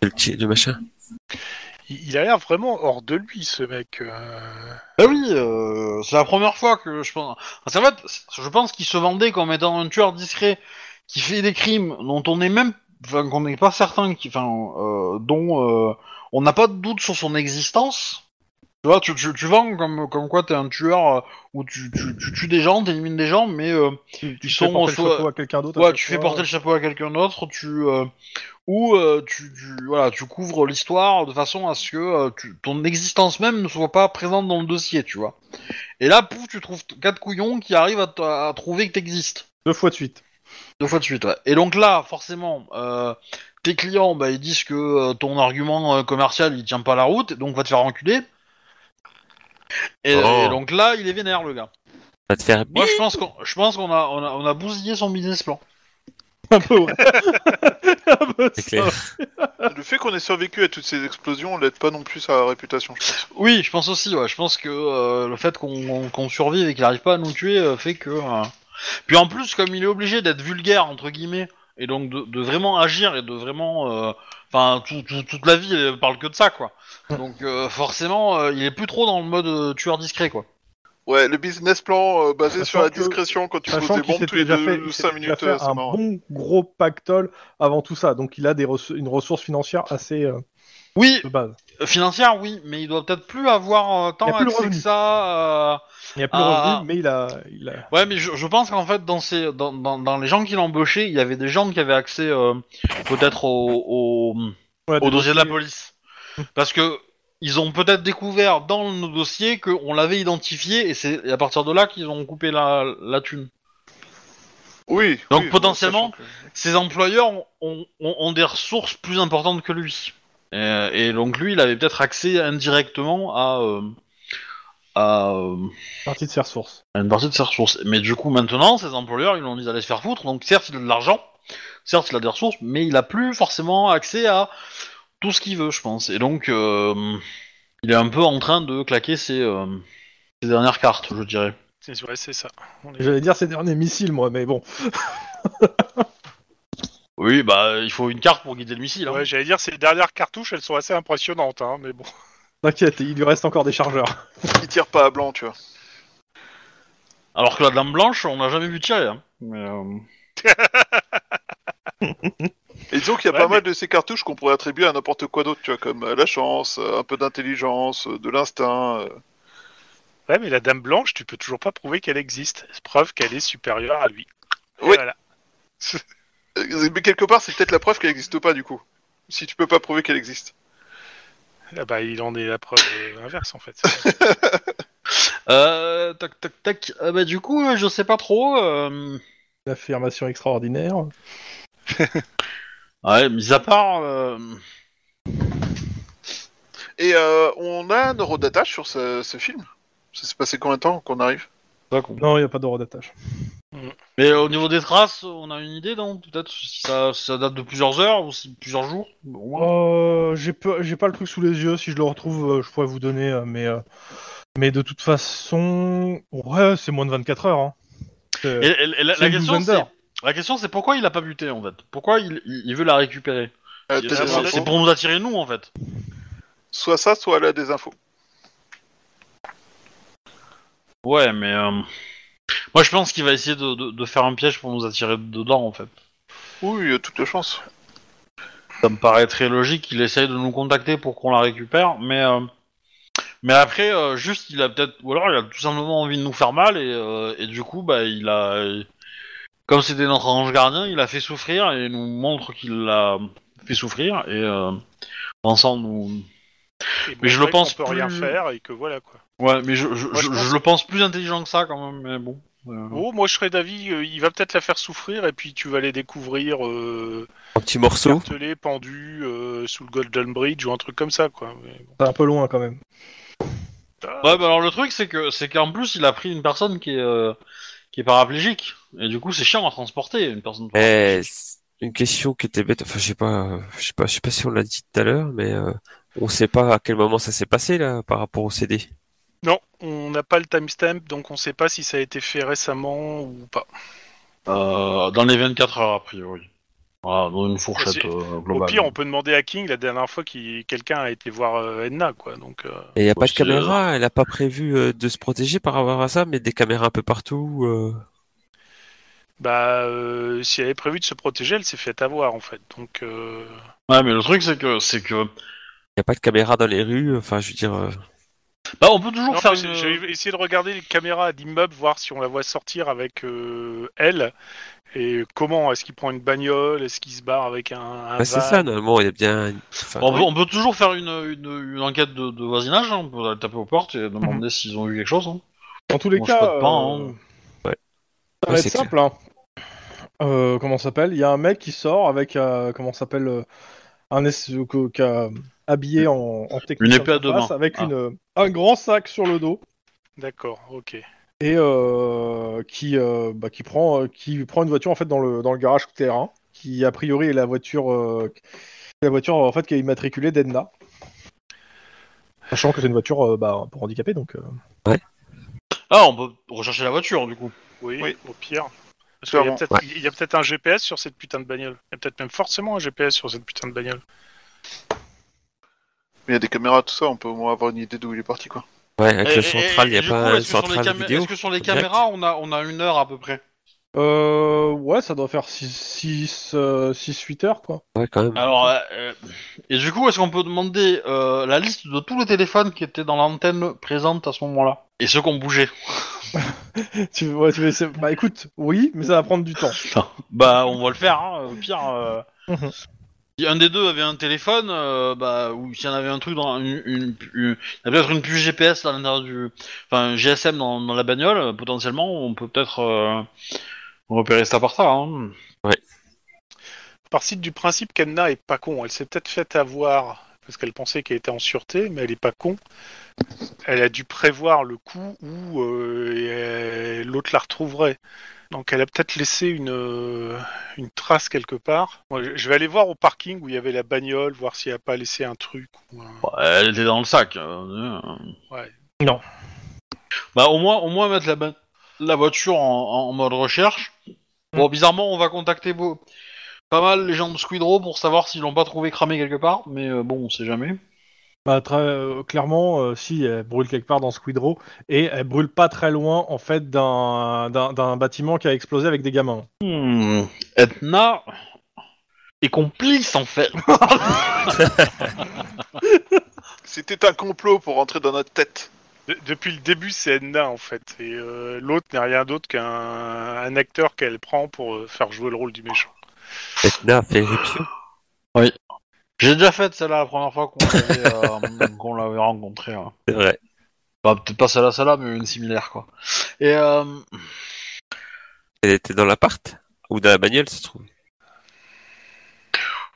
Le petit- le machin. Il il a l'air vraiment hors de lui, ce mec. euh. Bah oui, euh, c'est la première fois que je pense... Parce qu'en fait, c'est- je pense qu'il se vendait comme étant un tueur discret qui fait des crimes dont on est même... Enfin, qu'on n'est pas certain, qui... enfin, euh, dont euh, on n'a pas de doute sur son existence. Tu vois, tu, tu, tu vends comme, comme quoi t'es un tueur euh, où tu, tu, tu tues des gens, t'élimines des gens, mais... euh, Tu, tu Ils fais sont porter le soit- chapeau à quelqu'un d'autre. à Ouais, chaque tu fais fois. porter le chapeau à quelqu'un d'autre, tu euh, ou euh, tu, tu- voilà, tu couvres l'histoire de façon à ce que euh, tu- ton existence même ne soit pas présente dans le dossier, tu vois. Et là, pouf, tu trouves t- quatre couillons qui arrivent à, t- à trouver que t'existes deux fois de suite. deux fois de suite. Ouais. Et donc là, forcément, euh, tes clients, bah, ils disent que euh, ton argument euh, commercial, il tient pas la route, donc va te faire enculer. Et, Oh. et donc là, il est vénère le gars. Va te faire Moi, je pense qu'on, je pense qu'on a, on a, on a bousillé son business plan. Un peu. ouais. Un peu C'est ça. clair. Le fait qu'on ait survécu à toutes ces explosions l'aide pas non plus à la réputation. je pense. Oui, je pense aussi, ouais. Je pense que euh, le fait qu'on qu'on survive et qu'il n'arrive pas à nous tuer euh, fait que... euh, Puis en plus, comme il est obligé d'être vulgaire, entre guillemets, et donc de, de vraiment agir et de vraiment... euh, Enfin, tout- tout- toute la vie, elle parle que de ça, quoi. Donc euh, forcément, euh, il est plus trop dans le mode euh, tueur discret, quoi. Ouais, le business plan euh, basé Sachant sur la que- discrétion quand tu poses Sachant des qu'il s'est bombes tous les déjà fait, deux il s'est 5 déjà minutes, fait euh, un c'est marrant. bon gros pactole avant tout ça, donc il a des ressour- une ressource financière assez euh, Oui, de base. euh, financière, oui, mais il doit peut-être plus avoir euh, Y tant a plus le accès que revenu. ça... euh, Il n'y a plus Ah. de revenus, mais il a, il a- Ouais, mais je, je pense qu'en fait, dans, ces, dans, dans, dans les gens qui l'embauchaient, il y avait des gens qui avaient accès euh, peut-être au, au, Ouais, au des dossier de la dossiers- police. Parce que ils ont peut-être découvert dans nos dossiers qu'on l'avait identifié et c'est à partir de là qu'ils ont coupé la, la thune. Oui. Donc, oui, potentiellement, sachant que- Ses employeurs ont, ont, ont des ressources plus importantes que lui. Et, et donc lui, il avait peut-être accès indirectement à, euh, à, euh, partie de ses ressources. à une partie de ses ressources. Mais du coup, maintenant, ses employeurs, ils l'ont dit d'aller se faire foutre. Donc, certes, il a de l'argent, certes, il a des ressources, mais il a plus forcément accès à tout ce qu'il veut, je pense. Et donc, euh, il est un peu en train de claquer ses, euh, ses dernières cartes, je dirais. C'est ouais, c'est ça. On est- J'allais dire ses derniers missiles, moi, mais bon. Oui, bah, il faut une carte pour guider le missile. hein. Ouais, j'allais dire, ces dernières cartouches, elles sont assez impressionnantes, hein, mais bon. T'inquiète, il lui reste encore des chargeurs. Il tire pas à blanc, tu vois. Alors que la dame blanche, on l'a jamais vu tirer. hein. Mais, euh, Et disons qu'il y a Ouais, pas mais- mal de ces cartouches qu'on pourrait attribuer à n'importe quoi d'autre, tu vois, comme euh, la chance, euh, un peu d'intelligence, euh, de l'instinct. euh. Ouais, mais la dame blanche, tu peux toujours pas prouver qu'elle existe. C'est preuve qu'elle est supérieure à lui. Et Oui. voilà. Euh, Mais quelque part, c'est peut-être la preuve qu'elle n'existe pas, du coup. Si tu peux pas prouver qu'elle existe. Ah bah, il en est la preuve euh, inverse, en fait. euh, tac, tac, tac. Ah bah, du coup, euh, je sais pas trop. euh, L'affirmation extraordinaire. Ouais, mis à part. euh, Et euh, on a un neurodata sur ce, ce film Ça s'est passé combien de temps qu'on arrive pas con. Non, il n'y a pas d'euro d'attache. Mais euh, au niveau des traces, on a une idée, non Peut-être si ça, si ça date de plusieurs heures ou si plusieurs jours au moins. Euh, j'ai pas, j'ai pas le truc sous les yeux. Si je le retrouve, euh, je pourrais vous donner. euh, mais, euh, mais de toute façon, ouais, c'est moins de 24 heures. hein. C'est- Et, et la- la, c'est une question, douzaine Euh, c'est, d'heures. la question, c'est pourquoi il a pas buté en fait Pourquoi il, il- il veut la récupérer Euh, C'est- t'as des c'est, infos c'est pour nous attirer nous en fait. Soit ça, soit elle a des infos. Ouais, mais euh, moi je pense qu'il va essayer de, de- de faire un piège pour nous attirer dedans en fait. Oui, il y a toutes les chances. Ça me paraît très logique qu'il essaye de nous contacter pour qu'on la récupère, mais euh, mais après euh, juste il a peut-être ou alors il a tout simplement envie de nous faire mal et, euh, et du coup bah il a il- comme c'était notre ange gardien il a fait souffrir et il nous montre qu'il l'a fait souffrir et euh, pensant nous Et Mais je montrer le pense qu'on peut rien plus- faire et que voilà quoi. Ouais, mais je, je, Moi, je je- pense- je le pense plus intelligent que ça quand même, mais bon. euh, Oh, moi je serais d'avis, euh, il va peut-être la faire souffrir et puis tu vas les découvrir euh, Ah. Un petit morceau. martelés, pendus euh, sous le Golden Bridge ou un truc comme ça quoi. Mais bon. C'est un peu loin quand même. Ouais, bah alors le truc c'est que c'est qu'en plus il a pris une personne qui est euh, qui est paraplégique et du coup c'est chiant à transporter une personne. Eh, paraplégique. c'est une question qui était bête. Enfin, je sais pas, euh, je sais pas, je sais pas si on l'a dit tout à l'heure, mais euh, on sait pas à quel moment ça s'est passé là par rapport au CD. Non, on n'a pas le timestamp donc on sait pas si ça a été fait récemment ou pas. Euh, dans les 24 heures a priori. Voilà, dans une fourchette Vas-y. euh, Au globale. pire, on peut demander à King la dernière fois que quelqu'un a été voir euh, Edna quoi. Donc euh, Et il y a pas de Aussi, euh, caméra. Elle a pas prévu euh, de se protéger par rapport à ça, mais des caméras un peu partout. euh. bah euh, si elle avait prévu de se protéger, elle s'est fait avoir en fait. Donc euh, Ouais, mais le truc c'est que c'est que Il y a pas de caméra dans les rues. Enfin, je veux dire. euh, bah on peut toujours Non, faire mais une... j'ai j'ai essayé de regarder les caméras d'immeuble, voir si on la voit sortir avec euh, elle. Et comment Est-ce qu'il prend une bagnole Est-ce qu'il se barre avec un, Ah un bah, c'est van ça normalement. Il y a bien. enfin, On peut, on peut toujours faire une, une, une enquête de, de voisinage, hein, on peut aller taper aux portes et demander Mhm. s'ils ont eu quelque chose. hein. Dans tous les Mange cas, pas de pain, euh, hein. Ouais. ça va Ouais, c'est être simple. Hein. Euh, comment ça s'appelle Il y a un mec qui sort avec euh, comment ça s'appelle euh, un es euh, que- qui a- habillé en, en technicien Une épée à de deux mains. surface avec Ah. une, euh, un grand sac sur le dos D'accord, ok. et euh, qui euh, bah, qui prend euh, qui prend une voiture en fait dans le dans le garage terrain qui a priori est la voiture euh, la voiture en fait qui est immatriculée d'Edna. Sachant que c'est une voiture euh, bah, pour handicapés donc. euh, Ah, on peut rechercher la voiture du coup. Oui, Oui. au pire. Parce qu'il y a Clairement. peut-être il y a peut-être un GPS sur cette putain de bagnole. Il y a peut-être même forcément un GPS sur cette putain de bagnole. Mais il y a des caméras, tout ça, on peut au moins avoir une idée d'où il est parti, quoi. Ouais, avec Et- le et- central, il et y a du pas coup, un est-ce que sur les central camé- vidéo. Est-ce que sur les direct caméras, on a, on a une heure à peu près Euh, ouais, ça doit faire 6, 8 heures, quoi. Ouais, quand même. Alors, euh, euh, et du coup, est-ce qu'on peut demander euh, la liste de tous les téléphones qui étaient dans l'antenne présente à ce moment-là Et ceux qui ont bougé tu, ouais, tu veux essayer- Bah écoute, oui, mais ça va prendre du temps. Bah, on va le faire, hein, au pire. euh, Si un des deux avait un téléphone, euh, bah, ou s'il y en avait un truc dans une. une- une- il y a peut-être une puce GPS à l'intérieur du. Enfin, un GSM dans, dans la bagnole, euh, potentiellement, on peut peut-être euh, repérer ça par ça. hein. Parti du principe qu'Anna est pas con. Elle s'est peut-être faite avoir parce qu'elle pensait qu'elle était en sûreté, mais elle est pas con. Elle a dû prévoir le coup où euh, et, euh, l'autre la retrouverait. Donc elle a peut-être laissé une, euh, une trace quelque part. Moi, je- je vais aller voir au parking où il y avait la bagnole, voir s'il n'y a pas laissé un truc. Ou un... Bah, elle était dans le sac. euh, euh. Ouais. Bah au moins, au moins mettre la, ba- la voiture en, en mode recherche. Bon, bizarrement, on va contacter beau- pas mal les gens de Squidrow pour savoir s'ils l'ont pas trouvé cramé quelque part, mais euh, bon, on sait jamais. Bah, très, euh, clairement, euh, si, elle brûle quelque part dans Squidrow, et elle brûle pas très loin, en fait, d'un d'un- d'un bâtiment qui a explosé avec des gamins. Hmm, Etna est complice en fait. C'était un complot pour rentrer dans notre tête. De- depuis le début, c'est Edna en fait. Et euh, l'autre n'est rien d'autre qu'un un acteur qu'elle prend pour euh, faire jouer le rôle du méchant. Etna fait éruption. J'ai déjà fait celle-là la première fois qu'on l'avait, euh, qu'on l'avait rencontré. hein. C'est vrai. Bah, peut-être pas celle-là, celle-là, mais une similaire quoi. Et euh, Elle était dans l'appart ou dans la bagnole, ça se trouve.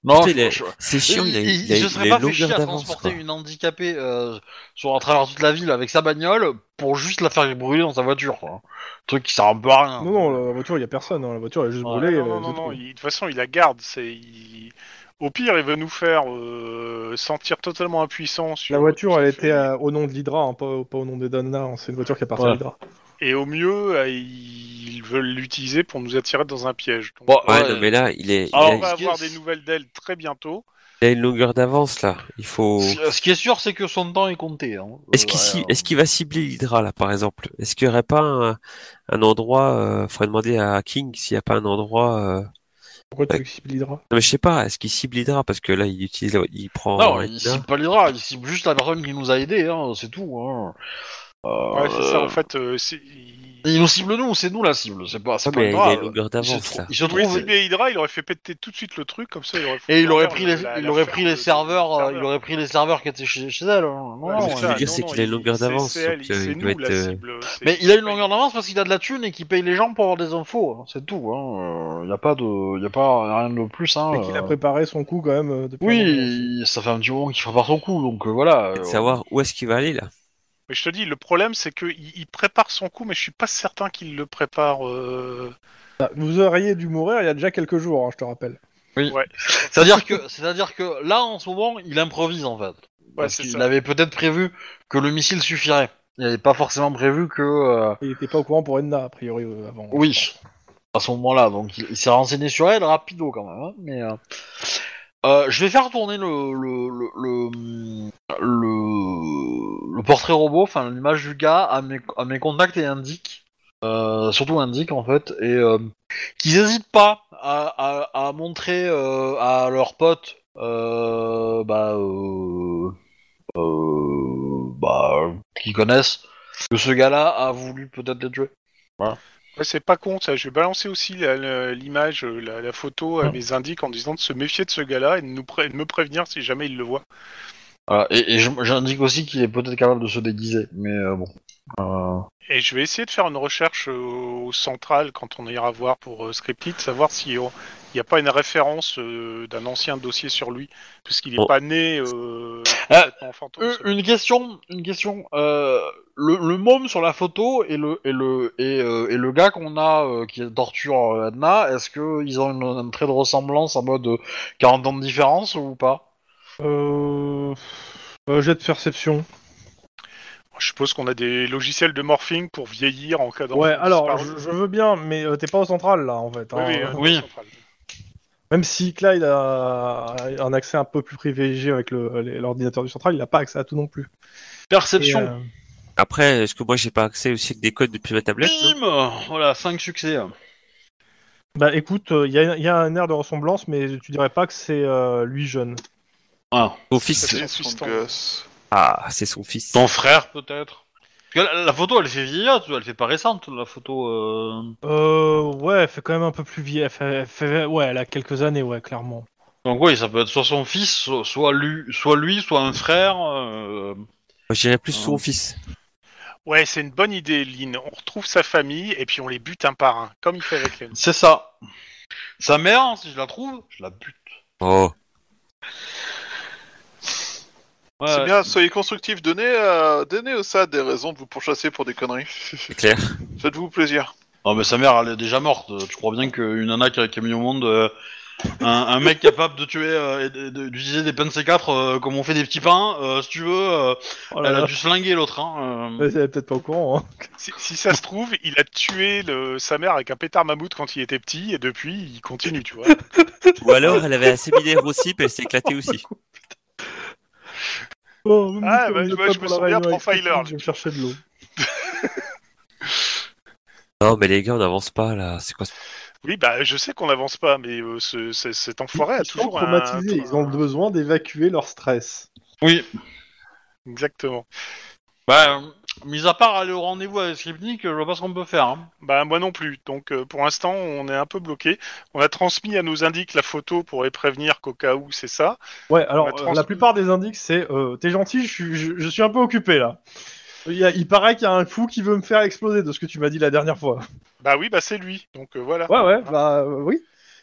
Non, Putain, il est- je- C'est chiant, il a, il- il- il a- je il a serais une pas fait chier longueur à d'avance. transporter quoi. une handicapée euh, sur à travers toute la ville avec sa bagnole pour juste la faire brûler dans sa voiture. Quoi. Truc qui sert un peu à rien. Non, non, la voiture, il n'y a personne. hein. La voiture, elle est juste Ouais, brûlée. non, euh, non, les non, autres, non, oui. il- de toute façon, il la garde. C'est, il- Au pire, il veut nous faire euh, sentir totalement impuissants. Sur La voiture, sur- elle était euh, au nom de l'Hydra, hein, pas, pas au nom des Dana. hein. C'est une voiture qui appartient Ouais. à l'Hydra. Et au mieux, euh, ils veulent l'utiliser pour nous attirer dans un piège. Donc, Bon, Ouais, ouais. non, mais là, il, est, il, Alors, a, on va ce qui avoir est- des nouvelles d'elle très bientôt. il a une longueur d'avance là. Il faut. Ce ce qui est sûr, c'est que son temps est compté. hein. Est-ce Euh, qu'il ci- ouais, est-ce qu'il va cibler l'Hydra là, par exemple Est-ce qu'il n'y aurait pas un, un endroit euh, Faudrait demander à King s'il n'y a pas un endroit. euh, Pourquoi tu cibles l'Hydra Non mais je sais pas. Est-ce qu'il cible l'Hydra parce que là, il utilise, la- il prend. Non, un il Hydra. cible pas l'Hydra, il cible juste la personne qui nous a aidés, hein, c'est tout. Hein. Euh, Ouais, c'est ça, en fait. euh, c'est- il- Il nous cible nous, c'est nous la cible, c'est pas, c'est Ouais, pas mais il l'Hydra. a une longueur Il se, d'avance trou- là. il se Il voulait trouve. cibler Hydra, il aurait fait péter tout de suite le truc, comme ça il aurait fait Et il peur, aurait pris les, la- il la aurait ferme pris les de- serveurs, de- euh, il aurait pris les serveurs qui étaient chez, chez elle. hein. Non, Ouais, c'est non, il- ce qu'il ça, veut dire, non, c'est non, qu'il a une il- longueur c'est- d'avance, c'est elle, donc, il- euh, C'est il doit nous la être, euh, cible. c'est- Mais il a une longueur d'avance parce qu'il a de la thune et qu'il paye les gens pour avoir des infos, hein, c'est tout. Hein. euh, Il y a pas de, il y a pas rien de plus. Hein, Et qu'il a euh. préparé son coup quand même euh, depuis. un moment. Oui, ça fait un petit moment qu'il prépare son coup, donc euh, voilà. De euh, savoir où est-ce qu'il va aller là. Mais je te dis, le problème c'est qu'il il prépare son coup, mais je suis pas certain qu'il le prépare. euh, Ah, Vous auriez dû mourir il y a déjà quelques jours, hein, je te rappelle. Ouais, C'est-à-dire que, c'est-à-dire que là, en ce moment, il improvise en fait. parce c'est qu'il ça. avait peut-être prévu que le missile suffirait. Il n'avait pas forcément prévu que. euh, Il n'était pas au courant pour Edna, a priori, euh, avant. Oui, à ce moment-là. Donc il, il s'est renseigné sur elle rapido quand même. hein, mais euh, euh, je vais faire tourner le le le le, le- le portrait robot, enfin l'image du gars à mes, à mes contacts et indique. euh, surtout indique en fait et euh, qu'ils n'hésitent pas à, à, à montrer euh, à leurs potes euh, bah euh, euh, bah qui connaissent que ce gars-là a voulu peut-être les tuer. Ouais, c'est pas con ça. Je vais balancer aussi la- la- l'image, euh, la, la photo à mes indiques en disant de se méfier de ce gars-là et de, nous pré- de me prévenir si jamais il le voit. Voilà, et, et je- j'indique aussi qu'il est peut-être capable de se déguiser, mais euh, bon. Euh, Et je vais essayer de faire une recherche euh, au central quand on ira voir pour euh, Scriptly, de savoir s'il n'y a pas une référence euh, d'un ancien dossier sur lui, parce qu'il n'est Bon. pas né euh, Ah, complètement fantôme. euh, une question, une question. euh, le, le môme sur la photo et le et le et, euh, et le gars qu'on a euh, qui torture euh, Adna, est-ce que ils ont une, un trait de ressemblance en mode euh, 40 ans de différence ou pas Euh... euh, jet de perception. Je suppose qu'on a des logiciels de morphing pour vieillir en cas d'enfant ouais, alors, disparu. je, je veux bien, mais euh, t'es pas au central, là, en fait. Oui, hein. oui, euh, Oui. au central. Même si Clyde a un accès un peu plus privilégié avec le- l'ordinateur du central, il n'a pas accès à tout non plus. Perception. Et, euh, Après, est-ce que moi j'ai pas accès aussi avec des codes depuis ma tablette non Bim Voilà, 5 succès. Bah écoute, il y, a- y a un air de ressemblance, mais tu dirais pas que c'est euh, lui jeune. Ah. Son Ça, fils. c'est- Son Consistant. gosse. Ah, c'est son fils. Ton frère peut-être. Parce que La, la photo, elle fait vieillotte, elle fait pas récente la photo. euh. Euh, ouais, elle fait quand même un peu plus vieille. Elle fait, elle fait- ouais, elle a quelques années, ouais, clairement. Donc oui, ça peut être soit son fils, so- soit lui, soit lui, soit un frère. euh, Moi, J'irais plus Ah. son fils. Ouais, c'est une bonne idée, Lynn. On retrouve sa famille et puis on les bute un par un, comme il fait avec les C'est ça. Sa mère, si je la trouve, je la bute. Oh. Ouais, C'est ouais. bien, soyez constructifs, donnez, euh, donnez au SAD des raisons de vous pourchasser pour des conneries. C'est clair. Faites-vous plaisir. Non mais sa mère, elle est déjà morte. Tu crois bien qu'une nana qui a, qui a mis au monde euh, un, un mec capable de tuer, euh, et de- de- d'utiliser des peines C4 euh, comme on fait des petits pains, euh, si tu veux, euh, Oh là elle a là. dû se linguer l'autre. Hein, euh. Ouais, Elle est peut-être pas au courant. hein. Si, si ça se trouve, il a tué le- sa mère avec un pétard mammouth quand il était petit, et depuis, il continue, tu vois. Ou alors, elle avait un séminaire aussi, puis elle s'est éclatée aussi. Oh, même Ah, si on bah, ne je pas me pour la souviens, réunion avec Profiler. Christine, Je vais me chercher de l'eau. Non, mais les gars, on n'avance pas là. C'est quoi ce- Oui, bah, je sais qu'on n'avance pas, mais euh, ce- ce- cet enfoiré a Ils sont Ah, toujours un... euh, traumatisés, ils ont besoin d'évacuer leur stress. Oui. Exactement. Bah, euh, mis à part aller au rendez-vous avec Skripnik, je vois pas ce qu'on peut faire. hein. Bah, moi non plus. Donc, euh, pour l'instant, on est un peu bloqué. On a transmis à nos indiques la photo pour les prévenir qu'au cas où, c'est ça. Ouais, alors On va euh, trans- la plupart des indices c'est euh, t'es gentil, je suis, je, je suis un peu occupé là. Il, y a- il paraît qu'il y a un fou qui veut me faire exploser de ce que tu m'as dit la dernière fois. Bah oui, bah c'est lui. Donc, euh, voilà. Ouais, ouais, bah euh, oui.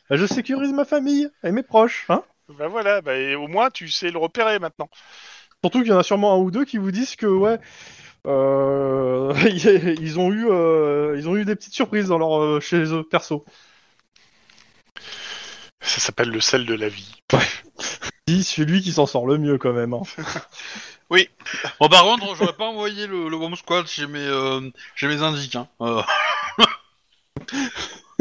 Bah, je sécurise ma famille et mes proches, hein. Bah voilà, bah, et au moins tu sais le repérer maintenant. Surtout qu'il y en a sûrement un ou deux qui vous disent que ouais, euh, ils ont eu, euh, ils ont eu des petites surprises dans leur euh, chez eux perso. Ça s'appelle le sel de la vie. Si celui qui s'en sort le mieux quand même. hein. Bon, par contre, j'aurais pas envoyé le, le bomb squad chez mes, euh, chez mes indiques. hein. Euh.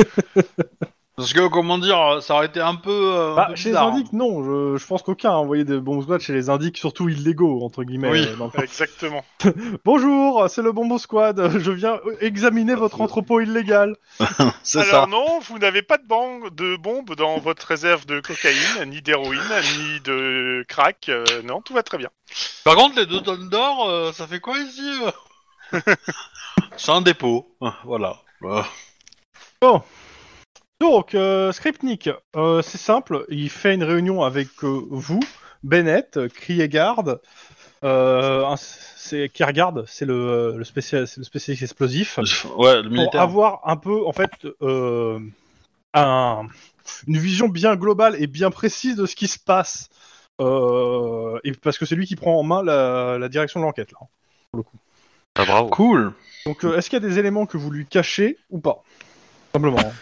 Parce que, comment dire, ça aurait été un peu. euh, un Bah, peu chez les bizarre, indiques, non. Je, je pense qu'aucun a envoyé des bombes squad chez les indiques, surtout illégaux entre guillemets. Oui. euh, dans le- Exactement. Bonjour, c'est le bombo squad. Je viens examiner votre entrepôt illégal. hein. C'est Alors ça. non, vous n'avez pas de, bombe de bombe dans votre réserve de cocaïne, ni d'héroïne, ni de crack. euh, non, tout va très bien. Par contre, les deux tonnes d'or, euh, ça fait quoi ici euh C'est un dépôt. Euh, Voilà. Euh, Donc, euh, Skripnik, euh, c'est simple, il fait une réunion avec euh, vous, Bennett, euh, Kriegard, euh, un- c'est Kiergaard, c'est le, euh, le, spécial, c'est le spécialiste explosif, Ouais, le pour militaire. avoir un peu, en fait, euh, un- une vision bien globale et bien précise de ce qui se passe. Euh, et parce que c'est lui qui prend en main la, la direction de l'enquête. là. Ah, bravo. Cool. Donc, euh, est-ce qu'il y a des éléments que vous lui cachez ou pas Simplement. hein.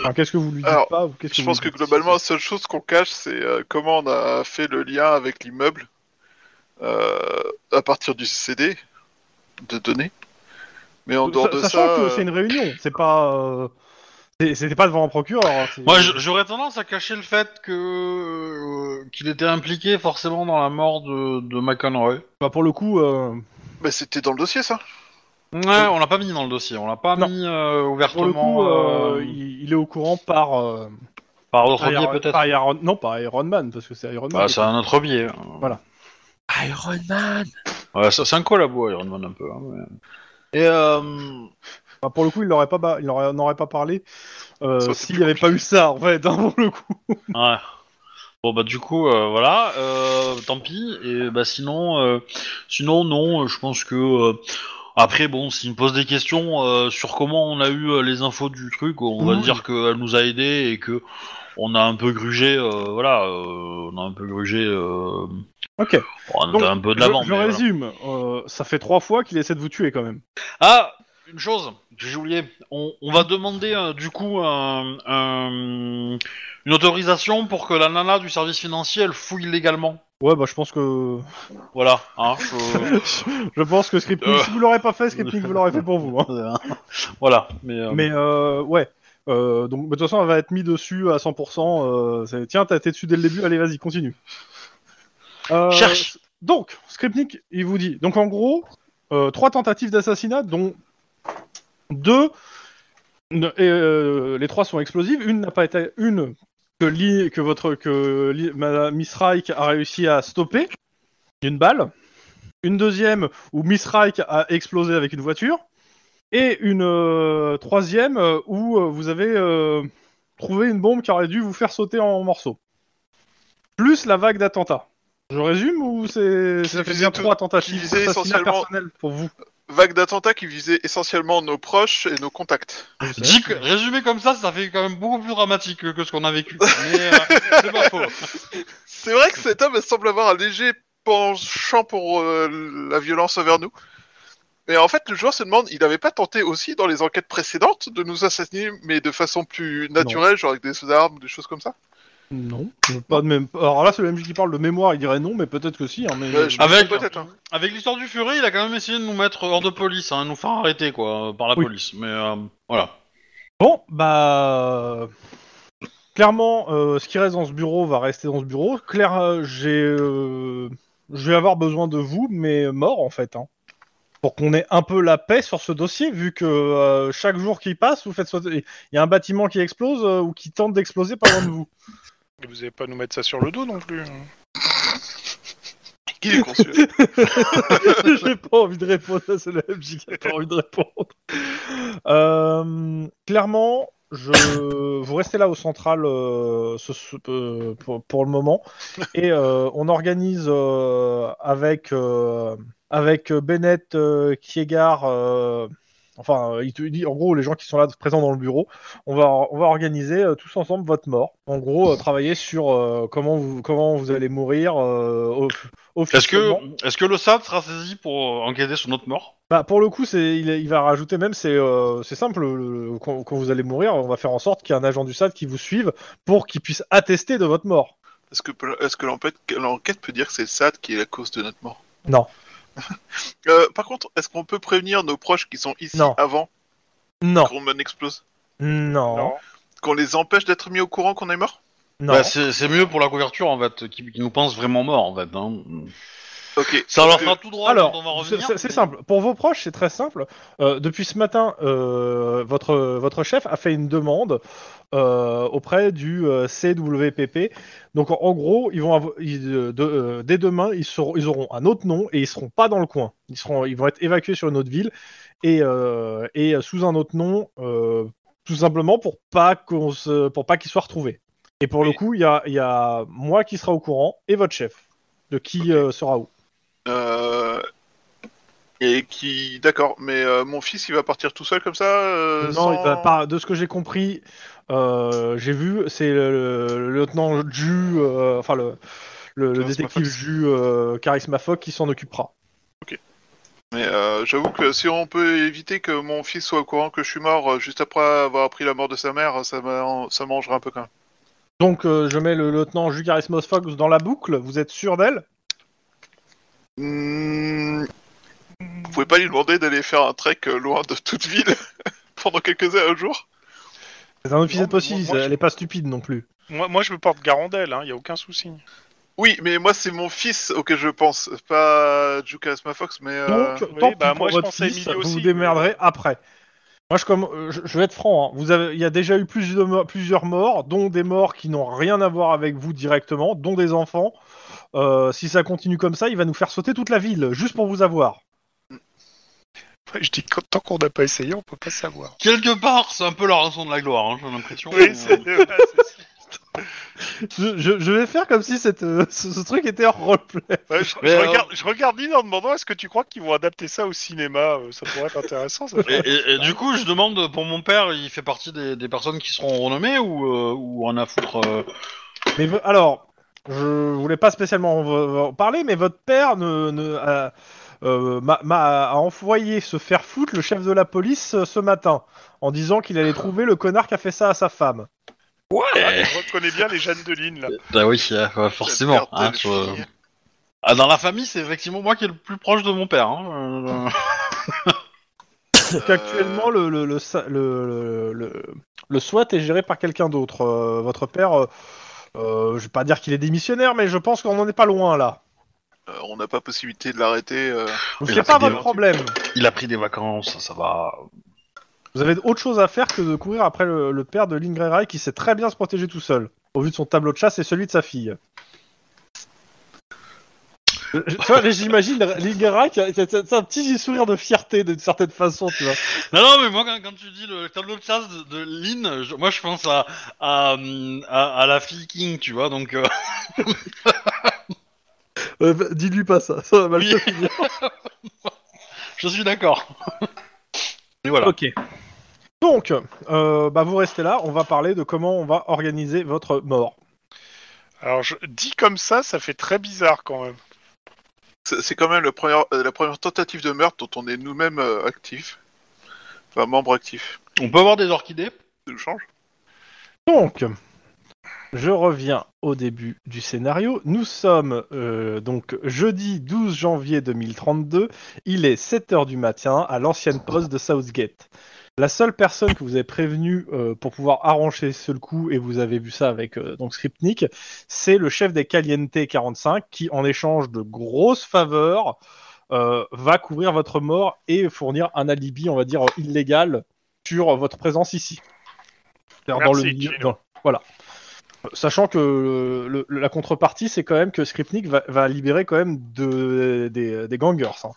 Enfin, qu'est-ce que vous lui dites Alors, pas ou qu'est-ce Je vous pense lui que dites globalement, la seule chose qu'on cache, c'est euh, comment on a fait le lien avec l'immeuble euh, à partir du CD de données. Mais en dehors Sa- de ça, Sachant que euh, c'est une réunion, c'est pas. euh, c'est- C'était pas devant un procureur. hein, c'est- Moi, j- j'aurais tendance à cacher le fait que euh, qu'il était impliqué forcément dans la mort de, de McEnroy. Bah, pour le coup, euh, bah, c'était dans le dossier, ça. Ouais, on l'a pas mis dans le dossier, on l'a pas Non. mis euh, pour le ouvertement. coup, euh, euh, il, il est au courant par. euh, Par d'autres par biais Iron- peut-être. par Iron- Non, par Iron Man, parce que c'est Iron Man. Bah, c'est un autre biais. Iron Man Ouais, ça- c'est un collabo Iron Man un peu. hein, mais- Et euh, Bah, pour le coup, il n'aurait pas, ba- il n'aurait- n'aurait pas parlé euh, Ça aurait été s'il plus n'y avait pas eu ça, en fait, hein, pour le coup. ouais. Bon bah du coup euh, voilà, euh, tant pis. Et bah sinon, euh, sinon non, euh, je pense que euh, après bon, s'il me pose des questions euh, sur comment on a eu euh, les infos du truc, on va Oui. dire qu'elle nous a aidé et que on a un peu grugé, euh, voilà, euh, on a un peu grugé, euh, Ok. on a Donc, un peu je, de l'avant. je mais voilà. résume, euh, ça fait trois fois qu'il essaie de vous tuer quand même. Ah, une chose que j'ai oublié. On, on va demander euh, du coup un- un- une autorisation pour que la nana du service financier elle fouille légalement. Ouais, bah je pense que. Voilà. hein, je- Je pense que Scripting, Euh. si vous l'aurez pas fait, Scripting vous l'aurez fait pour vous. hein. voilà. Mais, euh, Mais euh, ouais. Euh, donc, de toute façon, elle va être mise dessus à 100%. euh, c'est- Tiens, t'as été dessus dès le début, allez, vas-y, continue. Euh, cherche. Donc, Skripnik, il vous dit. Donc, en gros, euh, trois tentatives d'assassinat, dont deux. ne- et, euh, les trois sont explosives. Une n'a pas été. Une que, Li- que votre que Li- Madame Miss Reich a réussi à stopper d'une balle. Une deuxième où Miss Reich a explosé avec une voiture. Et une euh, troisième euh, où euh, vous avez euh, trouvé une bombe qui aurait dû vous faire sauter en morceaux. Plus la vague d'attentats. Je résume ou c'est ça fait visait bien tout- trois qui tentatives visait d'assassinat essentiellement- personnel pour vous Vague d'attentats qui visait essentiellement nos proches et nos contacts. Dit que- résumé comme ça, ça fait quand même beaucoup plus dramatique que, que ce qu'on a vécu. Mais euh, c'est pas faux. C'est vrai que cet homme semble avoir un léger penchant pour euh, la violence envers nous. Mais en fait, le joueur se demande, il n'avait pas tenté aussi dans les enquêtes précédentes de nous assassiner, mais de façon plus naturelle, genre avec des armes, des choses comme ça Non. Pas de même... Alors là, c'est le MJ qui parle de mémoire, il dirait non, mais peut-être que si. hein, mais... Euh, je me Avec- trompe peut-être. hein. Avec l'histoire du Fury, il a quand même essayé de nous mettre hors de police, hein, nous faire arrêter quoi, euh, par la Oui. police. Mais euh, voilà. Bon, bah. Clairement, euh, ce qui reste dans ce bureau va rester dans ce bureau. Claire, euh, j'ai. euh, Je vais avoir besoin de vous, mais mort en fait. hein. Pour qu'on ait un peu la paix sur ce dossier, vu que euh, chaque jour qui passe, vous faites sauter- Il y a un bâtiment qui explose euh, ou qui tente d'exploser par loin de vous. Et vous n'allez pas nous mettre ça sur le dos non plus. Il est con, celui-là. J'ai pas envie de répondre à ce MJ qui a pas envie de répondre. Euh, clairement, je... vous restez là au central euh, ce- ce- euh, pour, pour le moment. Et euh, on organise euh, avec, euh, avec Bennett, euh, Kiegard, euh, Enfin, euh, il te dit, en gros, les gens qui sont là présents dans le bureau, on va, on va organiser euh, tous ensemble votre mort. En gros, euh, travailler sur euh, comment, vous, comment vous allez mourir euh, au- Est-ce officiellement. que, est-ce que le SAD sera saisi pour euh, enquêter sur notre mort Bah, pour le coup, c'est, il, est- il va rajouter même, c'est, euh, c'est simple, le- le- quand, quand vous allez mourir, on va faire en sorte qu'il y ait un agent du SAD qui vous suive pour qu'il puisse attester de votre mort. Est-ce que, est-ce que l'enquête, l'enquête peut dire que c'est le SAD qui est la cause de notre mort Non. Euh, par contre, est-ce qu'on peut prévenir nos proches qui sont ici Non. avant Non, qu'on explose non, non. Non. Qu'on les empêche d'être mis au courant qu'on est mort Bah, c'est, c'est mieux pour la couverture en fait, qui, qui nous pense vraiment mort en fait. hein. Ok. Ça leur que- fera tout droit quand on va Alors, c'est- revenir. c'est c'est simple. Pour vos proches, c'est très simple. Euh, depuis ce matin, euh, votre, votre chef a fait une demande euh, auprès du euh, CWPP. Donc, en, en gros, ils vont avo- ils, euh, de- euh, dès demain, ils, seront- ils auront un autre nom et ils seront pas dans le coin. Ils, seront, ils vont être évacués sur une autre ville et, euh, et sous un autre nom, euh, tout simplement pour pas qu'on se, pour pas qu'ils soient retrouvés. Et pour le Et- coup, il y a, il y a moi qui sera au courant et votre chef de qui Ok. euh, sera où. Euh, Et qui. D'accord, mais euh, mon fils, il va partir tout seul comme ça euh, non, sans- il va pas- de ce que j'ai compris, euh, j'ai vu, c'est le, le lieutenant Ju, euh, enfin le, le- le Charisma détective Fox. Ju euh, Charisma Fox qui s'en occupera. Mais euh, j'avoue que si on peut éviter que mon fils soit au courant que je suis mort euh, juste après avoir appris la mort de sa mère, ça, m'a- ça mangera un peu quand même. Donc euh, je mets le lieutenant Ju Charisma Fox dans la boucle, vous êtes sûr d'elle Hmm, Vous pouvez pas lui demander d'aller faire un trek euh, loin de toute ville pendant quelques heures, un jour C'est un officier Non, de mais police, moi, moi, elle est pas stupide non plus. Moi, moi, je me porte garant d'elle, il n'y a aucun souci. Oui, mais moi c'est mon fils auquel je pense, pas Jukas Fox, mais... euh, Donc, oui, tant pis bah, pour moi, je votre pensais à fils, Emilio vous vous aussi, euh, démerderez après. Moi, je, comme, euh, je, je vais être franc. hein. Vous avez, il y a déjà eu plus de mo- plusieurs morts, dont des morts qui n'ont rien à voir avec vous directement, dont des enfants. Euh, si ça continue comme ça, il va nous faire sauter toute la ville, juste pour vous avoir. Ouais, Je dis que tant qu'on n'a pas essayé, on peut pas savoir. Quelque part, c'est un peu la rançon de la gloire, hein, j'ai l'impression. Oui, c'est- voilà, c'est- Je, je- je vais faire comme si cette, euh, ce, ce truc était hors roleplay. Ouais, je, Mais euh, je alors- regarde, je regarde Lynn en demandant est-ce que tu crois qu'ils vont adapter ça au cinéma euh, Ça pourrait être intéressant. Ça. Et, et- et du coup, je demande pour mon père, il fait partie des, des personnes qui seront renommées ou, euh, ou en a foutre. euh, Mais vo- alors, je voulais pas spécialement en en parler, mais votre père ne, ne- a, euh, m'a- m'a- a envoyé se faire foutre le chef de la police euh, ce matin, en disant qu'il allait trouver le connard qui a fait ça à sa femme. Ah, Ouais je reconnais bien les Jeanne de Lynn là. Bah oui, euh, euh, forcément. Père hein, de je- fille. Ah, dans la famille, c'est effectivement moi qui est le plus proche de mon père. hein, euh, Donc actuellement, le, le, le, sa- le, le- le- le SWAT est géré par quelqu'un d'autre. Euh, votre père, euh, euh, je vais pas dire qu'il est démissionnaire, mais je pense qu'on en est pas loin là. euh, on n'a pas possibilité de l'arrêter. euh. Donc, Il C'est a pas pris des- votre problème. Il a pris des vacances, ça va. Vous avez autre chose à faire que de courir après le, le père de Lynn Grey qui sait très bien se protéger tout seul, au vu de son tableau de chasse et celui de sa fille. Je- je- tu vois, là, j'imagine Lynn Grey qui a, qui a- qui a un petit sourire de fierté d'une certaine façon, tu vois. Non, non, mais moi, quand, quand tu dis le tableau de chasse de, de Lynn, je- moi je pense à, à, hum, à, à la fille King, tu vois, donc. euh, Euh, bah, Dis-lui pas ça, ça va mal Oui. se finir. je suis d'accord. Et voilà. Ok. Donc, euh, bah, vous restez là, on va parler de comment on va organiser votre mort. Alors je dis comme ça, ça fait très bizarre quand même. C'est c'est quand même le premier, euh, la première tentative de meurtre dont on est nous-mêmes euh, actifs. Enfin, membre actif. On peut avoir des orchidées Ça nous change Donc, je reviens au début du scénario. Nous sommes euh, donc jeudi 12 janvier 2032. Il est 7h du matin à l'ancienne poste de Southgate. La seule personne que vous avez prévenue euh, pour pouvoir arranger ce coup, et vous avez vu ça avec euh, donc Scriptnik, c'est le chef des Caliente 45 qui, en échange de grosses faveurs, euh, va couvrir votre mort et fournir un alibi, on va dire, illégal sur votre présence ici. C'est-à-dire Merci, Gino. dans- voilà. Sachant que euh, le- le- la contrepartie, c'est quand même que Skripnik va, va libérer quand même de- des, des gangers. hein.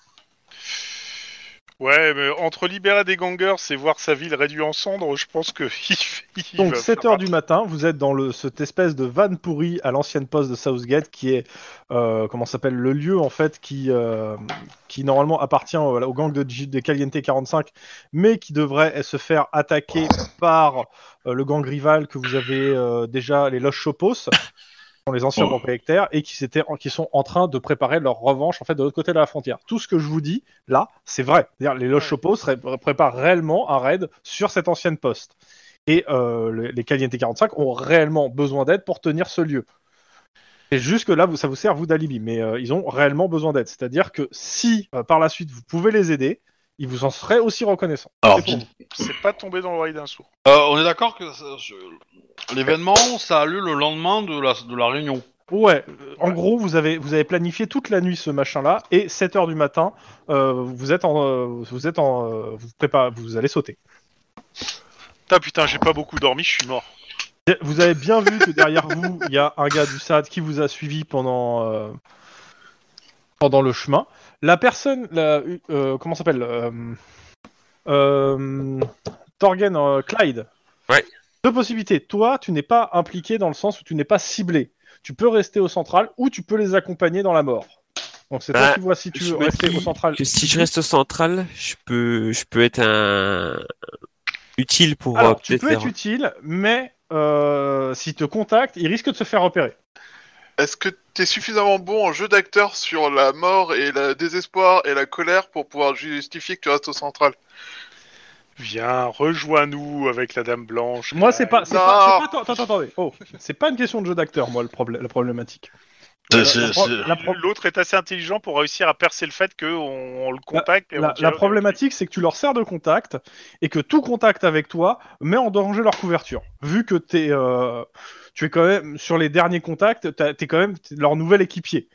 Ouais, mais entre libérer des gangers et voir sa ville réduite en cendres, je pense que il fait- Ils Donc veulent 7 faire heures du matin, vous êtes dans le, cette espèce de van pourri à l'ancienne poste de Southgate qui est euh, comment ça s'appelle le lieu en fait qui euh, qui normalement appartient au, au gang de, G- de Caliente 45 mais qui devrait euh, se faire attaquer par euh, le gang rival que vous avez euh, déjà les Los Chopos qui sont les anciens Ouais. propriétaires et qui, s'étaient- qui sont en train de préparer leur revanche en fait de l'autre côté de la frontière. Tout ce que je vous dis là, c'est vrai. C'est-à-dire, les Los Ouais. Chopos ré- préparent réellement un raid sur cette ancienne poste. Et euh, le- les Caliente 45 ont réellement besoin d'aide pour tenir ce lieu. C'est juste que là, vous- ça vous sert, vous, d'alibi, mais euh, ils ont réellement besoin d'aide. C'est-à-dire que si, euh, par la suite, vous pouvez les aider, ils vous en seraient aussi reconnaissants. Alors, C'est pour- C'est pas tombé dans l'oreille d'un sourd. euh, on est d'accord que ça- je- l'événement, ça a lieu le lendemain de la, de la réunion. Ouais, euh, en gros, vous avez, vous avez planifié toute la nuit ce machin-là, et 7h du matin, euh, vous êtes en... euh, vous êtes en... euh, vous, préparez, vous allez sauter. Putain, putain, j'ai pas beaucoup dormi, je suis mort. Vous avez bien vu que derrière vous, il y a un gars du SAD qui vous a suivi pendant, euh, pendant le chemin. La personne, la, euh, comment s'appelle euh, euh, Torgen euh, Clyde. Ouais. Deux possibilités. Toi, tu n'es pas impliqué dans le sens où tu n'es pas ciblé. Tu peux rester au central ou tu peux les accompagner dans la mort. Donc c'est toi Bah, qui vois si tu je veux me rester dis au central. que si je reste au central, je peux, je peux être un utile pour euh, Alors, tu peut-être peux être faire- utile, mais euh, s'il te contacte, il risque de se faire repérer. Est-ce que t'es suffisamment bon en jeu d'acteur sur la mort et le désespoir et la colère pour pouvoir justifier que tu restes au central Viens, rejoins-nous avec la dame blanche. Moi, c'est pas, c'est Non. pas, c'est pas- attends, attends, attendez. Oh, c'est pas une question de jeu d'acteur, moi, le problème, la problématique. Euh, C'est- La- c'est- la pro- c'est- la pro- Euh, L'autre est assez intelligent pour réussir à percer le fait qu'on on le contacte. et on la- dirait- la problématique, c'est que tu leur sers de contact et que tout contact avec toi met en danger leur couverture. Vu que t'es, euh, tu es quand même sur les derniers contacts, t'as- t'es quand même t'es leur nouvel équipier.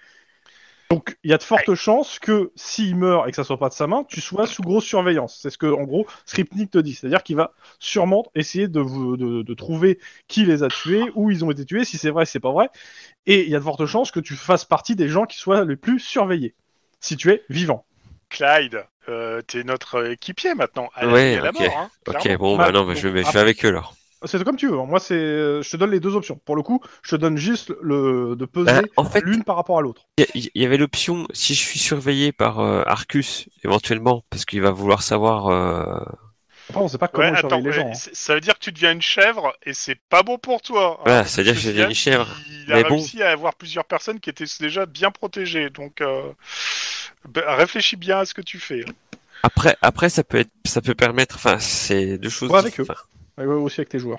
Donc, il y a de fortes chances que s'il meurt et que ça soit pas de sa main, tu sois sous grosse surveillance. C'est ce que, en gros, Sripnik te dit. C'est-à-dire qu'il va sûrement essayer de, vous- de, de trouver qui les a tués, où ils ont été tués, si c'est vrai, si c'est pas vrai. Et il y a de fortes chances que tu fasses partie des gens qui soient les plus surveillés, si tu es vivant. Clyde, euh, t'es notre équipier maintenant. Allez, Ouais, à la ok. mort, hein, Ok, clairement. bon, Bah, bah non, bah, je, donc, vais, je après- vais avec eux alors. C'est comme tu veux. hein. Moi, c'est, euh, je te donne les deux options. Pour le coup, je te donne juste le de peser Bah, en fait, l'une par rapport à l'autre. Il y, il y avait l'option, si je suis surveillé par euh, Arcus, éventuellement, parce qu'il va vouloir savoir... euh, Après, on sait pas Ouais, comment attends, surveiller les gens. mais hein. c'est- ça veut dire que tu deviens une chèvre et c'est pas bon pour toi. hein. Voilà, c'est-à-dire que Parce je deviens une Yann, chèvre. Il a Mais bon. réussi à avoir plusieurs personnes qui étaient déjà bien protégées, donc euh, bah, réfléchis bien à ce que tu fais. Après, après, ça peut être, ça peut permettre... Enfin, c'est deux choses... Ouais, avec eux. enfin, hein. Et ouais, aussi avec tes joueurs,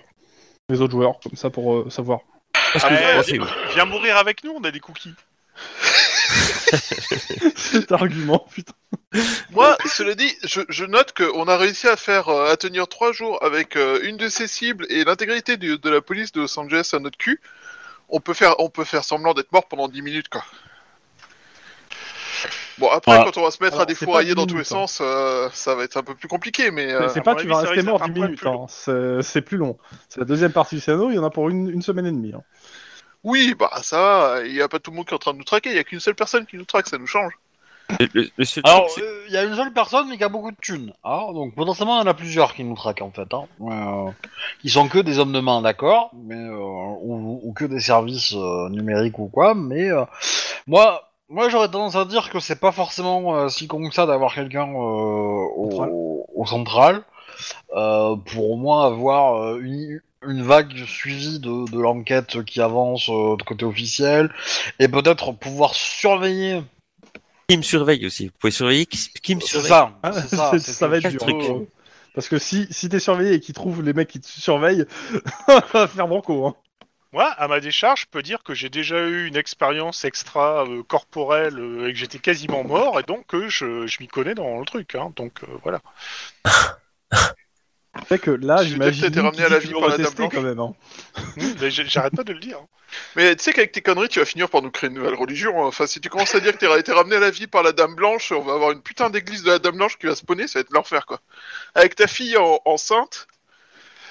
les autres joueurs, comme ça pour euh, savoir. parce que- Ouais, viens, moi, c'est- viens mourir avec nous, on a des cookies. Cet argument, putain. Moi, cela dit, je, je note qu'on a réussi à faire euh, à tenir trois jours avec euh, une de ses cibles et l'intégrité du- de la police de Los Angeles à notre cul. On peut faire, on peut faire semblant d'être mort pendant 10 minutes, quoi. Bon, après, Voilà. quand on va se mettre Alors, à c'est pas défourailler 10 dans tous les minutes, hein. sens, euh, ça va être un peu plus compliqué, mais. euh, c'est à pas mon tu avis, vas ça rester risque mort d'être 10 un poil minutes. plus long. hein. C'est c'est plus long. C'est la deuxième partie du scénario. Il y en a pour une, une semaine et demie. hein. Oui, bah ça va, il n'y a pas tout le monde qui est en train de nous traquer, il n'y a qu'une seule personne qui nous traque, ça nous change. le- le- le seul Alors, euh, truc, il y a une seule personne, mais qui a beaucoup de thunes. Ah, donc, potentiellement, il y en a plusieurs qui nous traquent, en fait. Hein. Euh, ils sont que des hommes de main, d'accord, mais euh, ou, ou que des services euh, numériques ou quoi. Mais euh, moi, moi j'aurais tendance à dire que c'est pas forcément euh, si con que ça d'avoir quelqu'un euh, Central. au, au central euh, pour au moins avoir euh, une, une vague suivie de, de l'enquête qui avance euh, de côté officiel et peut-être pouvoir surveiller c'est qui me surveille aussi. Vous pouvez surveiller qui, qui me c'est surveille. ça, Ah, c'est ça, c'est- c'est ça va être quel dur. truc hein. Parce que si, si t'es surveillé et qu'ils trouvent les mecs qui te surveillent, ça va faire banco. Hein. Moi, à ma décharge, je peux dire que j'ai déjà eu une expérience extra euh, corporelle euh, et que j'étais quasiment mort, et donc euh, je, je m'y connais dans le truc. hein, donc euh, voilà. C'est que là, Je suis j'imagine. peut-être été ramené à la vie qu'ils vont par la dame retester blanche. quand même. hein. Hmm. Mmh, mais j'ai- J'arrête pas de le dire. hein. Mais tu sais qu'avec tes conneries, tu vas finir par nous créer une nouvelle religion. hein. Enfin, si tu commences à dire que t'as été ramené à la vie par la Dame Blanche, on va avoir une putain d'église de la Dame Blanche qui va se spawner, ça va être l'enfer, quoi. Avec ta fille en- enceinte,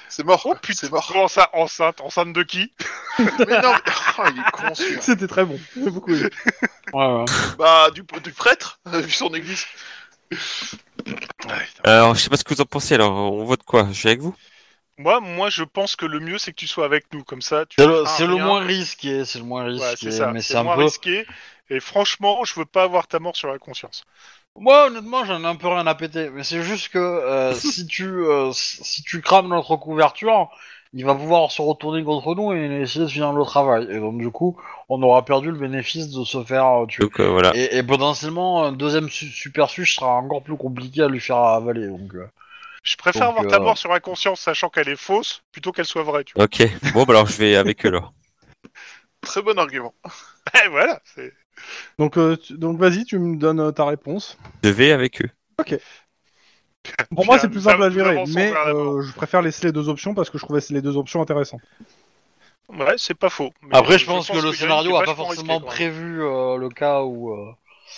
c'est mort, Oh quoi. putain, c'est mort. comment ça, enceinte Enceinte de qui mais non, mais... Oh, il est con, celui-là. C'était très bon. J'ai beaucoup aimé. Bah, du, du prêtre, euh, vu son église. Euh, Alors, je sais pas ce que vous en pensez. Alors, on vote quoi Je suis avec vous Moi, moi, je pense que le mieux, c'est que tu sois avec nous, comme ça. tu C'est le, crains c'est le rien. moins risqué, c'est le moins risqué, Ah, Ouais, c'est ça. mais C'est c'est le un moins peu. risqué. Et franchement, je veux pas avoir ta mort sur la conscience. Moi, honnêtement, j'en ai un peu rien à péter, mais c'est juste que euh, si tu euh, si si tu crames notre couverture, il va pouvoir se retourner contre nous et essayer de finir le travail. Et donc du coup, on aura perdu le bénéfice de se faire euh, tuer. Donc euh, voilà. Et, et potentiellement, un deuxième su- super suche sera encore plus compliqué à lui faire avaler. Donc, euh. Je préfère Donc, avoir ta euh, mort sur la conscience, sachant qu'elle est fausse, plutôt qu'elle soit vraie. Tu vois. Ok. Bon, bah alors je vais avec eux là. Très bon argument. Eh, voilà. c'est- Donc, euh, tu- donc vas-y, tu me donnes euh, ta réponse. Je vais avec eux. Pour moi, Bien, c'est plus nous simple à av- nous gérer, avançons mais vers la mort. euh, je préfère laisser les deux options parce que je trouvais les deux options intéressantes. Ouais, c'est pas faux. Mais Après, je pense, que le Yannick scénario est a pas vachement forcément risqué, quand même. prévu euh, le cas où. euh,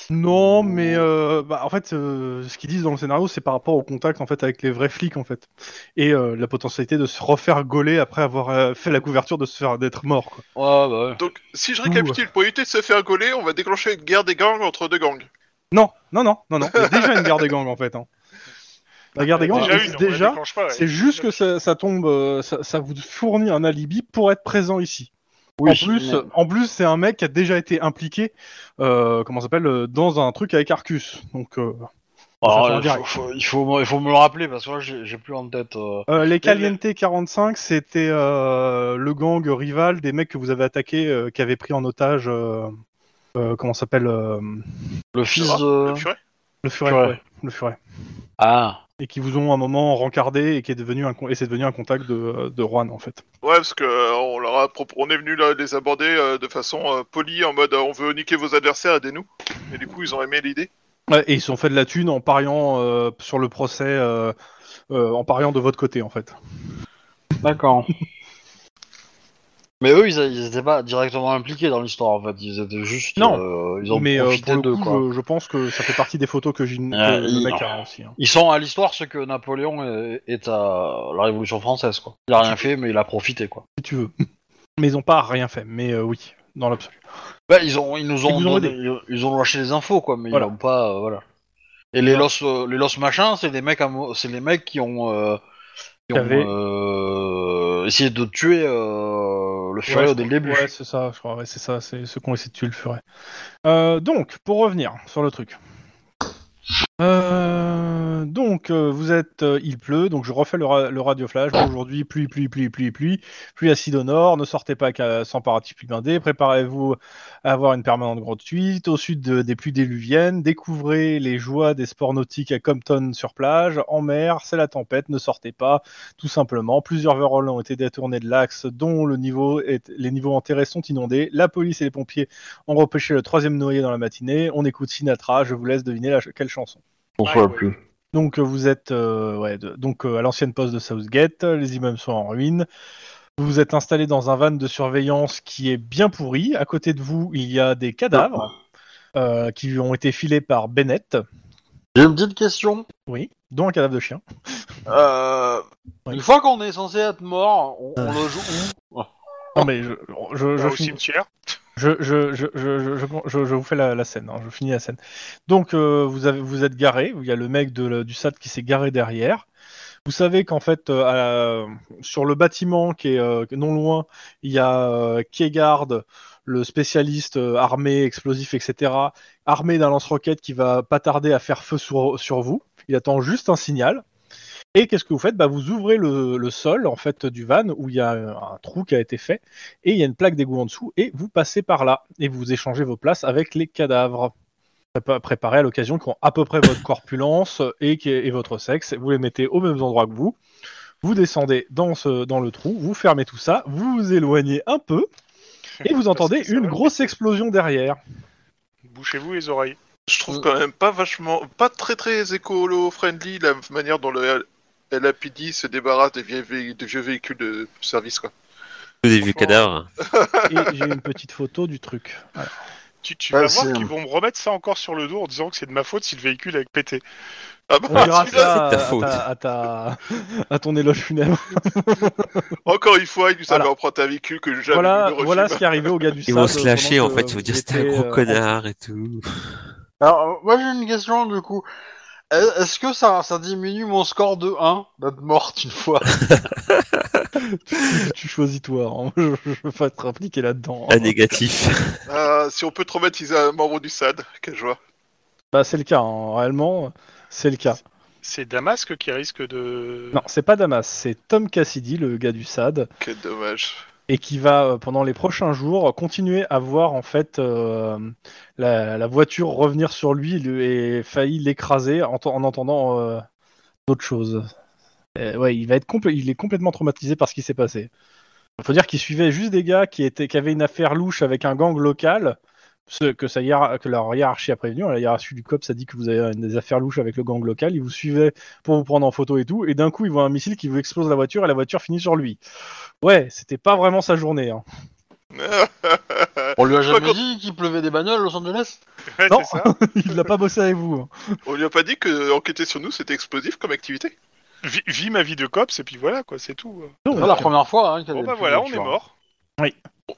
Non, Oh. mais euh, bah, en fait, euh, ce qu'ils disent dans le scénario, c'est par rapport au contact en fait avec les vrais flics en fait, et euh, la potentialité de se refaire gauler après avoir euh, fait la couverture de se faire d'être mort. Quoi. Ouais, bah ouais. Donc, si je récapitule, pour éviter de se faire gauler, on va déclencher une guerre des gangs entre deux gangs. Non, non, non, non, non. Il y a déjà une guerre des gangs en fait. Hein. La guerre des gangs Bah, Déjà, existe une, on la déjà. déclenche pas, ouais. C'est juste que ça, ça tombe, euh, ça, ça vous fournit un alibi pour être présent ici. Oui, en plus, mais- en plus, c'est un mec qui a déjà été impliqué, euh, comment ça s'appelle, euh, dans un truc avec Arcus. Donc euh, ça Alors, change Bah, il, faut, direct. faut- il, faut, me- il faut me le rappeler parce que moi j'ai j'ai plus en tête. euh. Euh, les Caliente 45, c'était euh, le gang rival des mecs que vous avez attaqués, euh, qui avaient pris en otage, euh, euh, comment ça s'appelle, euh, Le fils Ah, de. le furet le furet, Furet. ouais, le furet, Ah. et qui vous ont un moment rencardé et qui est devenu un, con- et c'est devenu un contact de, euh, de Juan en fait. Ouais, parce que euh, on leur a prop- on est venu là, les aborder euh, de façon euh, polie, en mode euh, on veut niquer vos adversaires, aidez-nous. Et du coup, ils ont aimé l'idée. Ouais, et ils se sont fait de la thune en pariant euh, sur le procès, euh, euh, en pariant de votre côté en fait. D'accord. Mais eux, ils, a- ils étaient pas directement impliqués dans l'histoire en fait. Ils étaient juste. Non. euh, ils ont Mais euh, profité pour le d'eux coup, quoi. je, je pense que ça fait partie des photos que, j'ai- que Euh, le il- mec a aussi. hein. Ils sont à l'histoire ce que Napoléon est, est à la Révolution française quoi. Il a rien fait mais il a profité quoi. si tu veux. Mais ils ont pas rien fait, mais euh, oui, dans l'absolu. Bah, ils ont, ils nous Ils ont, vous ont donné- ils, ils ont lâché les infos quoi, mais Voilà. ils n'ont pas, euh, voilà. Et les los, euh, les los machins, c'est des mecs, à mo- c'est les mecs qui ont, euh, qui ont Avait- euh, essayé de tuer euh, le Ouais, Furio je dès le crois- début. Ouais, c'est ça, je crois. ouais, c'est ça, c'est ce qu'on essaie de tuer le furet. Euh, donc, pour revenir sur le truc. Euh, donc, euh, vous êtes. euh, il pleut, donc je refais le, ra- le radio flash. Bon, Aujourd'hui, pluie, pluie, pluie, pluie, pluie. Pluie acide au nord. Ne sortez pas qu'à- sans parapluie blindé. Préparez-vous à avoir une permanente gratuite. Au sud de- des pluies déluviennes. Découvrez les joies des sports nautiques à Compton sur plage. En mer, c'est la tempête. Ne sortez pas tout simplement. Plusieurs verrolles ont été détournés de l'axe, dont le niveau est- les niveaux enterrés sont inondés. La police et les pompiers ont repêché le troisième noyé dans la matinée. On écoute Sinatra, je vous laisse deviner la... ch- quelle chanson. On soit plus. Donc euh, vous êtes euh, ouais, de- donc euh, à l'ancienne poste de Southgate, les immeubles sont en ruine. Vous vous êtes installé dans un van de surveillance qui est bien pourri. À côté de vous, il y a des cadavres euh, qui ont été filés par Bennett, J'ai une petite question. oui, dont un cadavre de chien. Euh, Ouais. Une fois qu'on est censé être mort, on, on le joue où Non mais je, je, je, Bah, au finis- cimetière. Je, je, je, je, je, je- je- je vous fais la, la scène, hein, je finis la scène. Donc euh, vous, avez, vous êtes garé, il y a le mec de la- du SAT qui s'est garé derrière. Vous savez qu'en fait, euh, à la- sur le bâtiment qui est euh, non loin, il y a euh, Kiegard, le spécialiste euh, armé, explosif, etc., armé d'un lance-roquette qui va pas tarder à faire feu sur, sur vous. Il attend juste un signal. Et qu'est-ce que vous faites bah, Vous ouvrez le, le sol en fait du van où il y a un trou qui a été fait et il y a une plaque d'égout en dessous, et vous passez par là, et vous échangez vos places avec les cadavres. Prépa- Préparés à l'occasion qui ont à peu près votre corpulence et, qui est- et votre sexe, vous les mettez au même endroit que vous, vous descendez dans, ce, dans le trou, vous fermez tout ça, vous vous éloignez un peu, et vous entendez Parce que ça une va. grosse explosion derrière. Bouchez-vous les oreilles. Je Mm. trouve quand même pas vachement, pas très très écolo-friendly la manière dont le LAPD se débarrasse des, vieilles vé- des vieux véhicules de service, quoi. Vous avez vu cadavre Et j'ai une petite photo du truc. Voilà. Tu, tu Ah, vas c'est- voir qu'ils vont me remettre ça encore sur le dos en disant que c'est de ma faute si le véhicule avait pété. Ah bah, On verra celui-là, ça à, c'est ta faute. ta- à ta- à ton éloge funèbre. encore une fois, ils nous Voilà. avaient emprunté un véhicule que j'ai jamais Voilà, vu de refus. voilà ce qui est arrivé au gars du Ils sable vont se lâcher pendant que euh, euh, en fait. Ils vont vous dire c'était étiez, un gros euh, en connard et tout. Alors, euh, moi j'ai une question du coup. Est- Est-ce que ça, ça diminue mon score de 1 d'être morte une fois tu choisis toi. hein. Je, je vais pas être impliqué là-dedans. hein. Un négatif. euh, Ah, si on peut traumatiser un membre du SAD, quelle joie. Bah, c'est le cas. hein. Réellement, c'est le cas. C'est Damasque qui risque de. Non, c'est pas Damas. C'est Tom Cassidy, le gars du SAD, Quel dommage. et qui va euh, pendant les prochains jours continuer à voir en fait euh, la, la voiture revenir sur lui le- et failli l'écraser en, t- en entendant euh, d'autres choses. Euh, ouais, il va être complè- il est complètement traumatisé par ce qui s'est passé. Faut dire qu'il suivait juste des gars qui étaient qui avaient une affaire louche avec un gang local. Ce que, sa hiérar- que leur hiérarchie a prévenu, la hiérarchie du COPS a dit que vous avez une des affaires louches avec le gang local, ils vous suivaient pour vous prendre en photo et tout, et d'un coup ils voient un missile qui vous explose la voiture et la voiture finit sur lui. Ouais, c'était pas vraiment sa journée. hein. On lui a Toi, jamais dit qu'il pleuvait des bagnoles à Los Angeles Ouais, Non. c'est ça. il n'a pas bossé avec vous. hein. on lui a pas dit que enquêter sur nous c'était explosif comme activité Vis, vis ma vie de cops et puis voilà quoi, c'est tout. Donc, C'est pas la première fois. Hein, qu'il y a Bon des bah petites voilà, on est voitures. mort.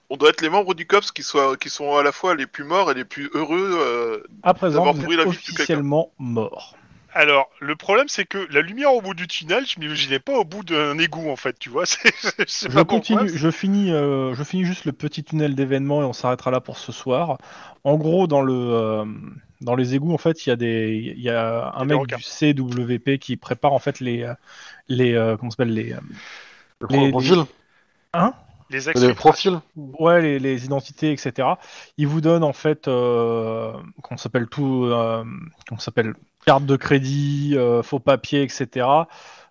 On doit être les membres du COPS qui, soient, qui sont à la fois les plus morts et les plus heureux. euh, à présent, D'avoir vous pourri êtes la vie de quelqu'un. officiellement mort. Alors le problème c'est que la lumière au bout du tunnel, je m'imaginais pas au bout d'un égout en fait, tu vois. C'est, c'est- c'est Je pas pourquoi, continue, c'est- je finis, euh, je finis juste le petit tunnel d'événements et on s'arrêtera là pour ce soir. En gros, dans le euh, dans les égouts, en fait, il y a des, il y a un des mec requins. du CWP qui prépare en fait les euh, les euh, comment ça s'appelle les euh, Le Les- profil. Les Le accès. profil. ouais les, les identités etc. Il vous donne en fait euh, comment ça s'appelle tout euh, comment ça s'appelle carte de crédit, euh, faux papiers etc.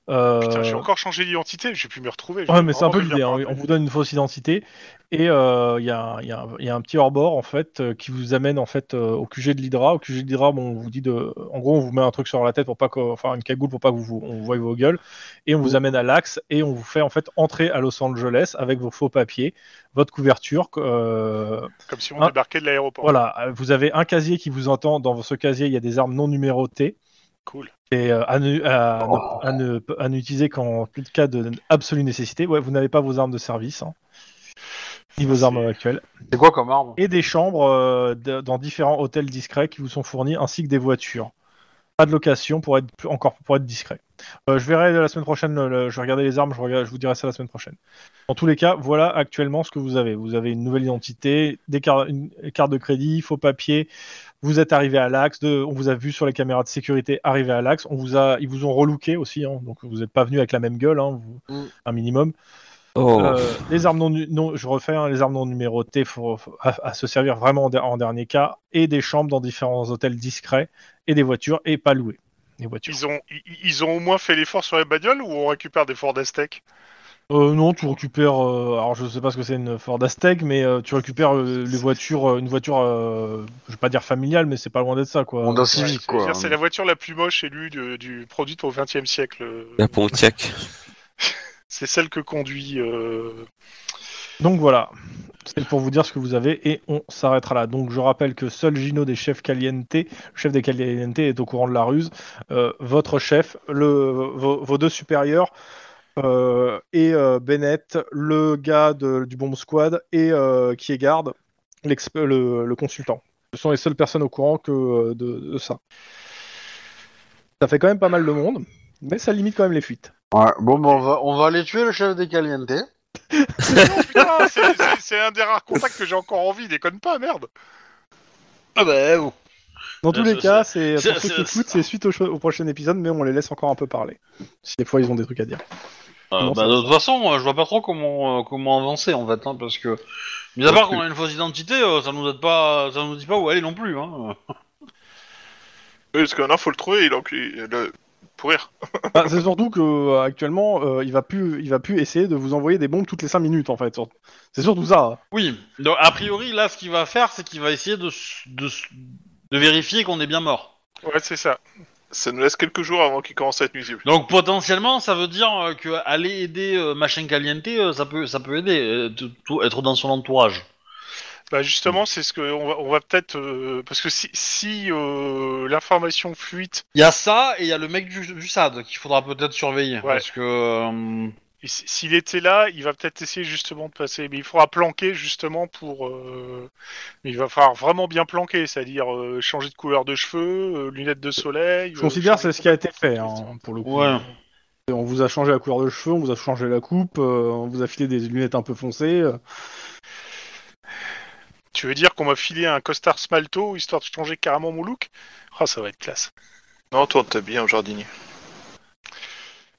Euh, Putain, j'ai encore changé d'identité, j'ai pu me retrouver. je Ouais, vais mais c'est un peu vraiment l'idée. devenir hein. On vous donne une fausse identité et euh, il y, a un- il y a un- il y a un petit hors-bord en fait euh, qui vous amène en fait euh, au QG de l'Hydra. Au QG de l'Hydra, bon, on vous dit de, en gros, on vous met un truc sur la tête pour pas que, enfin, une cagoule pour pas que vous, on voie vos gueules et on vous amène à l'axe et on vous fait en fait entrer à Los Angeles avec vos faux papiers, votre couverture, euh, Comme si on Ah. débarquait de l'aéroport. voilà, euh, vous avez un casier qui vous entend. Dans ce casier, il y a des armes non numérotées. Cool. Et euh, à, ne- à ne- à ne- à n'utiliser qu'en plus de cas de absolue nécessité. Ouais, vous n'avez pas vos armes de service, hein, ni vos armes actuelles. C'est quoi comme arme Et des chambres euh, de- dans différents hôtels discrets qui vous sont fournis, ainsi que des voitures. Pas de location pour être plus- encore pour être discret. Euh, je verrai la semaine prochaine. le- le- je vais regarder les armes. Je, regarde- je vous dirai ça la semaine prochaine. Dans tous les cas, voilà actuellement ce que vous avez. Vous avez une nouvelle identité, des car- une carte de crédit, faux papier. Vous êtes arrivé à l'axe. de- On vous a vu sur les caméras de sécurité arrivé à l'axe. On vous a, ils vous ont relooké aussi. hein, donc vous n'êtes pas venu avec la même gueule, hein, vous- Mm. un minimum. Oh. Euh, les armes non, nu- non- je refais hein, les armes non numérotées faut, faut- à, à se servir vraiment en, der- en dernier cas et des chambres dans différents hôtels discrets et des voitures et pas louées. Les voitures. Ils ont, i- i- ils ont au moins fait l'effort sur les bagnoles ou on récupère des Ford Aztec Euh, non, tu récupères. euh, alors, je sais pas ce que c'est une Ford Aztec, mais euh, tu récupères euh, les voitures, euh, une voiture, euh, je vais pas dire familiale, mais c'est pas loin d'être ça, quoi. Honda Ouais, Civic, c'est- quoi. c'est-à-dire, C'est la voiture la plus moche élue du, du produite au XXe siècle. La Pontiac. C'est celle que conduit. euh, Donc voilà, c'est pour vous dire ce que vous avez et on s'arrêtera là. Donc je rappelle que seul Gino des chefs Caliente, le chef des Caliente est au courant de la ruse. Euh, votre chef, le, vos, vos deux supérieurs euh, et euh, Bennett, le gars de- du bomb squad et euh, qui est garde, l'exp- le, le consultant. Ce sont les seules personnes au courant que euh, de, de ça. Ça fait quand même pas mal de monde, mais ça limite quand même les fuites. Ouais, bon, bah, on, va, on va aller tuer le chef des Caliente. Non, putain, c'est- c'est- c'est un des rares contacts que j'ai encore envie, déconne pas, merde Ah bah, Dans tous Euh, les ça, cas, c'est pour ça, ceux qui ça, écoutent, ça. c'est suite au, cho- au prochain épisode, mais on les laisse encore un peu parler. Si des fois ils ont des trucs à dire. Comment ça bah, de toute façon, euh, je vois pas trop comment, euh, comment avancer en fait, hein, parce que, mis à part qu'on a une fausse identité, euh, ça nous aide pas, ça nous dit pas où aller non plus. Hein. Oui, parce qu'un faut le trouver, il en... il- le- pour rire. Bah, c'est surtout que euh, actuellement, euh, il va plus, il va plus essayer de vous envoyer des bombes toutes les 5 minutes en fait. sur- C'est surtout ça. Oui, donc a priori, là, ce qu'il va faire, c'est qu'il va essayer de, s- de, s- de vérifier qu'on est bien mort. Ouais, c'est ça. Ça nous laisse quelques jours avant qu'il commence à être nuisible. Donc potentiellement, ça veut dire euh, que aller aider euh, Machin Caliente, euh, ça peut, ça peut aider, euh, tout- tout- être dans son entourage. Bah justement, c'est ce que on va, on va peut-être euh, parce que si, si euh, l'information fuite, Il y a ça et il y a le mec du, du SAD qu'il faudra peut-être surveiller. Ouais. Parce que. euh, Et s- S'il était là, il va peut-être essayer justement de passer, mais il faudra planquer justement pour. euh, mais il va falloir vraiment bien planquer, c'est-à-dire euh, changer de couleur de cheveux, euh, lunettes de soleil. euh, Je considère que changer c'est ce qui a été fait, hein, pour le coup. Ouais. Et On vous a changé la couleur de cheveux, on vous a changé la coupe, euh, on vous a filé des lunettes un peu foncées. euh. Tu veux dire qu'on m'a filé un costard smalto histoire de changer carrément mon look Ah, ça va être classe. Non, toi, t'as bien un jardinier.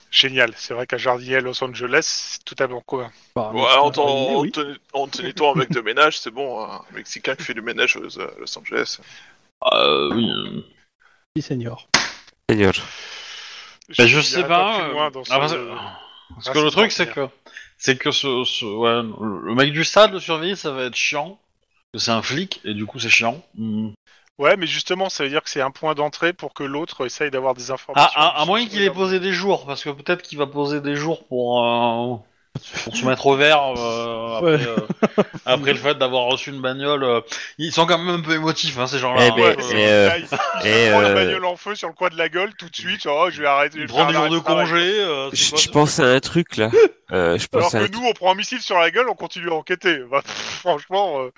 Génial. C'est vrai qu'à Jardinier à Los Angeles, c'est totalement quoi. Bah, Ouais, en, c'est terminé, t'en- en oui. te- en te nettoyant un mec de ménage, c'est bon, un Mexicain qui fait du ménage aux- à Los Angeles. Ah, Euh, oui, euh, Oui, seigneur. Seigneur. bah, je sais n'irai pas. plus euh, loin dans ce- ah, parce- parce Ah, que le truc, c'est que, c'est que ce, ce- ouais, le le mec du stade, le surveiller, ça va être chiant. parce que C'est un flic et du coup c'est chiant. Mm. Ouais, mais justement, ça veut dire que c'est un point d'entrée pour que l'autre essaye d'avoir des informations. Ah, à, à moins qu'il ait posé des jours, parce que peut-être qu'il va poser des jours pour, euh, pour se mettre au vert euh, après, Ouais. euh, après le fait d'avoir reçu une bagnole. euh. Ils sont quand même un peu émotifs, hein, ces gens-là. Eh hein. Ouais, ben, Euh, c'est- mais, euh, là, il- il et, prend Oh, la euh, bagnole en feu sur le coin de la gueule tout de suite. genre, oh, je vais arrêter. je vais Ils prennent des faire jours de un arrêt travail. congé. euh, c'est Je pas- je pense à un truc là. Euh, je Alors pense à un que nous, on prend un missile sur la gueule, on continue à enquêter. Bah, pff, franchement, euh,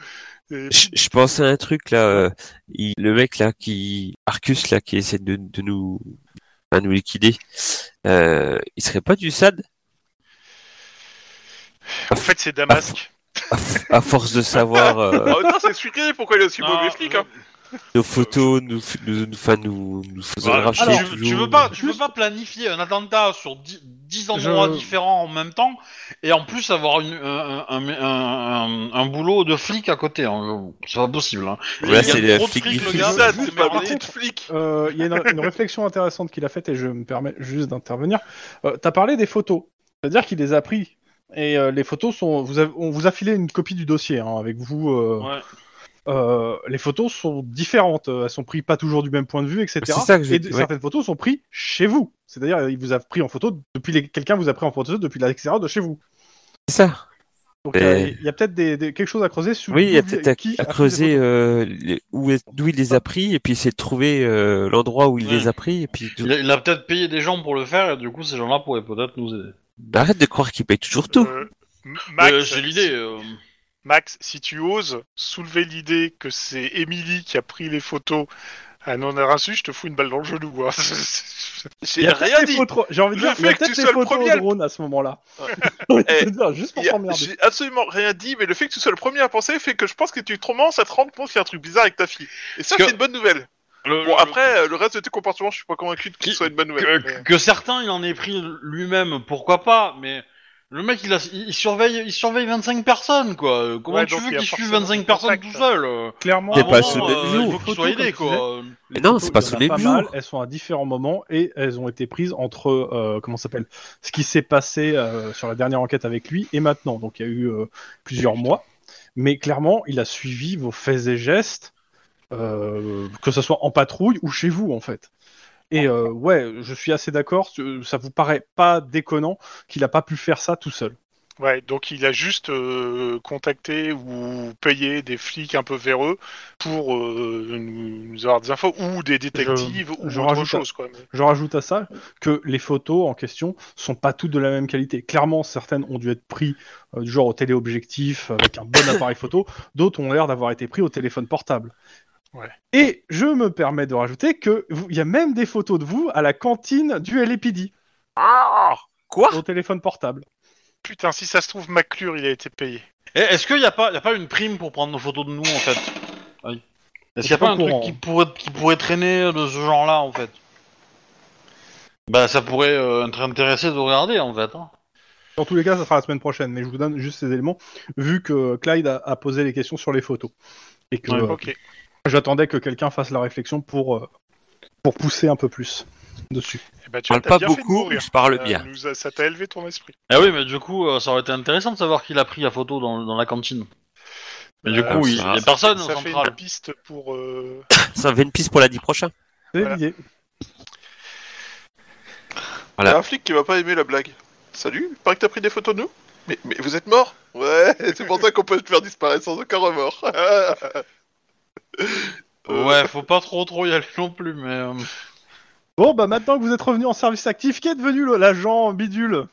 et- Je, je pense à un truc là, euh, il- le mec là qui, Arcus là, qui essaie de, de nous, à nous liquider, euh, il serait pas du SAD en fait, c'est Damasque. à, f- à force de savoir euh, En même temps, Ah, c'est expliqué pourquoi il est aussi Non, mauvais flic. Hein. nos photos, nous, f- nous, nous, enfin, nous, nous Voilà, tu, photographier Bah, tu toujours. veux pas, tu veux pas planifier un attentat sur 10, endroits Je- différents en même temps et en plus avoir une, un, un- un- un- un boulot de flic à côté. hein. C'est pas possible. hein. Voilà, Il y a trop c'est de les flics flics, du le flic. gars. Ça, c'est pas Merde. parti de flic. Euh, Il y a une, une réflexion intéressante qu'il a faite et je me permets juste d'intervenir. Euh, T'as parlé des photos, c'est-à-dire qu'il les a pris et euh, les photos sont. Vous avez- on vous a filé une copie du dossier hein, avec vous. euh, Ouais. euh, les photos sont différentes, euh, elles sont prises pas toujours du même point de vue, etc. C'est ça que je- et d- ouais. certaines photos sont prises chez vous, c'est-à-dire euh, il vous a pris en photo depuis les- quelqu'un vous a pris en photo depuis l'extérieur de chez vous. C'est ça. Donc euh, Et- il y a peut-être des, des- quelque chose à creuser sur. Oui, il y a d'où- peut-être à, qui à a pris creuser les photos. euh, les- où, est- d'où il les a pris et puis essayer de trouver euh, l'endroit où il Ouais. les a pris et puis Il a, il a peut-être payé des gens pour le faire et du coup ces gens-là pourraient peut-être nous aider. bah, arrête de croire qu'il paye toujours tout. Euh, M- Max, Euh, J'ai l'idée. euh. Max, si tu oses soulever l'idée que c'est Émilie qui a pris les photos à non insu, je te fous une balle dans le genou. hein. Il y J'ai a peut-être rien des dit. photos- J'ai envie de Le dire, il y a fait que peut-être tu des sois le photos premier à au le- drôme à ce moment-là. J'ai envie de te Eh, dire, juste pour Il y a- t'emmerder. J'ai absolument rien dit, mais le fait que tu sois le premier à penser fait que je pense que tu commences à te rendre compte qu'il y a un truc bizarre avec ta fille. Et ça, Que- c'est une bonne nouvelle. Le- Bon, le- après, euh, le reste de tes comportements, je suis pas convaincu de que Qui- ce soit une bonne que, euh, nouvelle. que certains il en ait pris lui-même, pourquoi pas, mais le mec il, a, il, surveille, il surveille 25 personnes quoi. Euh, Comment Ouais, tu donc veux il y a qu'il suive forcément 25 des personnes contacts. tout seul euh Clairement, C'est À un pas moment, sous les euh, jours. Il faut qu'il soit aidé quoi. Les non, photos, c'est pas il y en sous a les jours. mal, elles sont à différents moments et elles ont été prises entre euh, comment ça s'appelle ce qui s'est passé euh, sur la dernière enquête avec lui et maintenant. Donc il y a eu euh, plusieurs mois, mais clairement il a suivi vos faits et gestes, euh, que ce soit en patrouille ou chez vous en fait. Et euh, ouais, je suis assez d'accord. euh, Ça vous paraît pas déconnant qu'il a pas pu faire ça tout seul. Ouais, donc il a juste euh, contacté ou payé des flics un peu véreux pour euh, nous, nous avoir des infos ou des détectives ou je autre rajoute chose. Quoi. mais- Je rajoute à ça que les photos en question sont pas toutes de la même qualité. Clairement, certaines ont dû être prises euh, du genre au téléobjectif avec un bon appareil photo, d'autres ont l'air d'avoir été prises au téléphone portable. Ouais. Et je me permets de rajouter que vous- il y a même des photos de vous à la cantine du LAPD Ah Quoi au téléphone portable. Putain, si ça se trouve, McClure, il a été payé. Et Eh, Est-ce qu'il n'y a, pas- il y a pas une prime pour prendre nos photos de nous en fait Oui. Est-ce qu'il n'y suis a pas pas un au courant. truc qui pourrait, qui pourrait traîner de ce genre là en fait Bah ça pourrait euh, être intéressé de regarder en fait. hein. Dans tous les cas, ça sera la semaine prochaine, mais je vous donne juste ces éléments vu que Clyde a, a posé les questions sur les photos et que Ouais, euh, Ok. Eh j'attendais que quelqu'un fasse la réflexion pour euh, pour pousser un peu plus dessus. Eh ben, Je tu parle as pas bien fait de beaucoup, mourir. Euh, je parle Ça bien. nous a- ça t'a élevé ton esprit. Ah oui, mais du coup, euh, ça aurait été intéressant de savoir qui l'a pris la photo dans, dans la cantine. Mais du Euh, coup, il ça- n'y a personne en ça fait centrale. une piste pour. euh, Ça fait une piste pour lundi prochain. C'est Voilà. l'idée. Il y a Voilà. un flic qui va pas aimer la blague. Salut, il paraît que t'as pris des photos de nous mais, mais vous êtes mort Ouais, c'est pour ça qu'on peut te faire disparaître sans aucun remords. Euh, Ouais, faut pas trop trop y aller non plus, mais... euh, Bon, bah maintenant que vous êtes revenu en service actif, qui est devenu le- l'agent bidule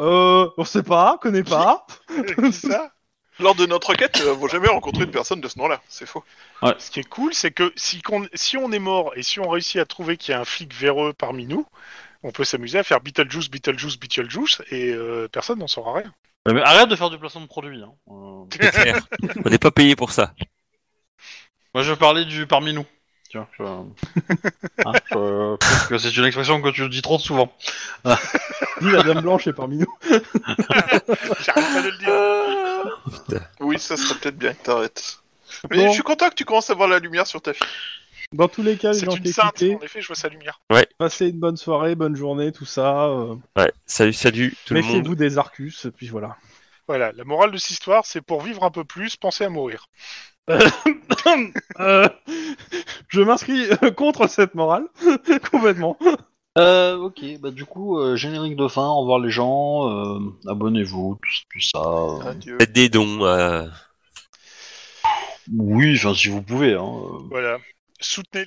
Euh, on sait pas, connaît pas. C'est ça. Lors de notre enquête, euh, vous jamais rencontré une personne de ce nom-là. C'est faux. Ce qui est cool, c'est que si, qu'on- si on est mort et si on réussit à trouver qu'il y a un flic véreux parmi nous, on peut s'amuser à faire Beetlejuice, Beetlejuice, Beetlejuice, et euh, personne n'en saura rien. Mais, mais arrête de faire du placement de produit. hein. Euh, C'est clair. On n'est pas payé pour ça. moi, je parlais du parmi nous. Tu vois, je... Hein, je trouve que c'est une expression que tu dis trop souvent. Dis, la dame blanche est parmi nous. J'arrête pas de le Ah, dire. Euh. Oui, ça serait peut-être bien que t'arrêtes. Mais Bon. je suis content que tu commences à voir la lumière sur ta fille. Dans tous les cas, les C'est gens une qui sainte, écoutaient, en effet, je vois sa lumière. passez une bonne soirée, bonne journée, tout ça. euh, Ouais, salut, salut tout le monde. Méfiez-vous des Arcus, et puis voilà. Voilà, la morale de cette histoire, c'est pour vivre un peu plus, pensez à mourir. Euh, je m'inscris euh, contre cette morale, complètement. Euh, ok, bah du coup, euh, générique de fin, au revoir les gens, euh, abonnez-vous, tout, tout ça. euh. Adieu. Faites des dons. euh, Oui, enfin, si vous pouvez. Hein, euh. Voilà. Soutenez